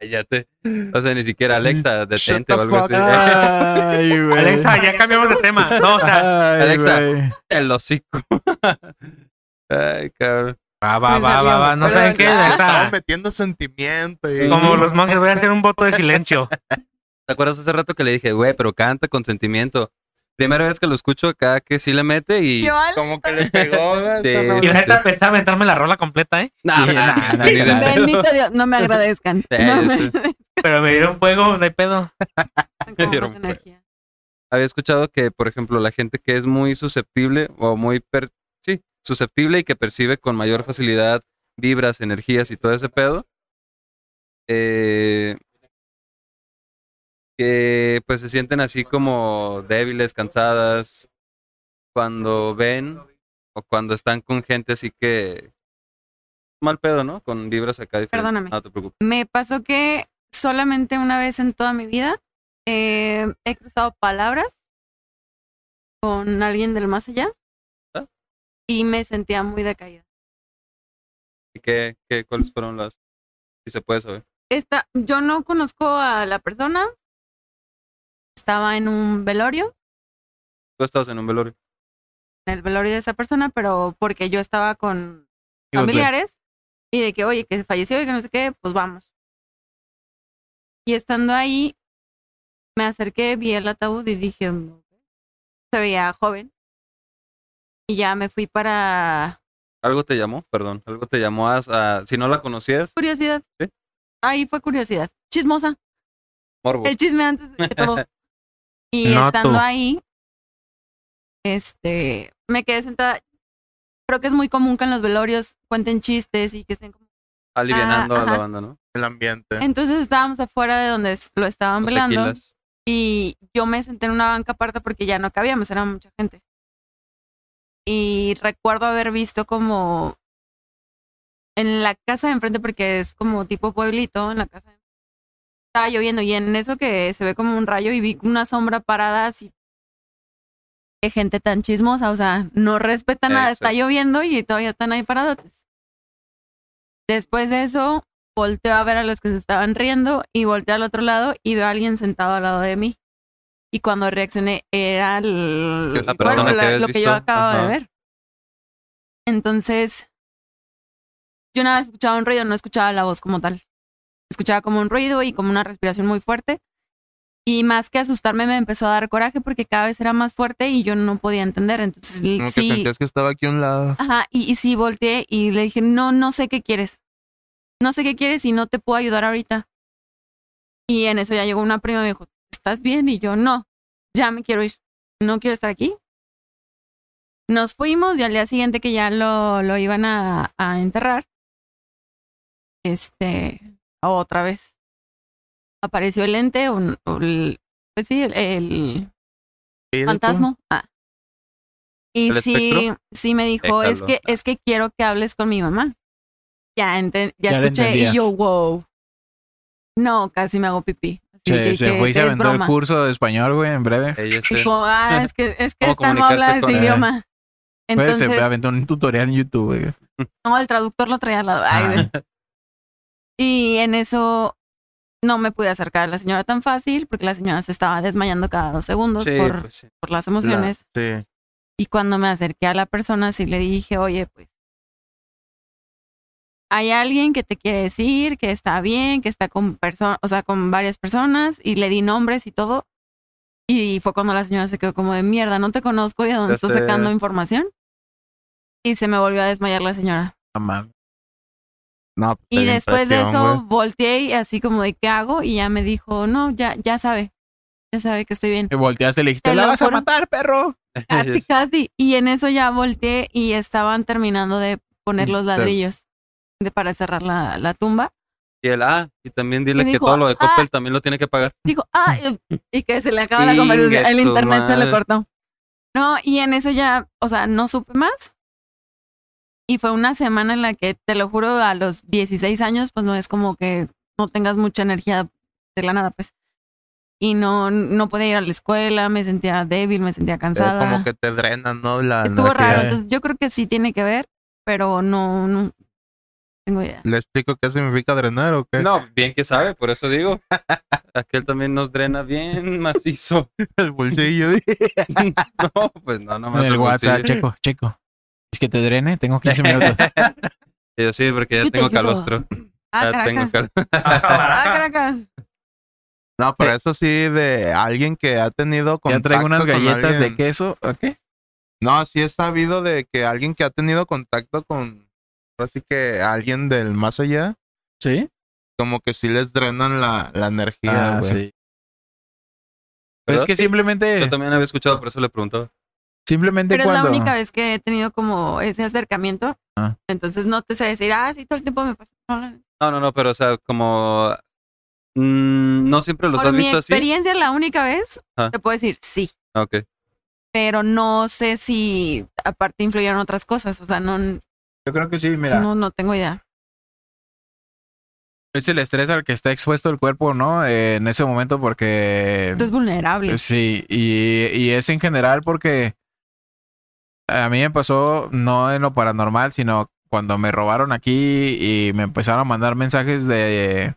Cállate. O sea, ni siquiera Alexa,
Shut
detente
the
o algo
fuck
así.
up.
Ay, güey.
Alexa, ya cambiamos de tema. No, o sea,
Ay,
Eh, Alexa.
güey.
El hocico. Ay, cabrón.
va, va,
Me
va,
salió.
va, va, No saben qué,
Ya,
neta.
Estamos metiendo sentimiento. Y...
Ah. Como los monjes, voy a hacer un voto de silencio.
¿Te acuerdas hace rato que le dije, güey, pero canta con sentimiento? Primera vez que lo escucho acá que sí le mete y.
¿Qué mal?
Como que le pegó. ¿no?
Sí.
Esta no-
Y la neta pensaba aventarme la rola completa, ¿eh?
Nah,
Sí,
nah,
nah,
nah,
nah,
ni de
nah.
pedo.
Bendito Dios, no me agradezcan.
Sí,
No
yo
me
sé.
Pero me dieron fuego, no hay pedo.
agradezcan como
Dieron
más
fuego.
energía.
había escuchado que, por ejemplo, la gente que es muy susceptible o muy, per- sí, susceptible y que percibe con mayor facilidad vibras, energías y todo ese pedo, eh, que pues se sienten así como débiles, cansadas, cuando ven o cuando están con gente así que... Mal pedo, ¿no? Con vibras acá diferentes.
Perdóname.
No te preocupes.
Me pasó que solamente una vez en toda mi vida eh, he cruzado palabras con alguien del más allá
¿Ah?
y me sentía muy decaída.
¿Y qué, qué, cuáles fueron las... Si se puede saber.
Esta, yo no conozco a la persona. Estaba en un velorio,
Tú estabas en un velorio.
en el velorio de esa persona, pero porque yo estaba con
Hijos de-
familiares y de que, oye, que falleció y que no sé qué, pues vamos. Y estando ahí, me acerqué, vi el ataúd y dije, "Mm, ok". se veía joven. Y ya me fui para
Algo te llamó, perdón. Algo te llamó a, a- si no la conocías,
curiosidad.
¿Sí?
Ahí fue curiosidad. Chismosa.
morbo.
El chisme antes de todo. Y
No
estando
tú.
ahí, este, me quedé sentada. Creo que es muy común que en los velorios cuenten chistes y que estén como
alivianando
Ah,
a la
ajá.
banda, ¿no?
El ambiente.
Entonces estábamos afuera de donde es- lo estaban
Los
velando
tequilas.
y yo me senté en una banca aparte porque ya no cabíamos, era mucha gente. Y recuerdo haber visto como en la casa de enfrente, porque es como tipo pueblito, en la casa de estaba lloviendo y en eso que se ve como un rayo y vi una sombra parada así. Qué gente tan chismosa, o sea, no respeta nada, está
Exacto.
lloviendo y todavía están ahí paradotes. Después de eso, volteo a ver a los que se estaban riendo y volteo al otro lado y veo a alguien sentado al lado de mí. Y cuando reaccioné era el-
Que es la
bueno,
persona
que
la-
habías
lo que yo
visto.
acababa
Ajá.
de ver. Entonces, yo nada más escuchaba un ruido, no escuchaba la voz como tal. Escuchaba como un ruido y como una respiración muy fuerte. Y más que asustarme me empezó a dar coraje porque cada vez era más fuerte y yo no podía entender. Entonces,
Como que
sí,
sentías que estaba aquí a un lado.
Ajá, y, y sí, volteé y le dije, no, no sé qué quieres. No sé qué quieres y no te puedo ayudar ahorita. Y en eso ya llegó una prima y me dijo, ¿estás bien? Y yo, no, ya me quiero ir. no quiero estar aquí. Nos fuimos y al día siguiente que ya lo, lo iban a, a enterrar, este, otra vez, apareció el ente, un- o el- pues sí, el- el,
Espíritu.
fantasma. Ah. Y
¿El
sí,
espectro?
sí me dijo, es
Déjalo.
que, es que quiero que hables con mi mamá. Ya, enten- ya,
Ya lo
escuché y
entendías.
yo, wow. No, casi me hago pipí. Así
Se,
que-
se
que
fue y se
es
aventó
broma.
el curso de español, güey, en breve.
Ella sí.
Dijo, ah, es que, es que
¿Cómo
esta no
comunicarse
habla ese
con-
idioma.
Pues
Entonces,
se aventó un tutorial en YouTube, güey.
no, el traductor lo traía al lado. Ay, güey. Y en eso no me pude acercar a la señora tan fácil porque la señora se estaba desmayando cada dos segundos
Sí,
por,
pues sí.
por las
La-
emociones.
sí.
Y cuando me acerqué a la persona, sí le dije, oye, pues, hay alguien que te quiere decir que está bien, que está con personas, o sea, con varias personas, y le di nombres y todo. Y fue cuando la señora se quedó como de mierda, no te conozco y de dónde
Ya
estás
sé.
sacando información. Y se me volvió a desmayar la señora.
No mames.
No, pues,
Y
la
después de
impresión,
eso
güey.
volteé y así como de qué hago, y ya me dijo, no, ya, ya sabe, ya sabe que estoy bien.
Te volteaste y le dijiste,
Te
la
lo
vas a
juro.
matar, perro.
Casi, casi. Y en eso ya volteé y estaban terminando de
Mm,
poner los ladrillos de, para cerrar la, la tumba.
Y el ah, y también dile
Y
que
dijo,
todo lo de
"Ah".
Coppel también lo tiene que pagar.
Digo, ah, y- y que se le acaba la conversación.
Ingue
El
su
internet se le
madre.
cortó. No, y en eso ya, o sea, no supe más. Y fue una semana en la que, te lo juro, a los 16 años, pues no es como que no tengas mucha energía de la nada, pues. Y no, no podía ir a la escuela, me sentía débil, me sentía
Eh,
cansada.
como que te drenan, ¿no? La
Estuvo
energía.
raro, entonces yo creo que sí tiene que ver, pero no, no tengo idea.
¿Le explico qué significa drenar o qué?
No, bien que sabe, por eso digo. Aquel también nos drena bien macizo.
El bolsillo.
No, pues no, nomás
en el
bolsillo.
WhatsApp, checo, checo. Es que te drene, tengo 15 minutos.
Y yo, sí, porque ya
Yo te
tengo
ayudo.
calostro.
Ah,
ya tengo
Caracas.
calostro.
Ah, Caracas.
No, pero eso sí, de alguien que ha tenido
Ya
contacto.
traigo unas
con
galletas de
alguien-
queso. ¿Ok?
No, sí he sabido de que alguien que ha tenido contacto con. ahora sí que alguien del más allá,
Sí.
como que sí les drenan la, la energía,
Ah,
güey.
sí. Pero es que
Yo
simplemente,
también había escuchado, por eso le preguntaba.
simplemente
Pero es la
cuando...
única vez que he tenido como ese acercamiento.
Ah.
Entonces no te sé decir, ah, sí, todo el tiempo me pasa. No,
No, no, no, pero o sea, como. mm, no siempre los
Por
has
mi
visto así.
experiencia, la única vez,
Ah.
te puedo decir sí.
Ah, Ok.
Pero no sé si aparte influyeron otras cosas. O sea, no,
Yo creo que sí, mira.
no, no tengo idea.
Es el estrés al que está expuesto el cuerpo, ¿no? Eh, en ese momento porque... eh,
Esto es vulnerable.
Sí, y, y es en general porque a mí me pasó no en lo paranormal, sino cuando me robaron aquí y me empezaron a mandar mensajes de,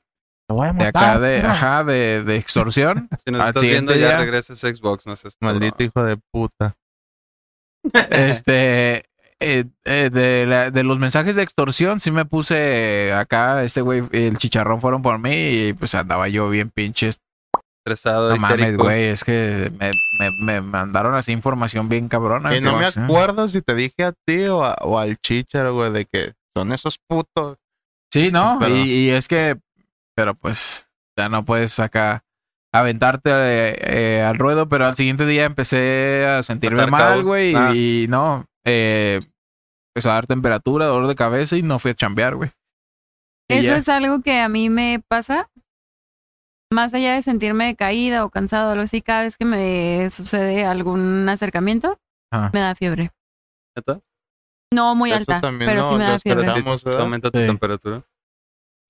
Te voy a
de
matar.
acá, de,
perro.
ajá, de, de extorsión.
Si nos
Al
estás viendo,
siguiente
ya
día-
regreses a Xbox, no sé.
Maldito hijo de puta.
este, eh, eh, de, la- de los mensajes de extorsión, sí me puse acá, este güey, el chicharrón fueron por mí y pues andaba yo bien pinche
Estresado,
No mames,
histérico.
güey, es que me, me- me mandaron así información bien cabrona.
Y no
que
me
vas, ¿eh?
acuerdo si te dije a ti o, a- o al chichar, güey, de que son esos putos.
Sí, ¿no?
Pero-
Y, y es que, pero pues, ya no puedes acá aventarte eh, eh, al ruedo, pero al siguiente día empecé a sentirme
Atar
mal,
cabos.
güey, y-
Ah.
y, no, eh, empezó a dar temperatura, dolor de cabeza y no fui a chambear, güey. Y
Eso
ya.
es algo que a mí me pasa. Más allá de sentirme caída o cansado o algo así, cada vez que me sucede algún acercamiento,
Ajá.
me da fiebre.
¿Neta?
No muy
Eso
alta,
también,
pero
no,
sí me
lo
da fiebre.
esperaba.
Pero
Estamos,
sí,
¿verdad?
aumenta tu
Sí.
temperatura.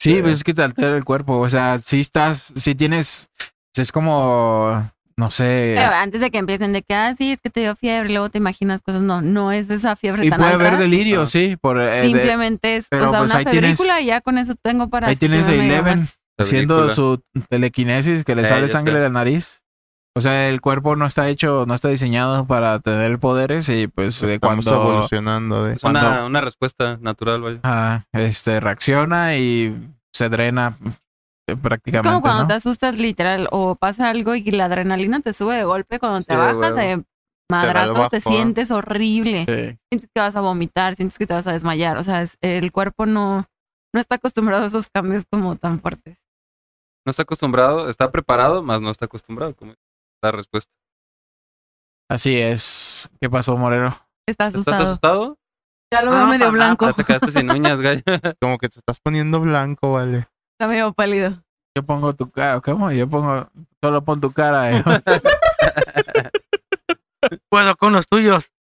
Sí, pues es que te altera el cuerpo, o sea, si estás, si tienes, es como, no sé...
Pero antes de que empiecen de que, ah, sí, es que te dio fiebre, y luego te imaginas cosas. No, no es esa fiebre
Y
tan
puede
alta.
haber delirio,
Ah.
sí, por... eh, de-
Simplemente es,
pero
o sea,
pues ahí
una
tienes-
febrícula y ya con eso tengo para
Ahí tienes a
sentirme medio mal.
Eleven haciendo
Ridícula.
su telequinesis que le
Eh,
sale
ya
sangre
sé.
de la nariz. O sea, el cuerpo no está hecho, no está diseñado para tener poderes y pues eh,
Estamos
cuando
evolucionando, de.
Es una,
cuando-
una respuesta natural, vaya.
ah, este reacciona y se drena eh,
Es
prácticamente.
como cuando
¿no?
te asustas literal o pasa algo y la adrenalina te sube de golpe, cuando te
Sí,
baja,
huevo.
te
da el
madrazo, te
bajón.
sientes horrible.
Sí.
sientes que vas a vomitar, sientes que te vas a desmayar. O sea, es- el cuerpo no, no está acostumbrado a esos cambios como tan fuertes.
No está acostumbrado, está preparado, más no está acostumbrado. Como la respuesta.
Así es. ¿Qué pasó, Morero?
Está asustado.
¿Estás asustado?
Ya lo veo
Ah,
medio
ah,
blanco. Este
Ya te quedaste sin uñas, gallo.
Como que te estás poniendo blanco, vale.
Está medio pálido.
Yo pongo tu cara. ¿Cómo? Yo pongo. Solo pon tu cara. eh.
Puedo con los tuyos.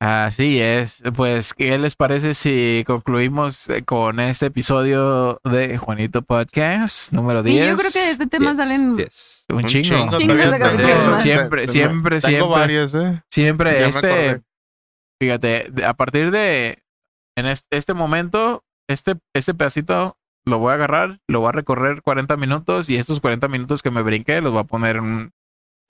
Así es. Pues, ¿qué les parece si concluimos eh, con este episodio de Juanito Podcast número 10?
y yo creo que de este tema
Yes,
salen
yes.
Un chingo.
Chingo
todavía
de capítulos
tengo.
más.
Siempre,
Tengo-
siempre,
tengo
siempre.
varios, eh.
Siempre
Ya me
este,
acordé.
fíjate, de- a partir de en es- este, momento, este, este pedacito lo voy a agarrar, lo voy a recorrer 40 minutos y estos 40 minutos que me brinqué los voy a poner en, un-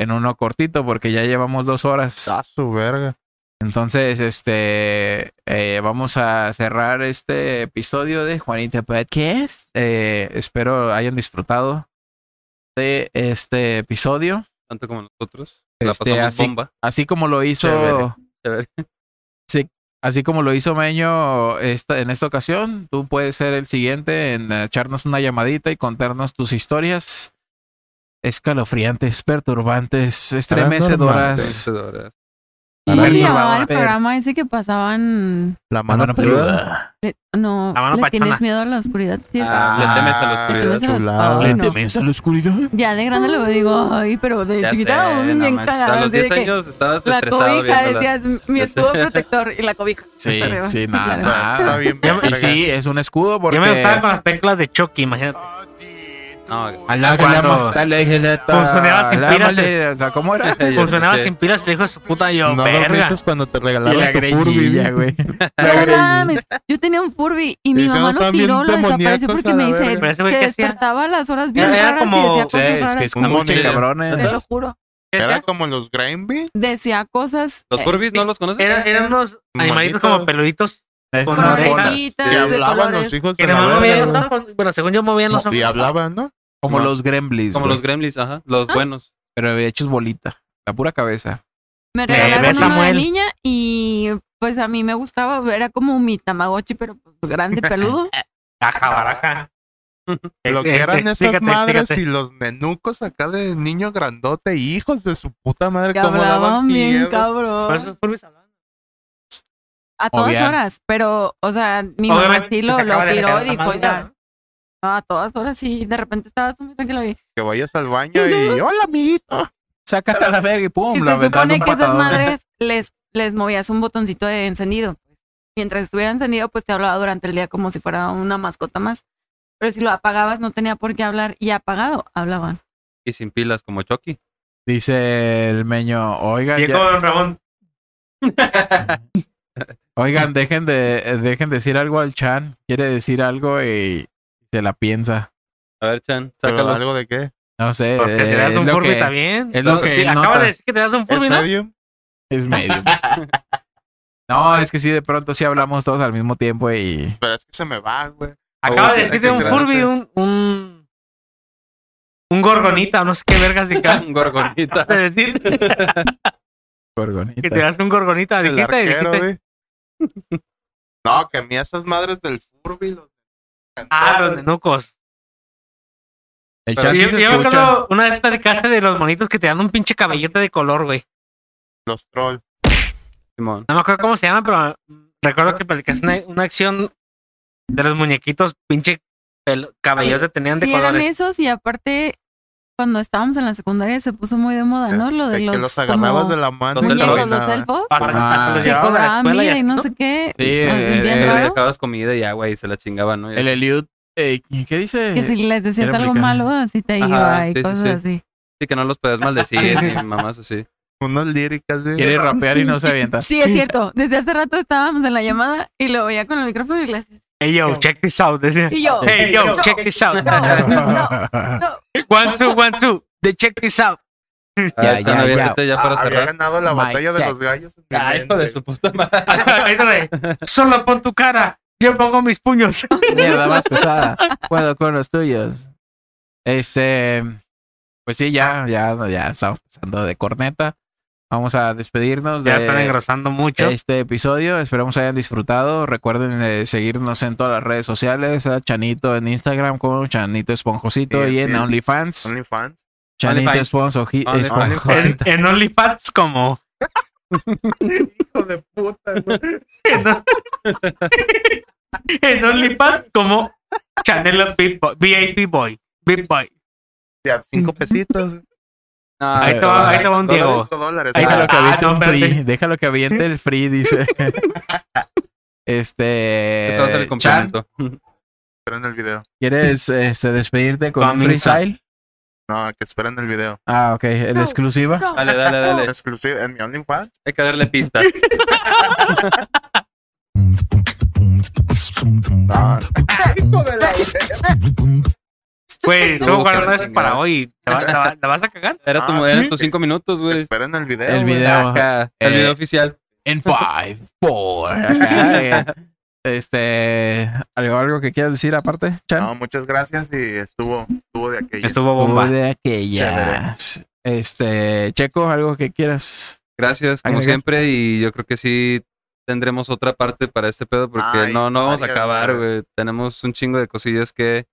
en uno cortito porque ya llevamos dos horas.
A Ah, su verga.
Entonces, este, eh, vamos a cerrar este episodio de Juanita Podcast. Eh, espero hayan disfrutado de este episodio,
Tanto como nosotros. La
Este,
pasamos
así-
bomba.
así como lo hizo...
Chévere. A ver,
Así como lo hizo Meño esta, en esta ocasión, tú puedes ser el siguiente en eh, echarnos una llamadita y contarnos tus historias escalofriantes, perturbantes, estremecedoras.
vencedoras.
¿Cómo
Para
se
ver,
llamaba el
ver.
programa ese que pasaban?
La
La
mano,
mano
peluda.
peluda.
Le- No,
La mano
¿le
pachona.
tienes miedo a la oscuridad? ¿cierto?
Ah, le temes a la
Ah,
¿Le temes a la-
chulada.
Ay,
¿Le
no.
temes a la oscuridad?
Ya de grande lo digo, ay, pero de
Ya
chiquita
sé,
aún
no
bien
manches,
cagada.
A los
así de
10
que
años estabas
La
estresado
cobija,
viéndola.
decías, mi
Ya
escudo
sé.
protector y la cobija.
Sí,
Hasta arriba.
sí, nada.
claro.
Está bien,
Ya me-
Y
verga.
sí, es un escudo porque...
Yo me gustaba con las películas de Chucky, imagínate.
No,
Alá, que la
Cuando-
mata, le dije, la-
Pues, sonaba sin
la-
pilas,
male- o sea, ¿Cómo era?
ya
Funcionaba
sé.
sin pilas, el hijo de su puta yo,
No
verga.
dormiste cuando te
Y la
regalaron tu
grejilla,
Furby.
güey. Ah,
No mames, yo tenía un Furby y mi
Ese no
mamá lo
está bien
tiró, lo desapareció
demoníaco,
porque
esa
me
la
dice,
verga.
Pero ese güey
te
que hacía.
despertaba a las horas bien
Era
raras
como-
y
Sí,
decía cosas
es que
raras.
es un
Como
mucho
que-
Te
cabrones.
lo juro.
Era como los Granby.
Decía cosas
¿Los
eh,
Furbies no los conoces?
Eran, eran unos animalitos como
Malditos.
peluditos.
Es
Con
con
una
orejas.
bola.
orejitas,
Que
de
hablaban
colores.
los hijos
Que
de
nomás
la
movían los
verga.
ojos. Bueno, según yo movían los
güey.
ojos.
Y hablaban, ¿no?
Como
No.
los gremlins,
Como
güey.
los Gremlins, ajá.
Ah.
Los buenos.
pero hechos bolita. La pura cabeza.
Me
Bebé
regalaron uno de
Eh, Samuel.
niña y pues a mí me gustaba, era como mi Tamagotchi, pero pues, grande, peludo.
Caja, baraja.
Lo que
Eh,
eran
eh,
esas
Ah, fíjate,
madres
fíjate.
y los nenucos acá de niño grandote, hijos de su puta madre,
Que
cómo daban
hablaban bien,
miedo.
Por
cabrón.
eso Furbies hablaban.
A todas
Obviamente.
horas, pero, o sea, mi mamá
Obviamente,
sí lo,
se
lo
acaba de
tiró
sacar
y
esta
dijo,
madre,
ya.
¿no?
No, a todas horas sí, de repente estabas tú muy tranquilo y,
Que vayas al baño y hola amiguito.
Sácate a la verga y pum,
y
la
se
ventana
supone
un
que esas
patadón.
madres les, les movías un botoncito de encendido. Mientras estuviera encendido, pues te hablaba durante el día como si fuera una mascota más. Pero si lo apagabas, no tenía por qué hablar y apagado hablaban.
Y sin pilas, como Chucky.
Dice el meño, oigan,
Llegó
ya-
Don Ramón.
oigan, dejen de, eh, dejen decir algo al Chan. Quiere decir algo y se la piensa.
A ver, Chan,
¿Pero
sácalo.
algo de qué?
No sé.
Porque
eh,
te das
es
un
lo
Furby
que-
también.
es lo que
Sí,
nota.
Acabas de decir que te das un Furby,
¿El
¿no?
medium?
Es medio. No, es que sí, de pronto sí hablamos todos al mismo tiempo y
Pero es que se me va, güey.
Acaba de
Oye,
decirte
hay que
un
agradecer.
Furby, un, un. Un gorgonita, no sé qué vergas de acá.
Un gorgonita.
Acabas de decir
gorgonita.
que te das un gorgonita,
El
dijiste,
arquero,
dijiste.
güey. No, que a mí esas madres del Furby los
Ah, los nenucos.
El
Pero
Chan sí
Yo,
se
yo me
escucha.
acuerdo una vez platicaste de los monitos que te dan un pinche cabellote de color, güey.
los trolls.
Simón.
No me acuerdo cómo se llaman, pero recuerdo que platicaste una, una acción de los muñequitos, pinche pelo- cabellote tenían de
Y eran
colores.
esos y aparte, cuando estábamos en la secundaria se puso muy de moda, ¿no? Lo de
que
los,
los agarrabas
como
de la mano.
los
y
elfos.
muñecos,
caminabas.
los elfos.
Para- para- los
Ah.
que
llevaban a la
cobraban
escuela y
vida y
así,
no
¿no?
sé qué.
Sí,
Ay,
eh,
bien
eh,
Le
raro.
dejabas comida y agua y se la chingaban, ¿no? Y
El
así.
Eliud, eh, ¿qué dice?
Que si les decías
Era
algo
americano.
malo, así te
Ajá,
iba y
sí, sí,
cosas
sí.
así.
Sí, que no los puedes maldecir ni mamás así.
Unas líricas, güey.
Quiere rapear y no se avienta.
Sí, es cierto. Desde hace rato estábamos en la llamada y lo veía con el micrófono y le hacía-
Hey yo, check this out. decía.
Y yo,
Hey yo,
no,
check this out.
no, no, no.
One, two, one, two. The check this out.
Ya,
Ah,
ya,
Chan, aviéntate ya para
Ah, Había
cerrar.
ganado la
My
batalla de
check.
los gallos. en mi
Ah, hijo de
mente.
su puta madre.
Ándale. Solo pon tu cara. Yo pongo mis puños.
Mierda más pesada. Puedo con los tuyos. Este, pues sí, ya, ya, ya estamos pasando de corneta. Vamos a despedirnos
Ya están
de
engrosando mucho.
este episodio. Esperamos hayan disfrutado. Recuerden eh, seguirnos en todas las redes sociales. A Chanito en Instagram como Chanito Esponjosito
Sí,
y en
sí.
OnlyFans.
OnlyFans.
Chanito
OnlyFans.
Esponso, oji-
Only-
En,
esponjosita.
en OnlyFans como...
Hijo de puta, güey.
En OnlyFans como Chanel Big Boy- VIP Boy. Big Boy.
De a cinco pesitos.
Ahí te va, ahí te va un Diego.
Cinco dólares.
Ahí
Déjalo
está.
que
Ah,
aviente
no,
un free.
espérate.
Déjalo que aviente el free, dice. Este.
Eso va a
Eh,
ser el
Chan,
complemento.
Esperen el video.
¿quieres este, despedirte con
Con
un
mi Insta.
freestyle?
No, que esperen el video.
Ah, ok. ¿El
No.
exclusiva?
No.
Dale, dale,
En
dale.
Exclusivo en mi OnlyFans.
Hay que darle pista.
No. Hijo de la
Güey,
Estuvo
tú guardando
cabrón,
eso para
chingado.
hoy. ¿La, va- la va- la vas a cagar?
Era tu,
Ah,
eran
sí.
tus cinco minutos,
güey.
güey.
Esperen el video.
El
güey.
video.
Acá, el
Eh.
video oficial.
En 5, 4. eh, Este. ¿algo, ¿Algo que quieras decir aparte, Chan?
No, muchas gracias y estuvo, estuvo de aquello.
Estuvo
Uy,
bomba.
de aquellas. Este, Checo, algo que quieras.
Gracias, como
Agregar.
siempre. Y yo creo que sí tendremos otra parte para este pedo porque
Ay,
no, no vamos a
varias,
acabar,
güey.
güey. Tenemos un chingo de cosillas que,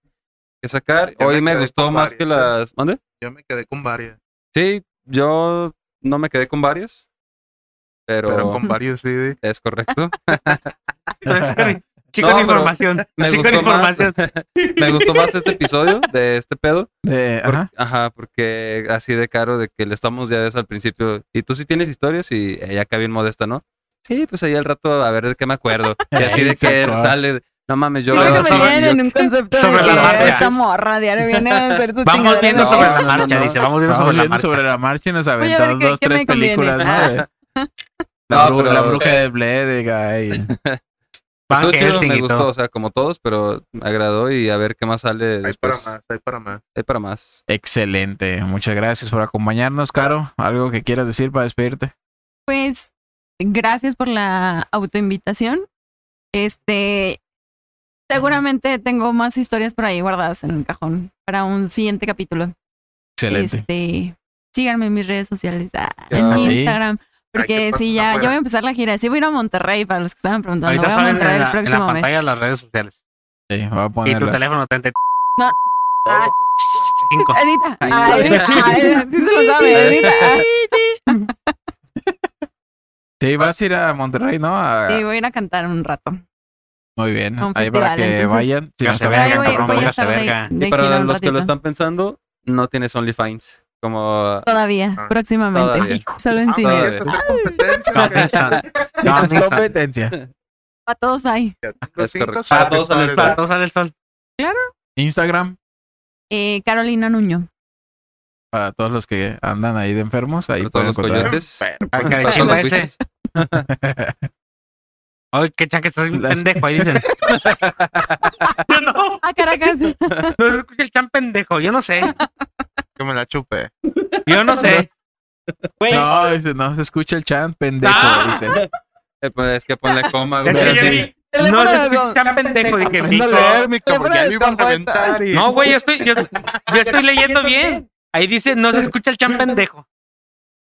que sacar.
Yo
Hoy
me
me
quedé
gustó
con
más que
varias, güey.
las. ¿Mande?
Yo me quedé con varios.
Sí, yo no me quedé con varios, pero,
Pero con varios sí. di.
es correcto.
Sí, con
No, pero
información.
Me
Sí, con
gustó, más,
información.
me gustó más este episodio de este pedo.
De-
por-
ajá.
ajá. porque así de caro de que le estamos ya desde al principio. Y tú sí tienes historias y ella acá bien modesta, ¿no? Sí, pues ahí al rato a ver de qué me acuerdo. Y así de que
Exacto.
sale, no mames, yo
Yo
Creo
veo
creo
así,
que
que
me tienen
yo-
en un concepto
sobre
de
las
que
marcas.
esta morra diario viene a hacer sus
Vamos viendo
chingaderas.
sobre
No,
la marcha,
no.
dice. Vamos viendo
Vamos
sobre la
viendo
marcha.
sobre la marcha y nos
ver
aventamos
qué-
dos,
qué
tres
me conviene.
películas, ¿no? De- la,
No,
bru-
pero-
la bruja de Blair, diga, y-
Van
Estuvo chido,
Helsing
me
y
gustó,
todo.
o sea, como todos, pero me agradó y a ver qué más sale
Hay para
después.
más, hay para más.
Hay para más.
Excelente. Muchas gracias por acompañarnos, Caro. ¿Algo que quieras decir para despedirte?
Pues gracias por la autoinvitación. Este, seguramente tengo más historias por ahí guardadas en el cajón para un siguiente capítulo.
Excelente.
Este, síganme en mis redes sociales, ah, en
Ah,
mi
¿sí?
Instagram.
Ay,
Porque
¿qué pasa
sí, ya,
afuera?
ya voy a empezar la gira. Sí, voy a ir a Monterrey para los que estaban preguntando.
Ahorita
voy a
salen en
Monterrey
la,
el
en la
próximo mes.
pantalla de las redes sociales.
Sí, voy a
Y tu
ponerlas.
teléfono 35.
Ah, Edita. Ah, Edita. Ah, Edita. Sí se lo sabe, Edita.
Sí, vas a ir a Monterrey, ¿no? A-
Sí, voy a ir a cantar un rato.
Muy bien.
a un
Ahí para
festival,
que
entonces-
vayan. Si
Ya
nos
se
apoyan,
verga,
Ahí voy,
cabrón,
voy a
póngase
estar de,
verga.
de
y
gira
para
un
los que lo
ratito.
están pensando, no tienes OnlyFans. Como
Todavía,
Ah,
próximamente.
todavía.
Solo en
Ah,
cine.
todavía.
¿quieres hacer competencia?
No, Nissan. No, Nissan.
Competencia.
Para todos hay.
Ya tengo
Es
cinco
correcto.
suscriptores,
Para todos sale el
güey.
Para todos sale el sol.
Instagram.
Eh, Carolina Nuño.
Para todos los que andan ahí de enfermos, ahí
para todos
pueden
los
encontrar.
coyotes.
Pero,
Ay,
Para todos
chingo
los
ese.
buitres.
Ay, qué chan que estás bien
Las-
pendejo. Ahí dicen. Yo no.
Ah, Caracas.
No se escucha el chan pendejo. Yo no sé.
que me la chupé.
Yo no sé. Güey.
No, dice, no se escucha el chan, pendejo.
Ah.
Dice.
Eh, pues, Es que ponle coma, güey.
Es que
pero
yo
sí.
vi-
Teléfono
No se
de-
escucha el chan pendejo. Dije,
Aprende a
mijo.
leer, mico,
Siempre
porque ya lo iba a
descompuesta.
reventar y...
No, güey, yo estoy, yo, yo estoy leyendo bien. Ahí dice, no se escucha el chan pendejo.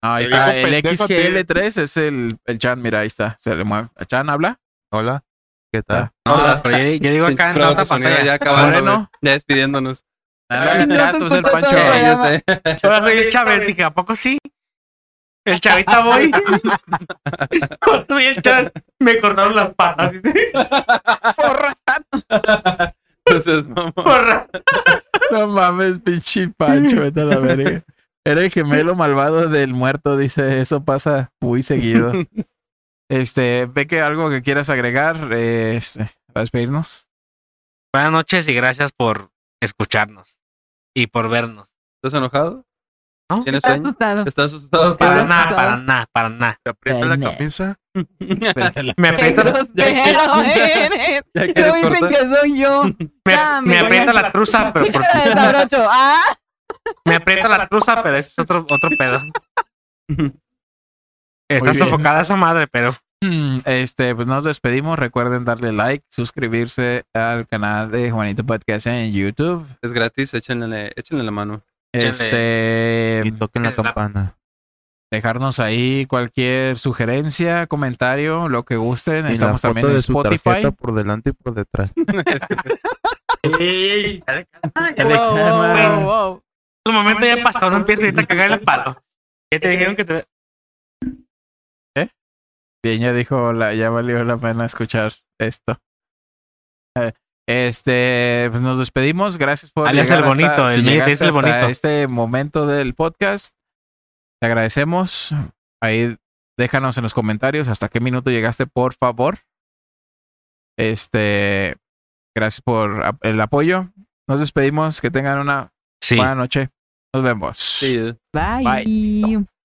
No, ahí
Te
está,
digo,
el
Eh, pendejo,
XGL3 es el, el chan, mira, ahí está. Se le mueve. ¿Chan habla?
Hola, ¿qué tal?
No, la-
Ah, Pero yo, yo digo acá en la
Pero
otra
tu sonido ya
pantalla.
acabando,
Moreno.
güey. Ya despidiéndonos.
Dale,
no
atrás,
se
pues, el
escucha
Pancho.
todo.
Eh, yo sé.
Ahora soy el Chávez. Dije, ¿a poco sí? El Chavita voy. Ahora soy el Chávez. Me cortaron las patas. Dice,
Entonces, no, mames.
porra.
No mames, pinche Pancho, vete a la verga. Era el gemelo malvado del muerto, dice, eso pasa muy seguido. Este, ve que algo que quieras agregar, eh, este, para despedirnos.
Buenas noches y gracias por escucharnos y por vernos.
¿Estás enojado?
No.
¿Tienes
Está
sueño?
asustado.
¿Estás asustado?
Para nada, para nada, para nada.
¿Te aprieta la
Dale.
camisa?
Me aprieta,
Pero
¿Ya
eres. Pero
quieres
dicen
cortar?
que soy yo. Ya,
me,
me
me
voy
aprieta
a-
la truza, pero por ti.
Desabrocho. Ah,
Me aprieta la truza, pero ese es otro, otro pedo. Está
bien.
sofocada esa madre, pero
Mm, Este, pues nos despedimos. Recuerden darle like, suscribirse al canal de Juanito Podcast en YouTube.
Es gratis, échenle, échenle la mano.
Este,
Y toquen la
en la-
campana.
dejarnos ahí cualquier sugerencia, comentario, lo que gusten.
Y la
Estamos también
foto
en
de su
Spotify.
tarjeta por delante y por detrás.
Es que-
Ey, dale, dale.
Wow, wow,
wow.
Tu momento ya pasado, no empieces ahorita a cagar el palo. Ya te dijeron que te.
Bien, ya dijo, la, ya valió la pena escuchar esto. Eh, Este, pues nos despedimos. Gracias por.
Alias
llegar
el bonito,
hasta-
el
llegaste
es el
hasta
bonito.
Este momento del podcast. Te agradecemos. Ahí déjanos en los comentarios hasta qué minuto llegaste, por favor. Este, gracias por ap- el apoyo. Nos despedimos. Que tengan una
Sí.
buena noche. Nos vemos.
Sí.
Bye.